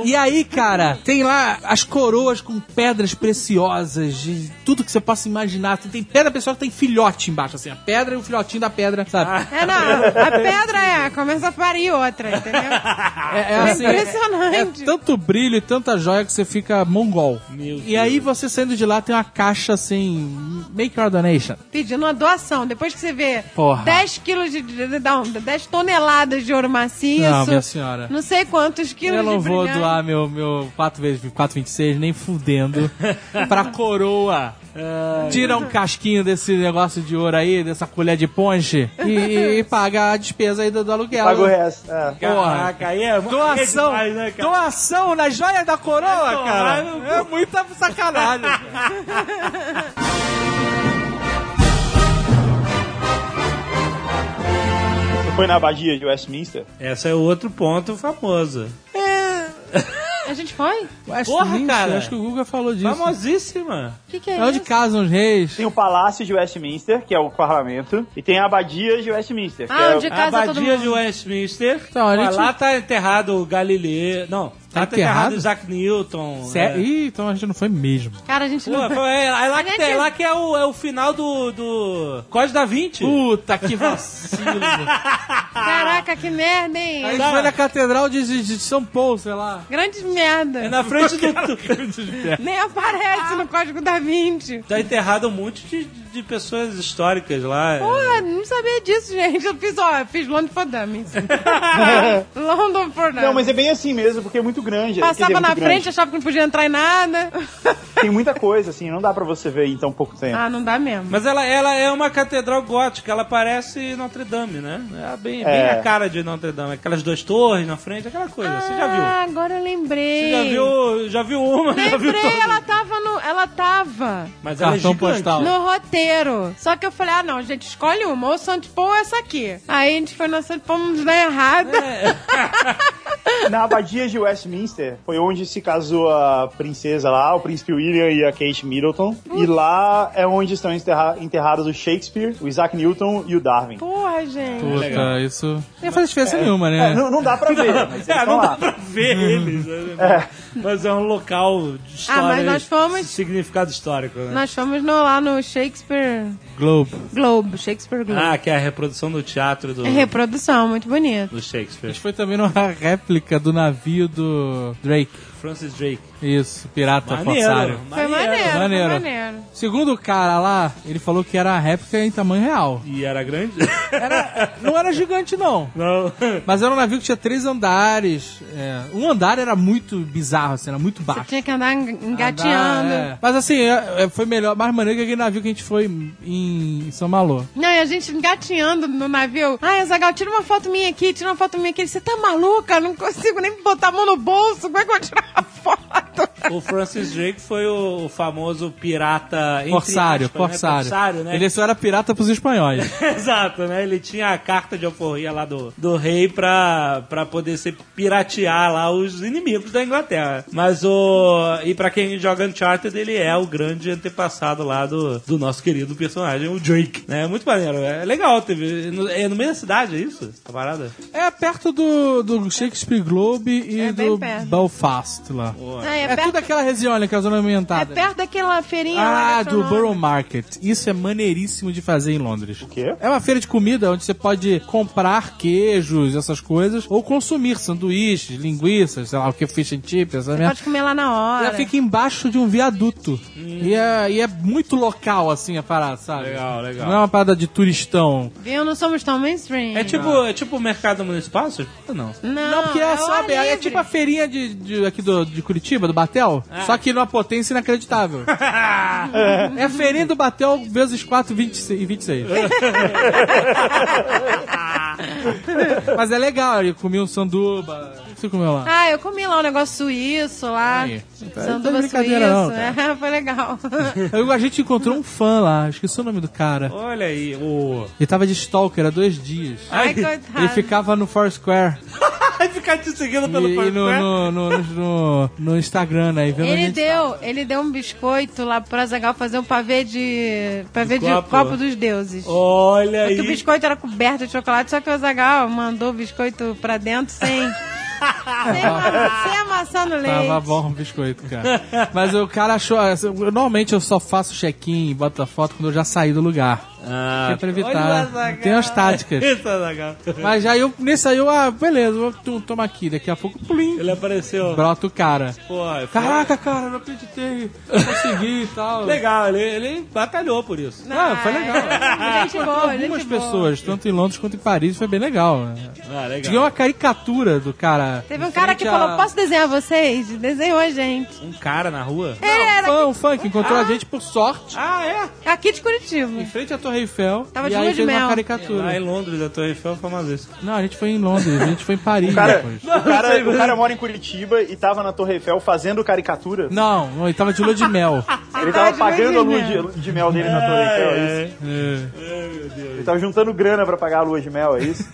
Speaker 5: E aí, cara, tem lá as coroas com pedras preciosas, de tudo que você possa imaginar. Tem, tem pedra pessoal que tem filhote embaixo, assim, a pedra e o filhotinho da pedra, sabe?
Speaker 4: É, não. A pedra é, começa a parir outra, entendeu?
Speaker 5: É,
Speaker 4: É
Speaker 5: assim, é
Speaker 4: impressionante.
Speaker 5: tanto brilho e tanta joia que você fica mongol.
Speaker 2: Meu
Speaker 5: e aí você saindo de lá tem uma caixa assim, make your donation.
Speaker 4: Pedindo uma doação. Depois que você vê
Speaker 5: Porra.
Speaker 4: 10 quilos de, de, de- não, 10 toneladas de ouro maciço.
Speaker 5: Não, minha senhora.
Speaker 4: Não sei quantos quilos
Speaker 5: Eu não
Speaker 4: de
Speaker 5: vou
Speaker 4: brilhante.
Speaker 5: doar meu, meu 4x426, nem fudendo, pra coroa. Tira um casquinho desse negócio de ouro aí, dessa colher de ponche, e, e paga a despesa aí do, do aluguel.
Speaker 3: Paga o resto. É.
Speaker 5: Porra.
Speaker 2: Caraca, aí é...
Speaker 5: Doação,
Speaker 2: é demais, né, cara?
Speaker 5: doação na joia da coroa,
Speaker 2: É tomar
Speaker 5: cara.
Speaker 2: no cu.
Speaker 5: É muita sacanagem.
Speaker 3: Você foi na abadia de Westminster?
Speaker 2: Esse é o outro ponto famoso.
Speaker 4: A gente foi? O
Speaker 5: Porra,
Speaker 2: cara.
Speaker 5: Acho que o Guga falou disso.
Speaker 2: Famosíssima.
Speaker 4: que, que é
Speaker 5: É onde
Speaker 4: isso?
Speaker 5: casam os reis.
Speaker 3: Tem o Palácio de Westminster, que é o parlamento, e tem a abadia de Westminster, que
Speaker 4: Ah,
Speaker 3: é o-
Speaker 4: onde
Speaker 2: A
Speaker 4: casa todo
Speaker 2: abadia
Speaker 4: mundo.
Speaker 2: de Westminster.
Speaker 5: Então, a gente-
Speaker 2: Lá tá enterrado o Galileu. Não,
Speaker 5: Tá
Speaker 2: lá tá enterrado
Speaker 5: enterrado?
Speaker 2: o Isaac Newton.
Speaker 5: Sério?
Speaker 2: é.
Speaker 5: Ih, então a gente não foi mesmo.
Speaker 4: Cara, a gente
Speaker 2: Pô,
Speaker 4: não...
Speaker 2: foi- é lá,
Speaker 4: A
Speaker 2: que
Speaker 4: gente-
Speaker 2: tem- lá que é o, é o final do, do Código da 20.
Speaker 5: Puta que vacilo.
Speaker 4: Caraca, que merda, hein?
Speaker 5: A gente foi na Catedral de, de- de São Paulo, sei lá.
Speaker 4: Grandes merda.
Speaker 2: É na frente do. É.
Speaker 4: Nem aparece no Código da Vinci.
Speaker 2: tá enterrado um monte de, de pessoas históricas lá. é.
Speaker 4: Porra, não sabia disso, gente. Eu fiz, ó, eu fiz London for Dummies. London for Dummies.
Speaker 3: Não, mas é bem assim mesmo, porque é muito grande. Quer dizer,
Speaker 4: Passava
Speaker 3: muito
Speaker 4: na
Speaker 3: grande.
Speaker 4: frente, achava que não podia entrar em nada.
Speaker 3: Tem muita coisa, assim, não dá pra você ver em tão pouco
Speaker 2: É.
Speaker 3: tempo.
Speaker 4: ah, não dá mesmo.
Speaker 2: Mas ela, ela é uma catedral gótica, ela parece Notre Dame, né? É bem, bem
Speaker 3: É.
Speaker 2: a cara de Notre Dame. Aquelas duas torres na frente, aquela coisa. Você já viu?
Speaker 4: Ah, agora eu lembrei.
Speaker 2: Você já viu, já viu uma, já viu
Speaker 4: Lembrei,
Speaker 2: todas.
Speaker 4: ela tava no. Ela tava
Speaker 2: Mas ela é
Speaker 5: Cartão
Speaker 2: gigante.
Speaker 5: postal.
Speaker 4: no roteiro. Só que eu falei, ah, não, gente, escolhe uma, ou Santo Paul ou essa aqui. Aí a gente foi na Santo Paul, nos deu errado.
Speaker 3: Na abadia de Westminster foi onde se casou a princesa lá, o príncipe William e a Kate Middleton. E lá é onde estão enterra- enterrados o Shakespeare, o Isaac Newton e o Darwin.
Speaker 4: Porra,
Speaker 2: É
Speaker 4: gente.
Speaker 5: Puta, isso. Não faz diferença nenhuma, né?
Speaker 3: É, não, não dá pra ver, mas eles
Speaker 2: É,
Speaker 3: estão
Speaker 2: não dá
Speaker 3: lá.
Speaker 2: pra ver eles. né? Mas é um local de história.
Speaker 4: Ah, mas nós fomos-
Speaker 2: Significado histórico, né?
Speaker 4: Nós fomos no- lá no Shakespeare
Speaker 5: Globo.
Speaker 4: Globo. Shakespeare Globo.
Speaker 2: Ah, que é a reprodução do teatro do,
Speaker 4: É reprodução, muito bonito.
Speaker 2: do
Speaker 5: A
Speaker 2: Shakespeare.
Speaker 5: gente foi também numa réplica do navio do Drake.
Speaker 2: Francis Drake.
Speaker 5: Isso, pirata
Speaker 2: Maneiro.
Speaker 5: forçário.
Speaker 4: Foi maneiro, foi
Speaker 5: Maneiro.
Speaker 4: maneiro.
Speaker 5: Segundo o cara lá, ele falou que era a réplica em tamanho real.
Speaker 2: E era grande?
Speaker 5: Era- não era gigante, não.
Speaker 2: não.
Speaker 5: Mas era um navio que tinha três andares. é, um andar era muito bizarro, assim, era muito
Speaker 4: Você
Speaker 5: baixo.
Speaker 4: tinha que andar eng-
Speaker 5: Andar,
Speaker 4: engateando.
Speaker 5: é. Mas assim, é- é, foi melhor, mais maneiro que aquele navio que a gente foi em São Malô.
Speaker 4: Não, e a gente engatinhando no navio. Ai, Azagal, tira uma foto minha aqui, tira uma foto minha aqui. Ele, Você tá maluca? Eu Não consigo nem botar a mão no bolso. Como é que eu vou tirar a foto?
Speaker 2: O Francis Drake foi o famoso pirata... entre
Speaker 5: Corsário,
Speaker 2: aspas, né?
Speaker 5: corsário.
Speaker 2: Corsário, né?
Speaker 5: Ele só era pirata pros espanhóis.
Speaker 2: Exato, né? Ele tinha a carta de alforria lá do, do rei pra, pra poder se piratear lá os inimigos da Inglaterra. Mas o. E pra quem joga Uncharted, ele é o grande antepassado lá do, do nosso querido personagem, o Drake. Né? Muito maneiro. É legal, teve. no- É no meio da cidade, é isso? A parada?
Speaker 5: É perto do, do Shakespeare Globe e
Speaker 4: É bem
Speaker 5: do
Speaker 4: perto.
Speaker 5: Belfast lá.
Speaker 4: Ah,
Speaker 5: É,
Speaker 4: é, perto,
Speaker 5: tudo aquela região ali, aquela zona
Speaker 4: é
Speaker 5: ambientada.
Speaker 4: perto daquela feirinha lá.
Speaker 5: Ah,
Speaker 4: que eu
Speaker 5: do
Speaker 4: não-
Speaker 5: Borough Market. Isso é maneiríssimo de fazer em Londres. O
Speaker 3: quê?
Speaker 5: É uma feira de comida onde você pode comprar queijos, essas coisas, ou consumir sanduíches, linguiças, sei lá, o que, fish and chips, essa merda.
Speaker 4: Pode né? Hum. comer lá na hora.
Speaker 5: Ela fica embaixo de um viaduto. E, é, e é muito local, assim, a parada, sabe?
Speaker 2: Legal, legal.
Speaker 5: Não é uma parada de turistão.
Speaker 4: Viu? Não somos tão mainstream.
Speaker 2: É tipo, é tipo o mercado municipal? Você escuta, não.
Speaker 4: Não,
Speaker 5: Não, porque é,
Speaker 4: é o
Speaker 5: sabe,
Speaker 4: ar
Speaker 5: é
Speaker 4: livre.
Speaker 5: tipo a feirinha de, de- aqui do, de Curitiba, do Batel, só que numa potência inacreditável. é a feirinha do Batel vezes 4 26 e 26. Mas é legal, eu comi um sanduba. O que você comeu lá?
Speaker 4: Ah, eu comi lá um negócio suíço lá.
Speaker 5: Aí. Não
Speaker 4: Sanduba
Speaker 5: é
Speaker 4: suíço.
Speaker 5: brincadeira não,
Speaker 4: é, foi legal.
Speaker 5: Eu- a gente encontrou um fã lá, esqueci o nome do cara.
Speaker 2: Olha aí, o.
Speaker 5: Ele tava de stalker há dois dias.
Speaker 4: Ai,
Speaker 5: Ele
Speaker 4: coitado.
Speaker 5: ficava no Foursquare
Speaker 2: Vai ficar te seguindo
Speaker 5: e,
Speaker 2: pelo
Speaker 5: e no,
Speaker 2: Foursquare?
Speaker 5: no, no, no- no Instagram aí, vendo a
Speaker 4: Ele
Speaker 5: gente.
Speaker 4: deu, ele deu um biscoito lá pro Azagal fazer um pavê de. pavê
Speaker 2: De
Speaker 4: de,
Speaker 2: copo.
Speaker 4: copo. dos deuses.
Speaker 2: Olha
Speaker 4: Porque
Speaker 2: aí.
Speaker 4: o biscoito era coberto de chocolate, só que o Azagal mandou o biscoito pra dentro sem. sem, ma sem amassar no leite.
Speaker 5: Tava bom o biscoito, cara. Mas o cara achou. assim, eu- Normalmente eu só faço check-in e boto a foto quando eu já saí do lugar.
Speaker 2: Ah,
Speaker 5: que é pra
Speaker 2: olha
Speaker 5: evitar.
Speaker 2: o Azaghal.
Speaker 5: Tem as táticas.
Speaker 2: Isso, Azaghal.
Speaker 5: Mas aí eu, nesse aí eu, ah, beleza, vou tu- toma aqui. Daqui a pouco, plim,
Speaker 2: Ele apareceu.
Speaker 5: brota o cara.
Speaker 2: Pô, foi-
Speaker 5: Caraca, cara, não acreditei. Consegui e tal.
Speaker 2: Legal, ele, ele batalhou por isso.
Speaker 5: Ah, foi legal.
Speaker 4: é. Gente boa, gente
Speaker 5: Algumas
Speaker 4: boa.
Speaker 5: pessoas, tanto em Londres quanto em Paris, foi bem legal.
Speaker 2: Ah,
Speaker 5: Tinha
Speaker 2: legal.
Speaker 5: uma caricatura do cara.
Speaker 4: Teve um
Speaker 5: em
Speaker 4: cara
Speaker 5: frente
Speaker 4: que
Speaker 5: a-
Speaker 4: falou: posso desenhar vocês? Desenhou a gente.
Speaker 2: Um cara na rua?
Speaker 4: Ele era
Speaker 5: Fã, um fã que encontrou a gente por sorte.
Speaker 2: Ah, é?
Speaker 4: aqui de Curitiba.
Speaker 5: Em frente à Torre Eiffel.
Speaker 4: Tava
Speaker 5: e
Speaker 4: de
Speaker 5: aí
Speaker 4: lua de
Speaker 5: fez uma
Speaker 3: É,
Speaker 4: mel.
Speaker 2: Lá em
Speaker 5: caricatura.
Speaker 2: Londres, a Torre Eiffel é foi uma vez.
Speaker 5: Não, a gente foi em Londres, a gente foi em Paris
Speaker 3: Cara,
Speaker 5: depois.
Speaker 3: o cara, o cara mora em Curitiba e tava na Torre Eiffel fazendo caricatura.
Speaker 5: Não, não, ele tava de lua de mel.
Speaker 3: Ele tava
Speaker 4: Verdade,
Speaker 3: pagando a lua
Speaker 4: imagina.
Speaker 3: de, de mel dele na Torre Eiffel, é isso?
Speaker 5: É.
Speaker 3: Ele tava juntando grana pra pagar a lua de mel, é isso?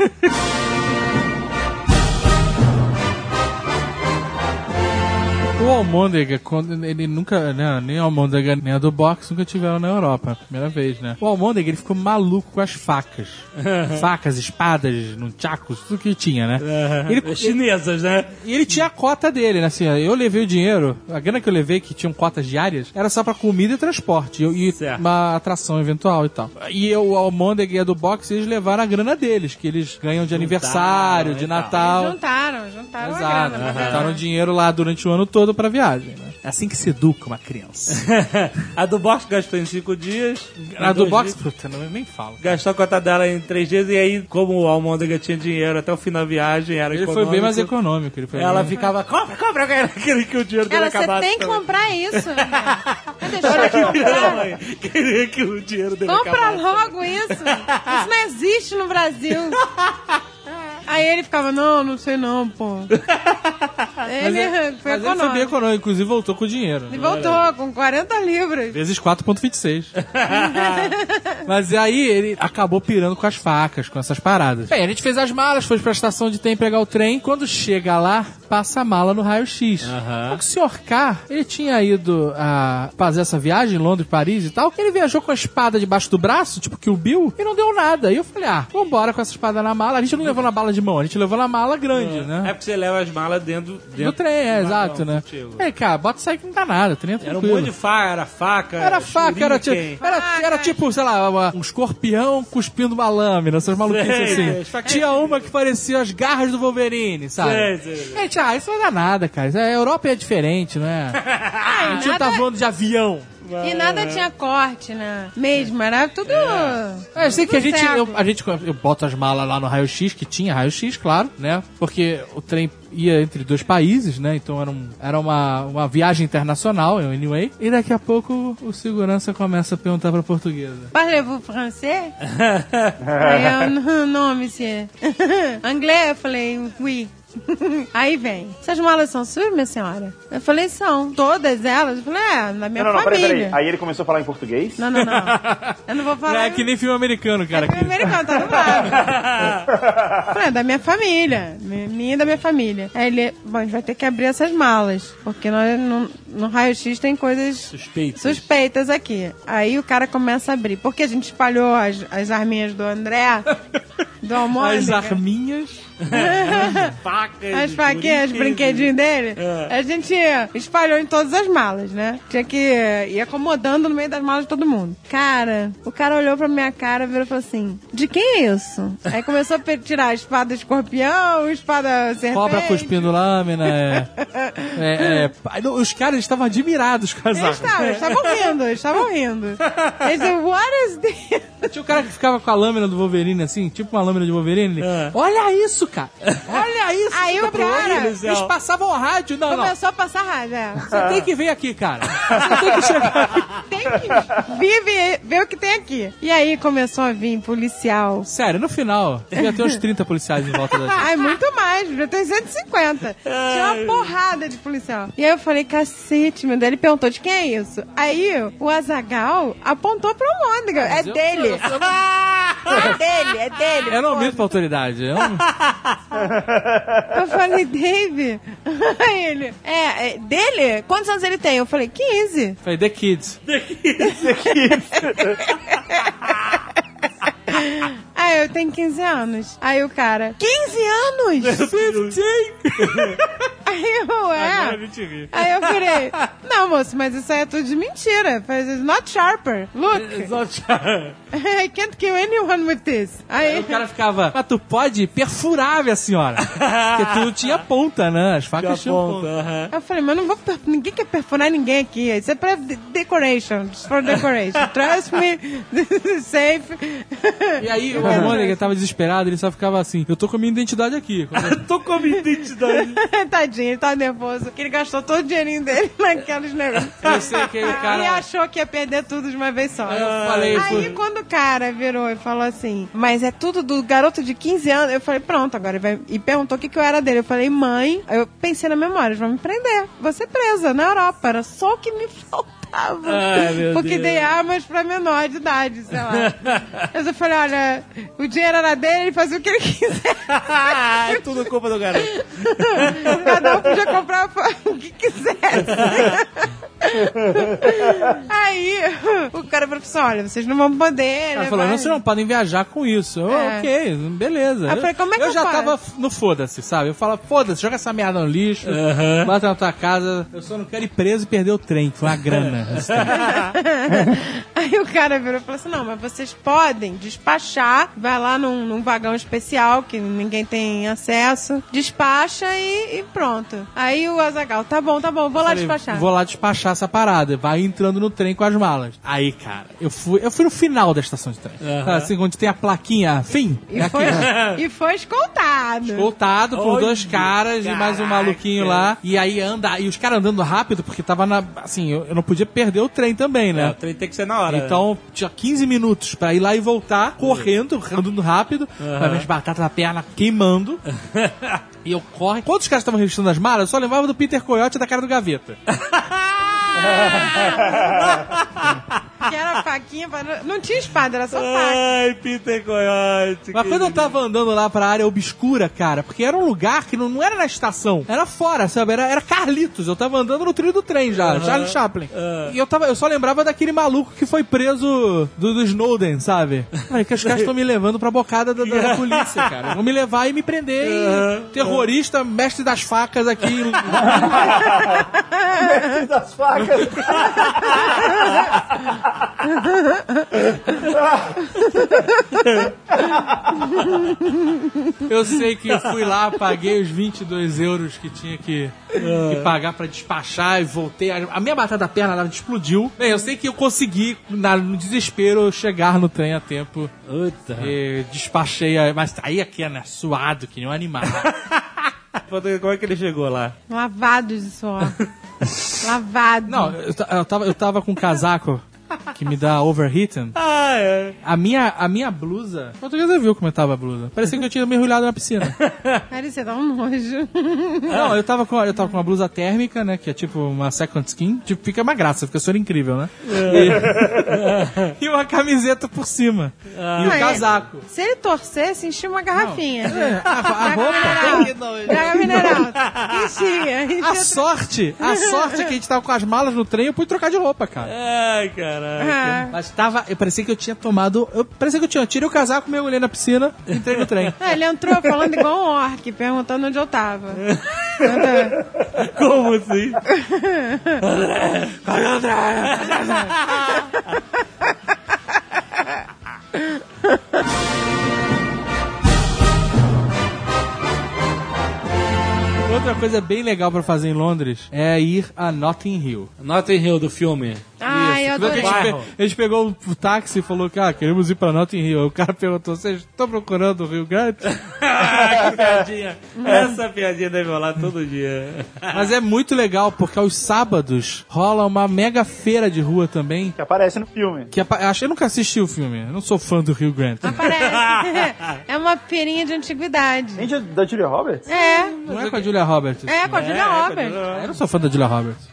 Speaker 5: O Almôndega, quando ele nunca. Né, nem o Almôndega nem a do box nunca tiveram na Europa. Primeira vez, né? O Almôndega ele ficou maluco com as facas. facas, espadas, nunchakus, tudo que tinha, né?
Speaker 3: É.
Speaker 5: Ele,
Speaker 2: Chinesas, né?
Speaker 5: E ele tinha a cota dele, né? Assim, ó, eu levei o dinheiro, a grana que eu levei, que tinham cotas diárias, era só pra comida e transporte. E, e
Speaker 2: Certo.
Speaker 5: uma atração eventual e tal. E eu, o Almôndega e a do box, eles levaram a grana deles, que eles ganham de aniversário, de
Speaker 2: né, e tal.
Speaker 5: Natal.
Speaker 4: Juntaram, juntaram a
Speaker 5: Exato. né?
Speaker 4: grana. né? pra
Speaker 5: Juntaram um dinheiro lá durante o ano todo pra viagem, né? É assim que se educa uma criança.
Speaker 2: a do box gastou em cinco dias.
Speaker 5: a do
Speaker 2: dois
Speaker 5: box,
Speaker 2: dias,
Speaker 5: puta, não, nem falo.
Speaker 2: Gastou a cota dela em três dias e aí, como o Almôndega tinha dinheiro até o fim da viagem, era
Speaker 5: Ele foi
Speaker 2: econômico,
Speaker 5: bem mais econômico. Ele foi
Speaker 2: Ela
Speaker 5: bem-
Speaker 2: ficava, compra, compra, cara", aquele que o dinheiro dele
Speaker 4: Ela, você
Speaker 2: acabasse.
Speaker 4: tem que
Speaker 2: também.
Speaker 4: comprar isso. né? Vai deixar de comprar.
Speaker 2: Ela Queria que o dinheiro dele
Speaker 4: Compra
Speaker 2: acabasse.
Speaker 4: logo isso. Isso não existe no Brasil. Aí ele ficava, não, não sei não, pô. Ele foi
Speaker 5: Mas é ele foi bem
Speaker 4: econômico.
Speaker 5: econômico, inclusive voltou com o dinheiro. né?
Speaker 4: Ele voltou com 40 libras.
Speaker 5: Vezes 4.26. Mas aí ele acabou pirando com as facas, com essas paradas. Bem, a gente fez as malas, foi pra estação de trem pegar o trem. Quando chega lá, passa a mala no raio-x. Só que O senhor K, ele tinha ido a fazer essa viagem, Londres, Paris e tal. Ele viajou com a espada debaixo do braço, tipo que o Bill, e não deu nada. E eu falei, ah, vambora com essa espada na mala. A gente não levou na bala de mão, a gente levou na mala grande, né?
Speaker 2: É porque você leva as malas dentro, dentro
Speaker 5: Do trem, é,
Speaker 2: do vagão
Speaker 5: exato, né?
Speaker 2: contigo.
Speaker 5: É, cara, bota isso aí que não dá nada, o trem é
Speaker 2: Era um
Speaker 5: tranquilo.
Speaker 2: monte de faca, era faca.
Speaker 5: Era faca, era tipo,
Speaker 2: shuriken.
Speaker 5: era, era tipo, sei lá, uma- um escorpião cuspindo uma lâmina, essas maluquices
Speaker 2: Sei,
Speaker 5: assim.
Speaker 2: as faquinhas.
Speaker 5: Tinha uma que parecia as garras do Wolverine, sabe?
Speaker 2: Sei, sei.
Speaker 5: Gente, ah, isso não dá nada, cara. Isso é- A Europa é diferente, né? A gente não tá
Speaker 4: Ah, nada-
Speaker 5: voando de avião.
Speaker 4: E nada tinha corte, né? Mesmo, era tudo...
Speaker 5: É, eu sei que a gente,
Speaker 4: Certo.
Speaker 5: eu, a gente. Eu boto as malas lá no raio-x, que tinha raio-x, claro, né? Porque o trem ia entre dois países, né? Então era, um- era uma, uma viagem internacional, anyway. E daqui a pouco o segurança começa a perguntar pra portuguesa.
Speaker 4: Parlez-vous français? Aí eu, não, não, monsieur. Anglais? Eu falei, oui. Aí vem. Essas malas são suas, minha senhora? Eu falei, são. Todas elas? Eu falei, é, da minha
Speaker 3: não, não, peraí,
Speaker 4: família.
Speaker 3: peraí. Aí ele começou a falar em português?
Speaker 4: Não, não, não. Eu não vou falar.
Speaker 5: É que nem filme americano, cara.
Speaker 4: É
Speaker 5: Que...
Speaker 4: americano, tá dublado. Falei, é da minha família. mi- Minha e da minha família. Aí ele, bom, a gente vai ter que abrir essas malas. Porque nós, no, no raio-x tem coisas
Speaker 2: Suspeito.
Speaker 4: suspeitas aqui. Aí o cara começa a abrir. Porque a gente espalhou as, as arminhas do André, do Almônica.
Speaker 5: As arminhas.
Speaker 2: É. Facas,
Speaker 4: As faquinhas, os brinquedinhos dele,
Speaker 2: É.
Speaker 4: a gente espalhou em todas as malas, né? Tinha que ir acomodando no meio das malas de todo mundo. Cara, o cara olhou pra minha cara, virou e falou assim: de quem é isso? Aí começou a pe- tirar a espada escorpião, espada serpente.
Speaker 5: Cobra cuspindo lâmina. É. É, é. Ai, não, Os caras estavam admirados com as
Speaker 4: Eles
Speaker 5: armas.
Speaker 4: estavam, eles estavam rindo, eles estavam rindo. Eles disseram, what is this?
Speaker 5: Tinha o cara que ficava com a lâmina do Wolverine, assim, tipo uma lâmina de Wolverine. ele, Olha isso, cara! Olha isso!
Speaker 4: É. Aí
Speaker 5: Fica
Speaker 4: o
Speaker 5: pro
Speaker 4: cara-
Speaker 5: olho, Eles passavam o rádio. Não, não.
Speaker 4: Começou a passar raiva. é.
Speaker 5: Você tem que vir aqui, cara. Você tem que chegar aqui.
Speaker 4: Tem que vir ver- ver o que tem aqui. E aí começou a vir policial,
Speaker 5: Sério, no final, devia ter uns 30 policiais em volta da gente.
Speaker 4: Ai, muito mais, já tem 150. Tinha uma porrada de policial. E aí eu falei, cacete, meu Deus. Ele perguntou de quem é isso. Aí o Azagal apontou pro Mônica. É
Speaker 5: eu-
Speaker 4: dele. É dele, é dele.
Speaker 5: Eu não
Speaker 4: pô.
Speaker 5: minto pra autoridade. Eu não...
Speaker 4: Eu falei, Dave. Aí ele, é, é, dele? Quantos anos ele tem? Eu falei, 15.
Speaker 5: Falei, The Kids.
Speaker 4: Aí eu tenho 15 anos. Aí o cara, 15 anos? Aí eu, é.
Speaker 2: Agora a gente ri.
Speaker 4: Aí eu virei, não, moço, mas isso aí é tudo de mentira. Faz it's not sharper. Look,
Speaker 2: Só tchau.
Speaker 4: I can't kill anyone with this. Aí,
Speaker 5: Aí É, o cara ficava, mas tu pode perfurar, minha senhora. Porque tu tinha ponta, né? As facas tinham ponta.
Speaker 2: Aponta.
Speaker 4: eu falei, mas não vou, per- ninguém quer perfurar ninguém aqui. Isso é pra de- decoration, it's for decoration. Trust me, this is safe.
Speaker 5: E aí o
Speaker 4: É.
Speaker 5: Mônica tava desesperado, ele só ficava assim, eu tô com a minha identidade aqui.
Speaker 2: Tô com a minha identidade.
Speaker 4: Tadinho, ele tá nervoso, que ele gastou todo o dinheirinho dele naqueles negócios.
Speaker 5: Eu sei que aí o cara-
Speaker 4: Ele achou que ia perder tudo de uma vez só.
Speaker 5: Aí eu falei,
Speaker 4: Aí
Speaker 5: pô-
Speaker 4: quando o cara virou e falou assim, mas é tudo do garoto de 15 anos, eu falei, pronto, agora ele vai. E perguntou o que, que eu era dele. Eu falei, mãe, Aí eu pensei na memória, eles vão me prender. Você é presa na Europa, era só o que me faltava.
Speaker 2: Ai, meu
Speaker 4: Porque
Speaker 2: Deus.
Speaker 4: dei armas pra menor de idade, sei lá. Mas eu falei, olha, o dinheiro era dele, ele fazia o que ele quiser.
Speaker 2: é tudo culpa do garoto.
Speaker 4: Cada um podia comprar o que quisesse. Aí o cara falou assim: olha, vocês não vão poder.
Speaker 5: Ela
Speaker 4: levar-
Speaker 5: falou, não, vocês não podem viajar com isso. Eu,
Speaker 4: É.
Speaker 5: ok, beleza.
Speaker 4: Aí eu falei, como é que eu
Speaker 5: já
Speaker 4: faço?
Speaker 5: tava no foda-se, sabe? Eu falava, foda-se, joga essa merda no lixo,
Speaker 2: Aham.
Speaker 5: bota na tua casa. Eu só não quero ir preso e perder o trem, que foi uma grana.
Speaker 4: É. Aí o cara virou e falou assim: não, mas vocês podem despachar, vai lá num, num vagão especial que ninguém tem acesso, despacha e, e pronto. Aí o Azagal, tá bom, tá bom, vou lá
Speaker 5: Falei,
Speaker 4: despachar.
Speaker 5: Vou lá despachar essa parada. Vai entrando no trem com as malas. Aí, cara, eu fui, eu fui no final da estação de trem. Tá, Assim, onde tem a plaquinha, fim. né?
Speaker 4: E foi, e foi escoltado.
Speaker 5: Voltado por
Speaker 2: Olha,
Speaker 5: dois caras e mais um
Speaker 2: caraca.
Speaker 5: maluquinho lá. E aí anda. E os caras andando rápido, porque tava na. Assim, eu, eu não podia perder o trem também,
Speaker 2: É, o
Speaker 5: né?
Speaker 2: trem tem que ser na hora.
Speaker 5: Então tinha 15 minutos pra ir lá e
Speaker 2: É.
Speaker 5: voltar, correndo, andando rápido, com as minhas batatas na perna queimando. e eu corro. Quando os caras estavam registrando as malas, eu só levava do Peter Coyote e da cara do Gaveta.
Speaker 4: Que era faquinha, pra- não tinha espada, era só
Speaker 5: Ah.
Speaker 4: faca.
Speaker 2: Ai, Peter Coyote.
Speaker 5: Mas
Speaker 2: que
Speaker 5: quando eu tava andando lá pra área obscura, cara, porque era um lugar que não, não era na estação, era fora, sabe? Era, era Carlitos. Eu tava andando no trilho do trem já, Charlie Chaplin. E eu, tava, eu só lembrava daquele maluco que foi preso do, do Snowden, sabe? Aí que os caras estão me levando pra bocada da, da- da polícia, cara. Vão me levar e me prender. e- terrorista, mestre das facas aqui.
Speaker 3: das facas.
Speaker 5: Eu sei que eu fui lá, paguei os 22 euros que tinha que, que pagar pra despachar e voltei. A a minha batata da perna ela explodiu. Bem, eu sei que eu consegui, na- no desespero, chegar no trem a tempo.
Speaker 2: Puta.
Speaker 5: E despachei, a- mas aí aqui, né, suado, que nem um animal.
Speaker 2: Como é que ele chegou lá?
Speaker 4: Lavados de suor. Lavado.
Speaker 5: Não, eu, ta- eu tava, eu tava com um casaco que me dá overheating.
Speaker 2: Ah, é.
Speaker 5: A minha, a minha blusa. Outra vez você viu como eu tava a blusa. Parecia que eu tinha mergulhado na piscina.
Speaker 4: Cara, você dá um nojo.
Speaker 5: Não, eu tava, com, eu tava com uma blusa térmica, né? Que é tipo uma second skin. Tipo, fica uma graça, fica super incrível, né? E, e uma camiseta por cima. E
Speaker 4: Ah,
Speaker 5: o
Speaker 4: é.
Speaker 5: casaco.
Speaker 4: Se ele torcesse, enchia uma garrafinha.
Speaker 5: É, a, a
Speaker 4: Água
Speaker 5: roupa.
Speaker 4: mineral. Água mineral. Enchia.
Speaker 5: A
Speaker 4: enchia
Speaker 5: sorte, a sorte é que a gente tava com as malas no trem, eu fui trocar de roupa,
Speaker 2: É.
Speaker 5: cara.
Speaker 2: Ai, caralho.
Speaker 4: Ah.
Speaker 5: Mas tava. Eu parecia que eu tinha tomado. Eu parecia que eu tinha. Eu tirei o casaco, mergulhei na piscina, entrei no trem.
Speaker 4: Ah, ele entrou falando igual um orc, perguntando onde eu tava.
Speaker 2: Como assim?
Speaker 5: Outra coisa bem legal pra fazer em Londres é ir a Notting Hill.
Speaker 2: Notting Hill do filme.
Speaker 4: Ai, eu
Speaker 5: Quando é a
Speaker 4: adorei.
Speaker 5: gente, pe- a gente pegou o táxi e falou que ah, queremos ir pra Notting Hill. Aí O cara perguntou: vocês estão procurando o Rio Grande?
Speaker 2: Ah, que piadinha. Essa piadinha deve rolar todo dia.
Speaker 5: Mas é muito legal porque aos sábados rola uma mega feira de rua também.
Speaker 3: Que aparece no filme.
Speaker 5: Que apa- eu acho- eu nunca assisti o filme, eu não sou fã do Rio Grande.
Speaker 4: Parece. É uma feirinha de antiguidade.
Speaker 3: Nem de- da Julia Roberts?
Speaker 4: É.
Speaker 5: Não é com a Julia Roberts.
Speaker 4: É, com a Julia Roberts.
Speaker 5: Eu não sou fã da Julia Roberts.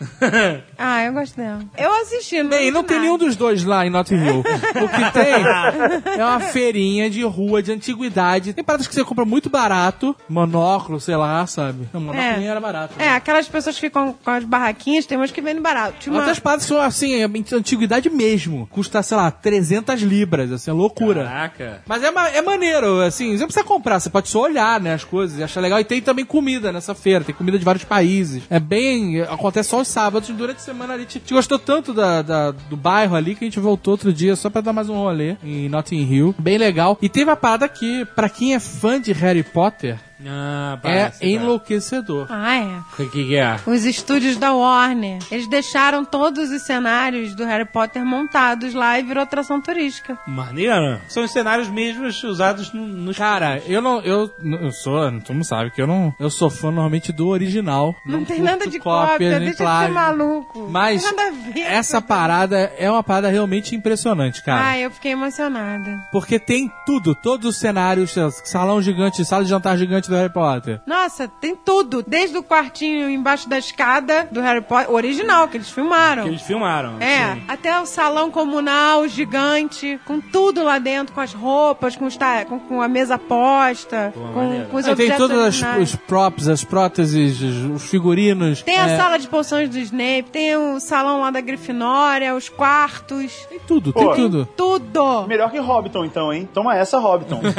Speaker 4: Ah, eu gosto dela. Eu assisti, não
Speaker 5: Bem, não tem nenhum dos dois lá em Notting Hill. O que tem é uma feirinha de rua de antiguidade. Tem paradas que você compra muito barato, monóculo, sei lá, sabe? Não, monóculo
Speaker 4: É.
Speaker 5: nem era barato.
Speaker 4: É, aquelas pessoas que ficam com as barraquinhas, tem umas que vendem barato. Tinha uma...
Speaker 5: Outras paradas são assim, é antiguidade mesmo. Custa, sei lá, 300 libras, assim, é loucura.
Speaker 2: Caraca.
Speaker 5: Mas é, ma- é maneiro, assim, você não precisa comprar, você pode só olhar, né, as coisas e achar legal. E tem também comida nessa feira, tem comida de vários países. É bem. Acontece só os sábados, durante a semana ali. A gente gostou tanto da, da- do bairro ali que a gente voltou outro dia só pra dar mais um rolê em Notting Hill. Bem legal. E teve a parada que, pra quem é fã de Harry Potter,
Speaker 2: Ah,
Speaker 5: é enlouquecedor.
Speaker 4: Ah, é.
Speaker 2: O que, que é?
Speaker 4: Os estúdios da Warner. Eles deixaram todos os cenários do Harry Potter montados lá e virou atração turística.
Speaker 2: Maneiro. São os cenários mesmos usados no- nos...
Speaker 5: Cara, eu não. Eu, eu sou. Tu não sabe que eu não. Eu sou fã normalmente do original.
Speaker 4: Não, tem
Speaker 5: curto
Speaker 4: nada de cópia,
Speaker 5: nem
Speaker 4: deixa de ser
Speaker 5: plágio.
Speaker 4: maluco.
Speaker 5: Mas
Speaker 4: Não tem nada a ver.
Speaker 5: essa parada é uma parada realmente impressionante, cara.
Speaker 4: Ai, eu fiquei emocionada.
Speaker 5: Porque tem tudo, todos os cenários, salão gigante, sala de jantar gigante do Harry Potter.
Speaker 4: Nossa, tem tudo. Desde o quartinho embaixo da escada do Harry Potter, o original, que eles filmaram.
Speaker 2: Que eles filmaram.
Speaker 4: É,
Speaker 2: Sim.
Speaker 4: até o salão comunal gigante, com tudo lá dentro, com as roupas, com, os ta- com, com a mesa posta, com,
Speaker 2: maneira.
Speaker 4: com os
Speaker 5: Aí tem
Speaker 4: objetos
Speaker 5: todos
Speaker 4: originais.
Speaker 5: os props, as próteses, os- os figurinos.
Speaker 4: Tem a
Speaker 5: é,
Speaker 4: sala de poções do Snape, tem o salão lá da Grifinória, os quartos,
Speaker 5: Tem tudo, tem
Speaker 3: Pô.
Speaker 5: tudo.
Speaker 4: tudo.
Speaker 3: Melhor que Hobbiton, então, hein? Toma essa, Hobbiton.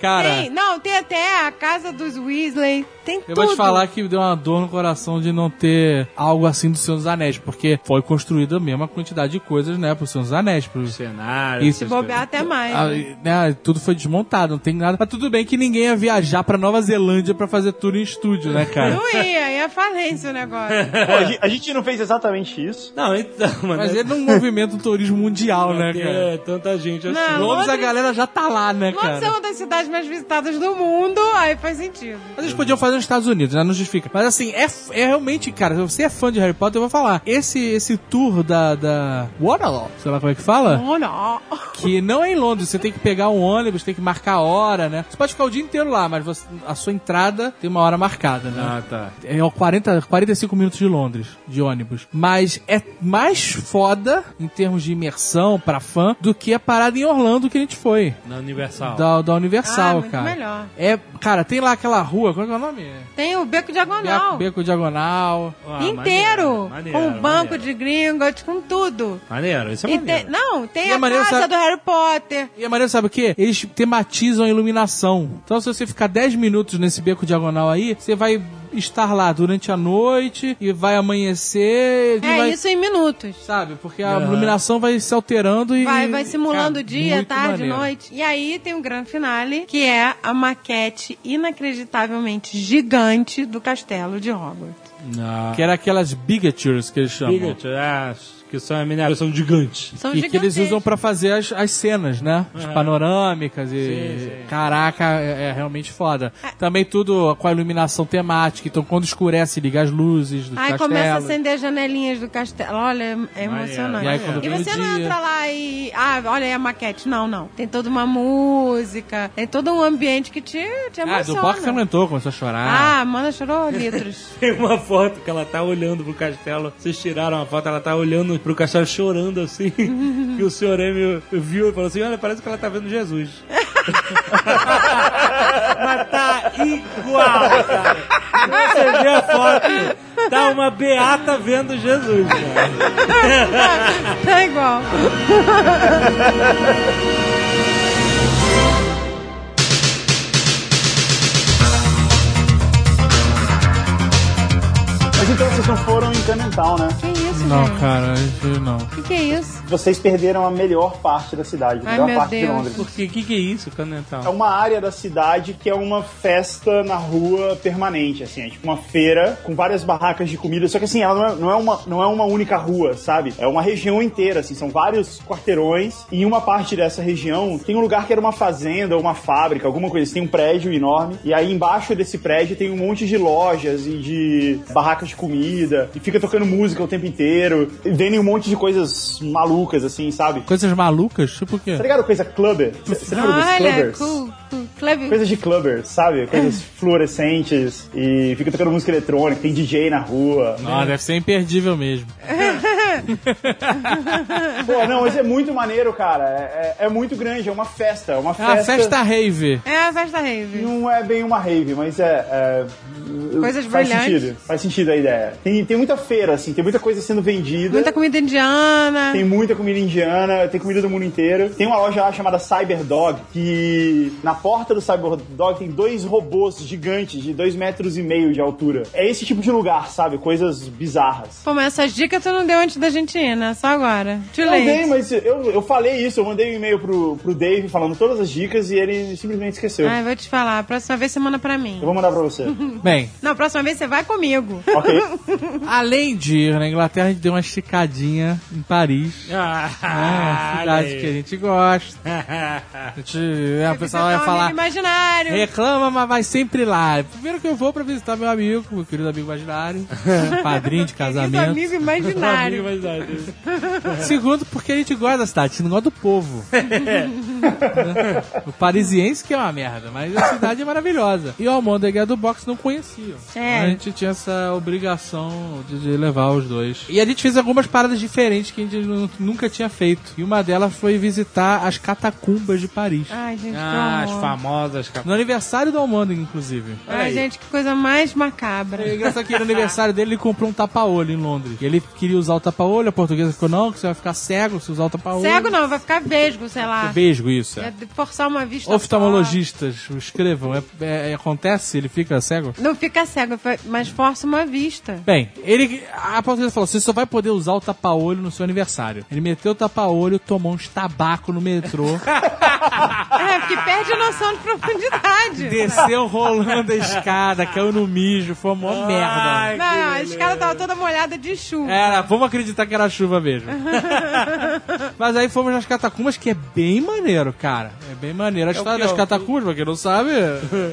Speaker 5: Cara,
Speaker 4: Tem, não, tem até a casa dos Weasley, tem
Speaker 5: eu
Speaker 4: tudo.
Speaker 5: vou te falar que deu uma dor no coração de não ter algo assim do Senhor dos Anéis, porque foi construída a mesma quantidade de coisas, né, pro Senhor dos Anéis, pro
Speaker 2: Cenários.
Speaker 5: Isso.
Speaker 4: Se
Speaker 2: essas
Speaker 4: bobear até mais.
Speaker 5: Ah,
Speaker 4: né?
Speaker 5: né, tudo foi desmontado, não tem nada. Mas tudo bem que ninguém ia viajar pra Nova Zelândia pra fazer tour em estúdio, né, cara?
Speaker 4: Não ia, ia falência o negócio.
Speaker 3: Pô, a gen- a gente não fez exatamente
Speaker 2: coisas.
Speaker 3: isso.
Speaker 2: Não, então, mano...
Speaker 5: Mas é num movimento do turismo mundial, né,
Speaker 2: tem,
Speaker 5: cara?
Speaker 2: é, tanta gente assim.
Speaker 4: Não,
Speaker 5: Londres a
Speaker 4: Londres-
Speaker 5: galera já tá lá, né,
Speaker 4: Londres é
Speaker 5: cara?
Speaker 4: uma das cidades mais visitadas do mundo, aí faz sentido.
Speaker 5: Mas eles podiam fazer nos Estados Unidos, né? Não justifica. Mas assim, é, é realmente, cara, se você é fã de Harry Potter, eu vou falar. Esse, esse tour da, da Waterloo, sei lá como é que fala,
Speaker 4: Oh, não.
Speaker 5: que não é em Londres, você tem que pegar um ônibus, tem que marcar a hora, né? Você pode ficar o dia inteiro lá, mas você- a sua entrada tem uma hora marcada, né?
Speaker 2: Ah, tá.
Speaker 5: É ó, 40, 45 minutos de Londres, de ônibus. Mas é mais foda, em termos de imersão pra fã, do que a parada em Orlando que a gente foi.
Speaker 2: Na Universal.
Speaker 5: Da, da Universal,
Speaker 4: Ah, muito
Speaker 5: cara.
Speaker 4: melhor.
Speaker 5: É, cara, tem lá aquela rua, qual é que é o nome?
Speaker 4: Tem o Beco Diagonal.
Speaker 5: Beco, Beco Diagonal.
Speaker 2: Ah,
Speaker 4: inteiro,
Speaker 2: maneiro, maneiro,
Speaker 4: com um banco
Speaker 2: maneiro.
Speaker 4: de gringos, com tudo.
Speaker 2: Maneiro, isso é
Speaker 4: E tem-
Speaker 2: maneiro.
Speaker 4: não, tem
Speaker 5: E é
Speaker 4: a
Speaker 5: maneiro,
Speaker 4: casa
Speaker 5: sabe-
Speaker 4: do Harry Potter.
Speaker 5: E a maneira, sabe o quê? Eles tematizam a iluminação. Então, se você ficar 10 minutos nesse beco diagonal aí, você vai estar lá durante a noite e vai amanhecer. e
Speaker 4: É
Speaker 5: vai-
Speaker 4: isso em minutos.
Speaker 5: Sabe? Porque a iluminação vai se alterando e.
Speaker 4: Vai, vai simulando
Speaker 5: Cara,
Speaker 4: dia,
Speaker 5: muito
Speaker 4: tarde,
Speaker 5: maneiro.
Speaker 4: noite. E aí tem o grande finale, que é a maquete inacreditavelmente gigante do castelo de Hogwarts.
Speaker 2: Não.
Speaker 5: Que era aquelas bigatures que eles chamam.
Speaker 2: Bigot, tá ah, que são a mineração gigante.
Speaker 4: São
Speaker 5: E que eles
Speaker 4: gigantescos.
Speaker 5: usam pra fazer as, as cenas, né? As panorâmicas e.
Speaker 2: sim.
Speaker 5: Caraca, é, é realmente foda. Também tudo com a iluminação temática. Então, quando escurece, liga as luzes do
Speaker 4: Aí
Speaker 5: castelo.
Speaker 4: começa a acender as janelinhas do castelo. Olha, é emocionante.
Speaker 5: E aí, quando
Speaker 4: E
Speaker 5: vem o
Speaker 4: você não
Speaker 5: dia-
Speaker 4: entra lá e. Ah, olha aí a maquete. Não, não. Tem toda uma música, tem todo um ambiente que te, te
Speaker 5: Ah, do Box
Speaker 4: emociona.
Speaker 5: aumentou, começou a chorar.
Speaker 4: Ah, Amanda chorou litros.
Speaker 2: Tem uma foto que ela tá olhando pro castelo. Vocês tiraram a foto, ela tá olhando pro castelo chorando assim. e o senhor M viu e falou assim: Olha, parece que ela tá vendo Jesus. Mas tá igual, cara. Você vê a foto, tá uma beata vendo Jesus, cara.
Speaker 4: tá igual.
Speaker 3: Mas então vocês não foram em Canental, né?
Speaker 4: Que isso,
Speaker 5: não,
Speaker 4: gente?
Speaker 5: cara, isso não.
Speaker 4: Que que é isso?
Speaker 3: Vocês perderam a melhor parte da cidade, a
Speaker 4: Ai,
Speaker 3: melhor
Speaker 4: meu
Speaker 3: parte de
Speaker 4: Deus.
Speaker 3: Londres.
Speaker 2: Por quê? O que, que é isso, Canental?
Speaker 3: É uma área da cidade que é uma festa na rua permanente, assim. É tipo uma feira com várias barracas de comida. Só que assim, ela não é, não é uma, não é uma única rua, sabe? É uma região inteira, assim. São vários quarteirões. E em uma parte dessa região tem um lugar que era uma fazenda, uma fábrica, alguma coisa. assim, Tem um prédio enorme. E aí embaixo desse prédio tem um monte de lojas e de barracas de comida. E fica tocando música o tempo inteiro. E vendem um monte de coisas malucas, assim, sabe?
Speaker 5: Coisas malucas, tipo o quê?
Speaker 3: Tá ligado? Coisa clubber. Você lembra dos
Speaker 4: Olha,
Speaker 3: clubbers?
Speaker 4: cool, cool. Clube.
Speaker 3: Coisas de clubber, sabe?
Speaker 4: É.
Speaker 3: Coisas fluorescentes e fica tocando música eletrônica, tem DJ na rua.
Speaker 5: Ah, deve ser imperdível mesmo.
Speaker 3: Pô, não, mas é muito maneiro, cara. É, é- é muito grande, é uma festa. É uma
Speaker 5: É
Speaker 3: festa.
Speaker 4: Ah,
Speaker 5: a festa rave.
Speaker 4: É a festa rave.
Speaker 3: Não é bem uma rave, mas é. é
Speaker 4: Coisas
Speaker 3: faz
Speaker 4: brilhantes.
Speaker 3: Sentido, faz sentido a ideia. Tem, tem muita feira, assim, tem muita coisa sendo vendida.
Speaker 4: Muita comida indiana.
Speaker 3: Tem muita comida indiana, tem comida do mundo inteiro. Tem uma loja lá chamada Cyberdog, que na porta do Cyberdog tem dois robôs gigantes de dois metros e meio de altura. É esse tipo de lugar, sabe? Coisas bizarras.
Speaker 4: Pô, mas essas dicas tu não deu antes da gente ir, né? Só agora. Te
Speaker 3: Eu dei,
Speaker 4: lembro.
Speaker 3: mas eu, eu falei isso, eu mandei um e-mail pro, pro Dave falando todas as dicas e ele simplesmente esqueceu.
Speaker 4: Ai, vou te falar. Próxima vez você manda pra mim.
Speaker 3: Eu vou mandar pra você.
Speaker 5: Bem,
Speaker 4: Não, próxima vez você vai comigo.
Speaker 3: ok?
Speaker 5: além de ir na Inglaterra, a gente deu uma esticadinha em Paris.
Speaker 2: Ah,
Speaker 5: Ah,
Speaker 2: olha
Speaker 5: cidade
Speaker 2: aí.
Speaker 5: que a gente gosta. A gente, a pessoa vai
Speaker 4: Visitar um
Speaker 5: falar.
Speaker 4: amigo Imaginário.
Speaker 5: Reclama, mas vai sempre lá. Primeiro que eu vou pra visitar meu amigo, meu querido amigo imaginário, padrinho de
Speaker 4: Querido
Speaker 5: casamento.
Speaker 4: amigo imaginário.
Speaker 5: Segundo, porque a gente gosta da cidade, a gente não gosta do povo. Né? o parisiense que é uma merda, mas a cidade é maravilhosa. E o Almôndega do Box não conhecia.
Speaker 4: É.
Speaker 5: A gente tinha essa obrigação de, de levar os dois. E a gente fez algumas paradas diferentes que a gente nu- nunca tinha feito. E uma delas foi visitar as catacumbas de Paris.
Speaker 4: Ai, gente,
Speaker 2: Ah, as
Speaker 4: que horror.
Speaker 2: famosas cap...
Speaker 5: No aniversário do Almôndega, inclusive.
Speaker 4: Ai, gente, que coisa mais macabra.
Speaker 5: É engraçado que no aniversário dele ele comprou um tapa-olho em Londres. Ele queria usar o tapa-olho, a portuguesa ficou, não, que você vai ficar cego se usar o tapa-olho.
Speaker 4: Cego não, vai ficar vesgo, sei lá.
Speaker 5: Vesgo, isso.
Speaker 4: É
Speaker 5: É.
Speaker 4: de forçar uma vista.
Speaker 5: Oftalmologistas, escrevam. É, é- é- acontece? Ele fica cego?
Speaker 4: só. Não fica cego, mas força uma vista.
Speaker 5: Bem, ele, a portuguesa falou, você só vai poder usar o tapa-olho no seu aniversário. Ele meteu o tapa-olho, tomou uns tabaco no metrô,
Speaker 4: É, porque perde a noção de profundidade.
Speaker 5: desceu rolando a escada, caiu no mijo, foi uma mó merda.
Speaker 4: Não, não, a escada tava toda molhada de chuva.
Speaker 3: É,
Speaker 5: Era, vamos acreditar que era chuva mesmo. Mas aí fomos nas catacumbas, que é bem maneiro, cara. É bem maneiro. A história das catacumbas, pra quem não sabe,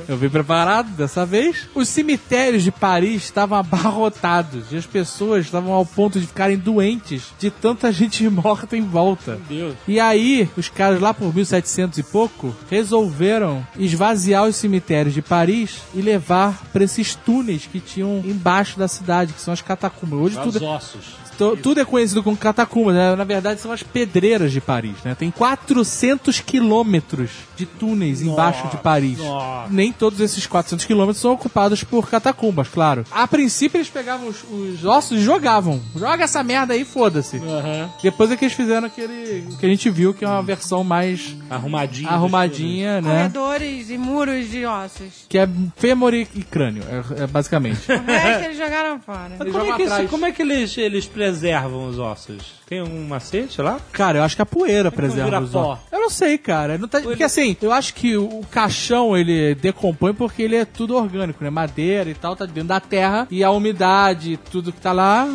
Speaker 5: eu vim preparado dessa vez. Os cemitérios de Paris estavam abarrotados e as pessoas estavam ao ponto de ficarem doentes de tanta gente morta em volta.
Speaker 2: Deus.
Speaker 5: E aí, os caras lá por 1700 e pouco resolveram esvaziar os cemitérios de Paris e levar pra esses túneis que tinham embaixo da cidade, que são as catacumbas. Hoje
Speaker 2: Os
Speaker 5: tudo, é
Speaker 2: ossos.
Speaker 5: To- tudo é conhecido como catacumbas, né? na verdade são as pedreiras de Paris, né? Tem 400 quilômetros de túneis embaixo de Paris.
Speaker 2: nossa.
Speaker 5: Nem todos esses 400 quilômetros são ocupados por catacumbas, claro. A princípio eles pegavam os, os ossos e jogavam. Joga essa merda aí, foda-se.
Speaker 2: Aham.
Speaker 5: Depois é que eles fizeram aquele o que a gente viu, que é uma versão mais
Speaker 2: Arrumadinho.
Speaker 5: arrumadinha, né?
Speaker 4: Corredores e muros de ossos.
Speaker 5: Que é fêmur e e crânio, é- é basicamente.
Speaker 4: O resto eles jogaram fora.
Speaker 2: Mas
Speaker 5: Eles
Speaker 2: como é,
Speaker 5: jogam
Speaker 2: que isso,
Speaker 5: atrás.
Speaker 2: como é que eles, eles preservam os ossos? Tem um macete lá?
Speaker 5: Cara, eu acho que a poeira
Speaker 2: é que não
Speaker 5: preserva
Speaker 2: vira
Speaker 5: os
Speaker 2: pó?
Speaker 5: ossos. Eu não não sei, cara. Não tá- Porque assim, eu acho que o o caixão ele decompõe porque ele é tudo orgânico, né? Madeira e tal, tá dentro da terra e a umidade, tudo que tá lá,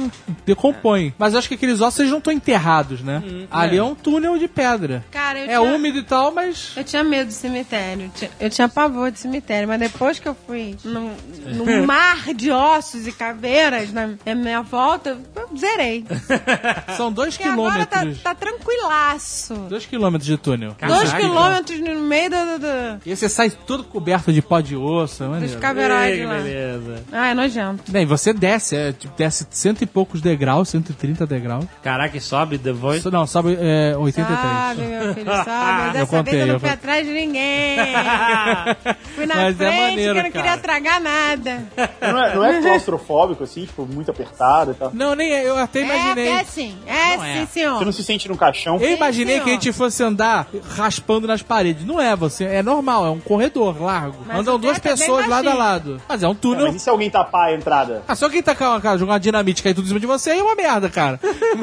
Speaker 5: decompõe.
Speaker 2: É.
Speaker 5: Mas eu acho que aqueles ossos eles não estão enterrados, né?
Speaker 2: Hum,
Speaker 5: Ali é. um túnel de pedra.
Speaker 4: Cara, eu
Speaker 5: é
Speaker 4: tinha-
Speaker 5: úmido e tal, mas.
Speaker 4: Eu tinha medo de cemitério, eu tinha- eu tinha pavor de cemitério, mas depois que eu fui num,
Speaker 5: É.
Speaker 4: num mar de ossos e caveiras na, na minha volta, eu zerei.
Speaker 5: São dois
Speaker 4: Porque agora tá,
Speaker 5: quilômetros.
Speaker 4: tá tranquilaço.
Speaker 5: Dois quilômetros de túnel.
Speaker 4: Dois quilômetros no meio do, do- do-
Speaker 5: E aí você sai todo coberto de pó de osso, é
Speaker 4: dos
Speaker 5: maneiro.
Speaker 2: Ei,
Speaker 4: caveirões
Speaker 2: que
Speaker 4: lá.
Speaker 2: beleza.
Speaker 4: Ah, é nojento.
Speaker 5: Bem, você desce, é, tipo, desce cento e poucos degraus, 130 degraus.
Speaker 2: Caraca, e sobe depois.
Speaker 5: Isso Não, sobe é, 83.
Speaker 4: Sabe, Ah, meu filho, sabe. Dessa
Speaker 5: contei,
Speaker 4: vez eu
Speaker 5: eu
Speaker 4: não fui
Speaker 5: contei.
Speaker 4: atrás de ninguém. fui na
Speaker 5: Mas é
Speaker 4: frente
Speaker 5: maneiro,
Speaker 4: que eu não
Speaker 5: cara.
Speaker 4: queria tragar nada.
Speaker 3: Não é, não é claustrofóbico, assim, tipo, muito apertado e tal.
Speaker 5: Não, nem é, eu até imaginei.
Speaker 4: É, é sim. É,
Speaker 5: Não é.
Speaker 4: sim, senhor.
Speaker 3: Você não se sente num caixão.
Speaker 5: Eu imaginei
Speaker 4: senhor.
Speaker 5: que a gente fosse andar raspando nas paredes. Não é, você. É normal, é um corredor largo.
Speaker 4: Mas
Speaker 5: Andam
Speaker 4: o
Speaker 5: duas
Speaker 4: teto é bem
Speaker 5: pessoas lado a
Speaker 4: baixinho.
Speaker 5: lado. Mas é um
Speaker 3: Não,
Speaker 5: túnel.
Speaker 3: mas e se alguém tapar a entrada?
Speaker 5: Ah, só quem tá com cara, jogar uma dinamite e cair tudo em cima de você aí é uma merda, cara.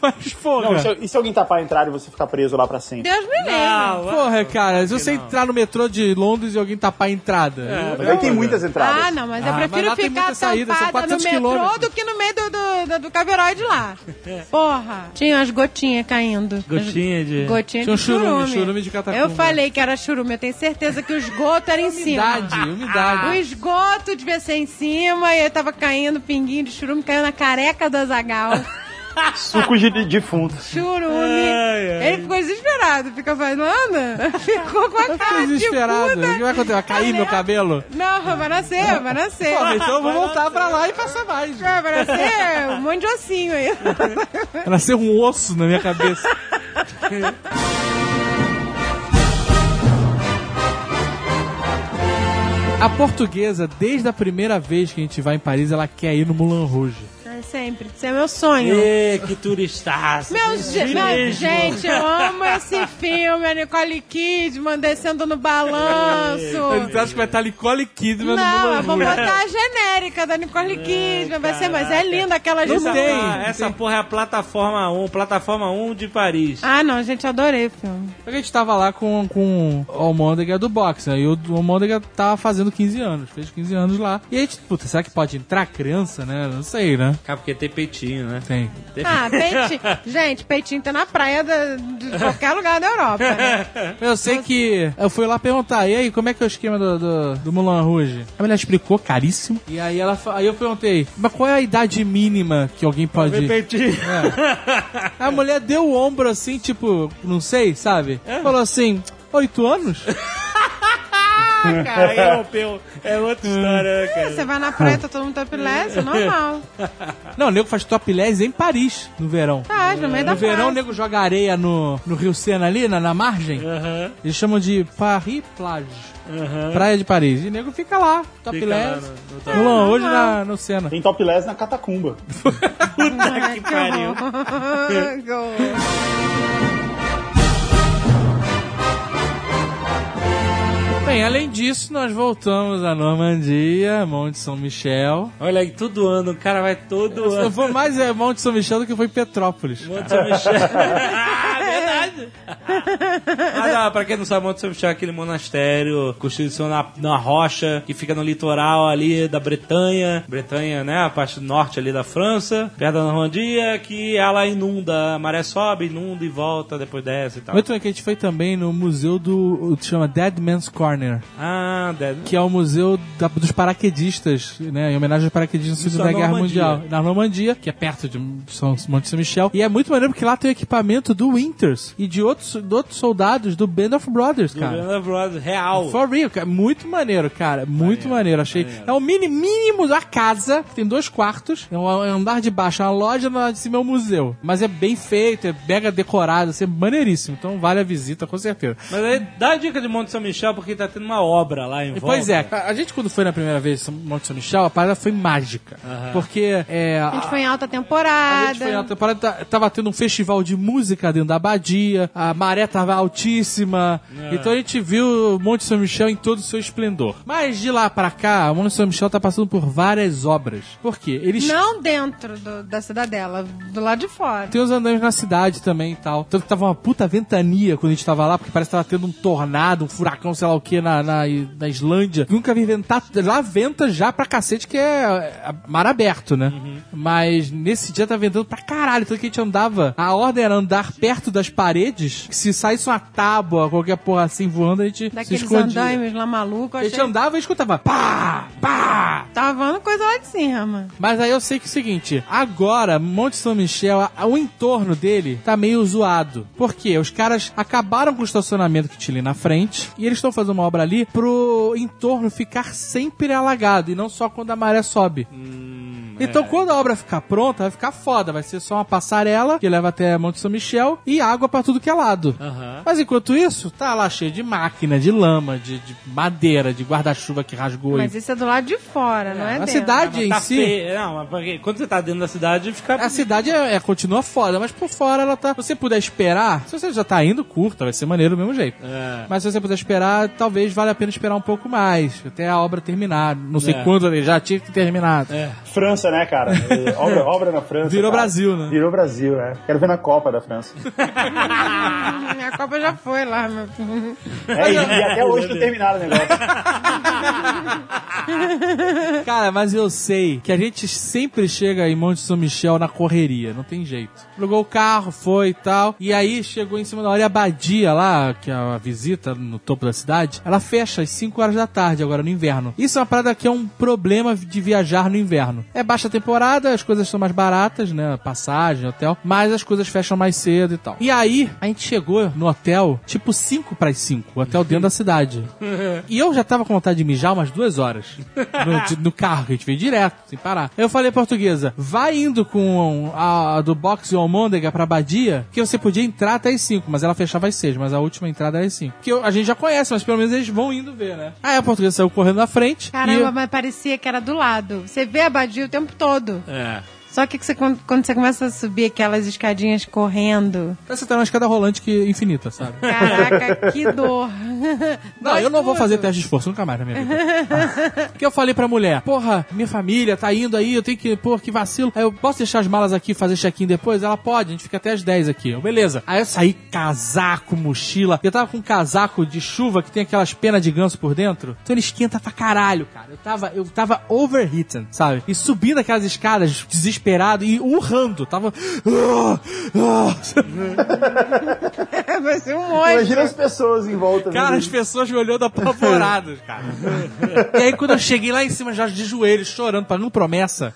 Speaker 5: Mas, porra.
Speaker 3: Não, e se, e se alguém tapar a entrada e você ficar preso lá pra sempre?
Speaker 4: Deus me livre. Ah,
Speaker 5: Porra, cara, se você entrar no metrô de Londres e alguém tapar a entrada.
Speaker 3: Mas aí tem muitas entradas.
Speaker 4: Ah, não, mas
Speaker 5: Ah,
Speaker 4: eu
Speaker 5: mas
Speaker 4: prefiro
Speaker 5: lá tem
Speaker 4: ficar
Speaker 5: muita saída, são
Speaker 4: tampada no
Speaker 5: 400
Speaker 4: metrô
Speaker 5: quilômetros.
Speaker 4: do que no meio do, do, do, do caberoide lá. Porra. Tinha umas gotinhas caindo.
Speaker 2: Gotinha de...
Speaker 4: As Gotinha
Speaker 5: Tinha um
Speaker 4: de
Speaker 5: churume,
Speaker 4: churume.
Speaker 5: churume de catacumba.
Speaker 4: Eu falei que era churume, eu tenho certeza que o esgoto era em cima.
Speaker 5: Umidade, umidade.
Speaker 4: O esgoto devia ser em cima e eu tava caindo pinguinho de churume, caiu na careca do Azagal.
Speaker 3: Suco de de- defunto.
Speaker 4: Churume.
Speaker 2: Ai, ai.
Speaker 4: Ele ficou desesperado, fica falando. Ficou com a
Speaker 5: Eu
Speaker 4: cara
Speaker 5: fiquei
Speaker 4: ah, de
Speaker 5: desesperado. O
Speaker 4: puta.
Speaker 5: que vai acontecer? Vai cair meu cabelo?
Speaker 4: Não, vai nascer, vai nascer.
Speaker 5: Pô, então eu vou voltar pra lá e passar mais.
Speaker 4: Vai nascer um monte de ossinho aí.
Speaker 5: Nasceu um osso na minha cabeça. A portuguesa, desde a primeira vez que a gente vai em Paris, ela quer ir no Moulin Rouge.
Speaker 4: É sempre, isso é meu sonho.
Speaker 2: Ê, que turistaço.
Speaker 4: Meu,
Speaker 5: é
Speaker 4: ge- meu-
Speaker 2: mesmo.
Speaker 4: gente, eu amo esse filme, a Nicole Kidman descendo no balanço.
Speaker 5: acha que vai estar Nicole Kidman
Speaker 4: Não, eu vou botar a genérica da Nicole Kidman, vai ser, mas é linda aquela
Speaker 5: É, Não
Speaker 4: gente.
Speaker 5: tem.
Speaker 2: Ah, essa porra é a plataforma 1, plataforma 1 de Paris.
Speaker 4: Ah, não, gente, adorei o filme.
Speaker 5: A gente tava lá com, com o Almôndega do boxe, né? E o Almôndega tava fazendo 15 anos, fez 15 anos lá. E a gente, puta, será que pode entrar criança, né? Não sei, né?
Speaker 2: Cara, porque tem peitinho, né?
Speaker 5: Tem.
Speaker 4: Ah, peitinho. Gente, peitinho tá na praia da- de qualquer lugar da Europa, né?
Speaker 5: Eu sei que. Eu fui lá perguntar, e aí, como é que é o esquema do, do, do Moulin Rouge? A mulher explicou, caríssimo. E aí, ela, fa- aí eu perguntei, mas qual é a idade mínima que alguém pode.
Speaker 2: Peitinho.
Speaker 5: A mulher deu o ombro assim, tipo, não sei, sabe?
Speaker 2: É.
Speaker 5: Falou assim, oito anos?
Speaker 2: Cara, europeu. É outra história, né, cara.
Speaker 4: Ah, Você vai na praia, tá todo mundo topless, é normal.
Speaker 5: Não, o nego faz topless em Paris no verão.
Speaker 4: Faz, Tá, no meio da
Speaker 5: No verão, o
Speaker 4: praia.
Speaker 5: nego joga areia no, no Rio Sena ali, na, na margem.
Speaker 2: Aham,
Speaker 5: Eles chamam de Paris Plage.
Speaker 2: aham.
Speaker 5: Praia de Paris. E o nego fica lá,
Speaker 2: Fica
Speaker 5: topless.
Speaker 2: lá no- no
Speaker 5: Mulan, hoje na, no Sena.
Speaker 3: Tem topless na catacumba.
Speaker 2: Puta que pariu.
Speaker 5: Ah, Bem, além disso, nós voltamos à Normandia, Monte São Michel.
Speaker 2: Olha aí, todo ano, o cara vai todo
Speaker 5: Eu
Speaker 2: ano.
Speaker 5: fui mais em Monte São Michel do que foi em Petrópolis.
Speaker 2: Monte São Michel. ah, verdade. Mas, ah, pra quem não sabe, Monte São Michel é aquele monastério construído na, na rocha, que fica no litoral ali da Bretanha. Bretanha, né? A parte norte ali da França, perto da Normandia, que ela inunda. A maré sobe, inunda e volta, depois desce e tal.
Speaker 5: Muito bem que a gente foi também no museu do. o que chama Dead Man's Corner,
Speaker 2: Ah, deve...
Speaker 5: que é o museu da- dos paraquedistas, né? Em homenagem aos paraquedistas da
Speaker 2: Isso,
Speaker 5: Segunda
Speaker 2: na
Speaker 5: Guerra
Speaker 2: Normandia.
Speaker 5: Mundial. Na Normandia, que é perto de São Monte São Michel. E é muito maneiro porque lá tem o equipamento do Winters e de outros, de outros soldados do Band of Brothers,
Speaker 2: Do
Speaker 5: cara.
Speaker 2: Band of Brothers, real.
Speaker 5: For real, cara. Muito maneiro, cara. Muito maneiro. Achei. É o mini mínimo da casa. Tem dois quartos. É um é um andar de baixo, é uma loja, no andar de cima é um museu. Mas é bem feito, é mega decorado, assim, é maneiríssimo. Então vale a visita, com certeza.
Speaker 2: Mas aí, dá a dica de Monte São Michel, porque tá tendo uma obra lá em volta.
Speaker 5: Pois é, a a gente quando foi na primeira vez em Monte São Michel, a parada foi mágica. Porque é,
Speaker 4: A gente
Speaker 5: a,
Speaker 4: foi em alta
Speaker 5: a
Speaker 4: temporada.
Speaker 5: gente foi na temporada, tá- tava tendo um festival de música dentro da abadia. dia, a maré tava altíssima. Então a gente viu o Monte São Michel em todo o seu esplendor. Mas de lá pra cá, o Monte São Michel tá passando por várias obras. Por quê? Eles
Speaker 4: Não dentro do- da cidadela, do lado de fora.
Speaker 5: tem os andames na cidade também e tal. Tanto que tava uma puta ventania quando a gente tava lá, porque parece que tava tendo um tornado, um furacão, sei lá o que, na, na, na Islândia. Nunca vi ventar. Lá venta já pra cacete, que é é, mar aberto, né? Mas nesse dia tá ventando pra caralho. Tanto que a gente andava. A ordem era andar perto das paredes, que se saísse uma tábua, qualquer porra assim voando, a gente se
Speaker 4: Daqueles
Speaker 5: escondia.
Speaker 4: andaimes lá maluco,
Speaker 5: A
Speaker 4: achei
Speaker 5: gente andava e escutava pá, pá,
Speaker 4: tava vendo coisa lá de cima.
Speaker 5: mas aí eu sei que é o seguinte, agora Monte São Michel, a- a- o entorno dele tá meio zoado. Por quê? Os caras acabaram com o estacionamento que tinha ali na frente e eles estão fazendo uma obra ali pro entorno ficar sempre alagado e não só quando a maré sobe. Então, quando a obra ficar pronta, vai ficar foda. Vai ser só uma passarela que leva até Monte São Michel e água pra tudo que é lado. Mas enquanto isso, tá lá cheio de máquina, de lama, de, de madeira, de guarda-chuva que rasgou.
Speaker 4: Mas
Speaker 5: e...
Speaker 4: isso é do lado de fora, não é
Speaker 5: A
Speaker 4: dentro.
Speaker 5: cidade em
Speaker 2: Tá
Speaker 5: si.
Speaker 2: feio. Não, mas porque quando você tá dentro da cidade, fica.
Speaker 5: A cidade é, é- continua foda, mas por fora ela tá. Se você puder esperar, se você já tá indo, curta, vai ser maneiro do mesmo jeito.
Speaker 2: É.
Speaker 5: Mas se você puder esperar, talvez valha a pena esperar um pouco mais, até a obra terminar. Não sei
Speaker 2: É.
Speaker 5: quando ele já tinha que ter terminado.
Speaker 3: França, né, cara? É, Obra, obra na França.
Speaker 5: Virou
Speaker 3: cara.
Speaker 5: Brasil, né?
Speaker 3: Virou Brasil, né? Quero ver na Copa da França.
Speaker 4: Hum, A Copa já foi lá. meu filho.
Speaker 3: É, e, e até hoje não terminaram o negócio.
Speaker 5: Cara, mas eu sei que a gente sempre chega em Monte São Michel na correria, não tem jeito. Alugou o carro, foi e tal. E aí chegou em cima da hora e a Badia lá, que é a visita no topo da cidade, ela fecha às 5 horas da tarde agora no inverno. Isso é uma parada que é um problema de viajar no inverno. É baixa temporada, as coisas são mais baratas, né? Passagem, hotel, mas as coisas fecham mais cedo e tal. E aí, a gente chegou no hotel, tipo 5 para 5, o hotel dentro da cidade. E eu já tava com vontade de mijar umas duas horas no, de- no carro, que a gente veio direto, sem parar. Eu falei, portuguesa, vai indo com a, a do boxe ou Almôndega pra Badia, que você podia entrar até as 5, mas ela fechava às 6, mas a última entrada era às 5. Que eu- a gente já conhece, mas pelo menos eles vão indo ver, né? Aí a portuguesa saiu correndo na frente.
Speaker 4: Caramba,
Speaker 5: e...
Speaker 4: mas parecia que era do lado. Você vê a Badia o tempo todo.
Speaker 2: É.
Speaker 4: Só que você- quando, quando você começa a subir aquelas escadinhas correndo.
Speaker 5: Você tá numa escada rolante que infinita, sabe?
Speaker 4: Caraca, que dor.
Speaker 5: Não,
Speaker 4: Dói
Speaker 5: eu não vou
Speaker 4: tudo.
Speaker 5: fazer teste de esforço nunca mais na minha vida. Porque eu falei pra mulher, porra, minha família tá indo aí, eu tenho que, pô, que vacilo. Aí eu posso deixar as malas aqui, fazer check-in depois? Ela pode, a gente fica até as 10 aqui. Eu, beleza. Aí eu saí casaco, mochila. Eu tava com um casaco de chuva que tem aquelas penas de ganso por dentro. Então ele esquenta pra caralho, cara. Eu tava, eu tava overheating, sabe? E subindo aquelas escadas, desesperado e urrando. Tava. "Ah,
Speaker 4: Vai ser um
Speaker 3: Imagina
Speaker 4: monstro.
Speaker 3: as pessoas em volta.
Speaker 5: Cara,
Speaker 3: né?
Speaker 5: as pessoas me olhando apavoradas, cara. e aí, quando eu cheguei lá em cima, já de joelhos, chorando, pagando promessa,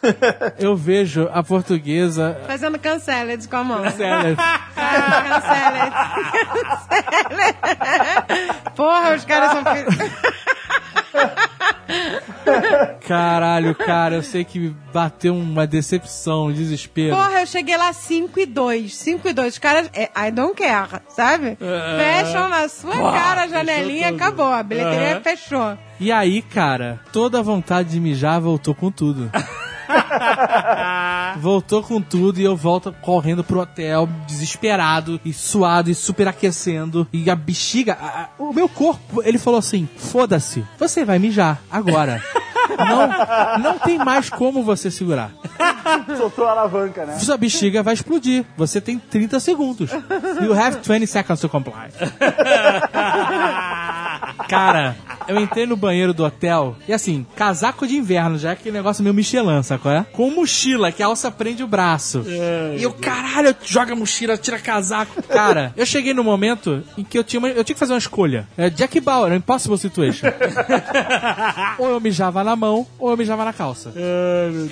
Speaker 5: eu vejo a portuguesa.
Speaker 4: Fazendo canceled com a mão.
Speaker 5: Sério.
Speaker 4: Caraca, canceled. Canceled. Porra, os caras
Speaker 5: Ah.
Speaker 4: são filhos.
Speaker 5: Caralho, cara, eu sei que bateu uma decepção, um desespero.
Speaker 4: Porra, eu cheguei lá 5 e 2. 5 e 2. Os caras, é, I don't care, sabe?
Speaker 5: É.
Speaker 4: Fecham na sua cara a janelinha, acabou. A bilheteria fechou.
Speaker 5: E aí, cara, toda a vontade de mijar voltou com tudo. voltou com tudo e eu volto correndo pro hotel, desesperado e suado e superaquecendo. E a bexiga, a- a- o meu corpo, ele falou assim: foda-se, você vai mijar agora. Não, não tem mais como você segurar.
Speaker 3: Soltou a alavanca, né?
Speaker 5: Sua bexiga vai explodir. Você tem 30 segundos. You have 20 seconds to comply. Cara, eu entrei no banheiro do hotel e assim, casaco de inverno, já é aquele negócio meio Michelin, sacou? É? Com mochila, que a alça prende o braço.
Speaker 2: É.
Speaker 5: e eu, caralho, joga a mochila, tira casaco. Cara, eu cheguei no momento em que eu tinha, uma- eu tinha que fazer uma escolha. É Jack Bauer, Impossible Situation. ou eu mijava na mão, ou eu mijava na calça.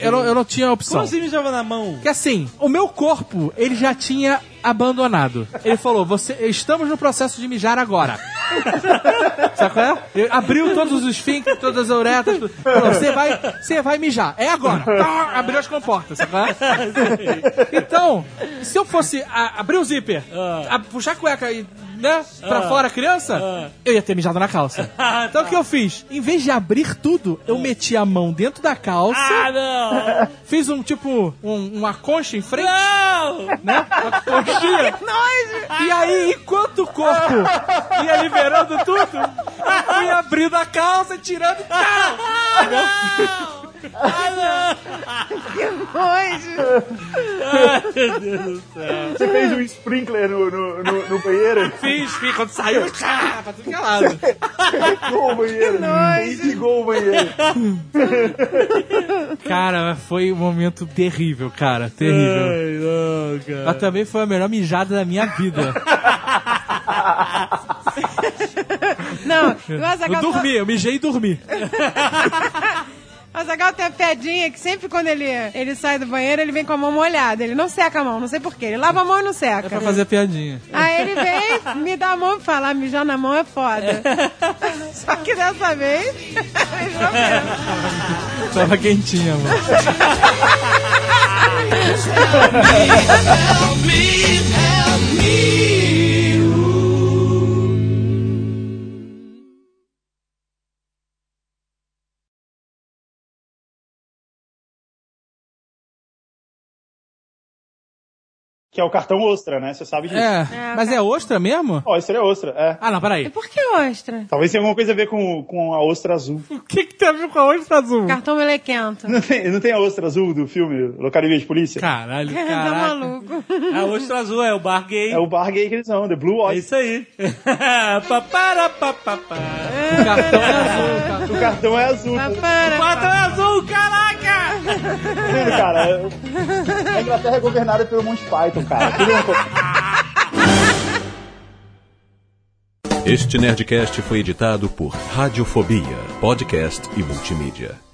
Speaker 5: eu, não, eu não tinha opção.
Speaker 2: Como assim me jogou na mão?
Speaker 5: Que assim, o meu corpo, ele já tinha abandonado. Ele falou: "Você, estamos no processo de mijar agora." Sabe qual é? Ele abriu todos os esfíncteres, todas as uretas. tudo. Falou, Você vai, você vai mijar. É agora. Tá, abriu as comportas, sabe qual é? Então, se eu fosse a- abrir o zíper, a- puxar a cueca e, né, pra fora a criança, eu ia ter mijado na calça. Então o que eu fiz? Em vez de abrir tudo, eu meti a mão dentro da calça.
Speaker 2: Ah, não!
Speaker 5: Fiz um tipo, um, uma concha em frente.
Speaker 2: Não!
Speaker 5: né? A coxinha. E aí, enquanto o corpo ia liberando tudo, eu fui abrindo a calça, tirando e tal.
Speaker 4: Hoje.
Speaker 3: Você fez um sprinkler no, no, no, no banheiro?
Speaker 5: Fiz, fiz, quando saiu, tchá, pra tudo que é lado.
Speaker 3: Ficou o banheiro. Ligou o banheiro.
Speaker 5: Cara, mas foi um momento terrível, cara, terrível.
Speaker 2: Ai, não, cara.
Speaker 5: Mas também foi a melhor mijada da minha vida.
Speaker 4: Não, o
Speaker 5: Eu
Speaker 4: Azagal.
Speaker 5: dormi, eu mijei e dormi.
Speaker 4: O Azagal tem a piadinha que sempre quando ele, ele sai do banheiro, ele vem com a mão molhada. Ele não seca a mão, não sei porquê. Ele lava a mão e não seca.
Speaker 5: É pra fazer piadinha.
Speaker 4: Aí ele vem, me dá a mão e fala: "Ah, mijar na mão é foda. Só que dessa vez, mijou mesmo.
Speaker 5: Tava quentinha, mano.
Speaker 3: Que é o cartão ostra, né? Você sabe disso.
Speaker 5: É, mas é ostra mesmo?
Speaker 3: Ó, ostra é ostra, é.
Speaker 5: Ah, não, peraí.
Speaker 4: Por que ostra?
Speaker 3: Talvez tenha alguma coisa a ver com, com a ostra azul.
Speaker 5: O que que tem a ver com a ostra azul?
Speaker 4: Cartão melequento.
Speaker 3: Não tem, não tem a ostra azul do filme Locademia de Polícia?
Speaker 5: Caralho,
Speaker 4: Tá
Speaker 5: caraca.
Speaker 4: maluco.
Speaker 2: A ostra azul é o bar gay.
Speaker 3: É o bar gay que eles são, The Blue
Speaker 2: É
Speaker 3: Oyster.
Speaker 2: isso aí. Paparapapapá.
Speaker 5: O cartão é azul, cara.
Speaker 3: O cartão é azul.
Speaker 4: Mas
Speaker 3: Tá
Speaker 4: para,
Speaker 2: Pato é azul, caraca!
Speaker 3: vendo, cara? A Inglaterra é governada pelo Monty Python, cara. Tudo é uma coisa.
Speaker 8: Este Nerdcast foi editado por Radiofobia, podcast e multimídia.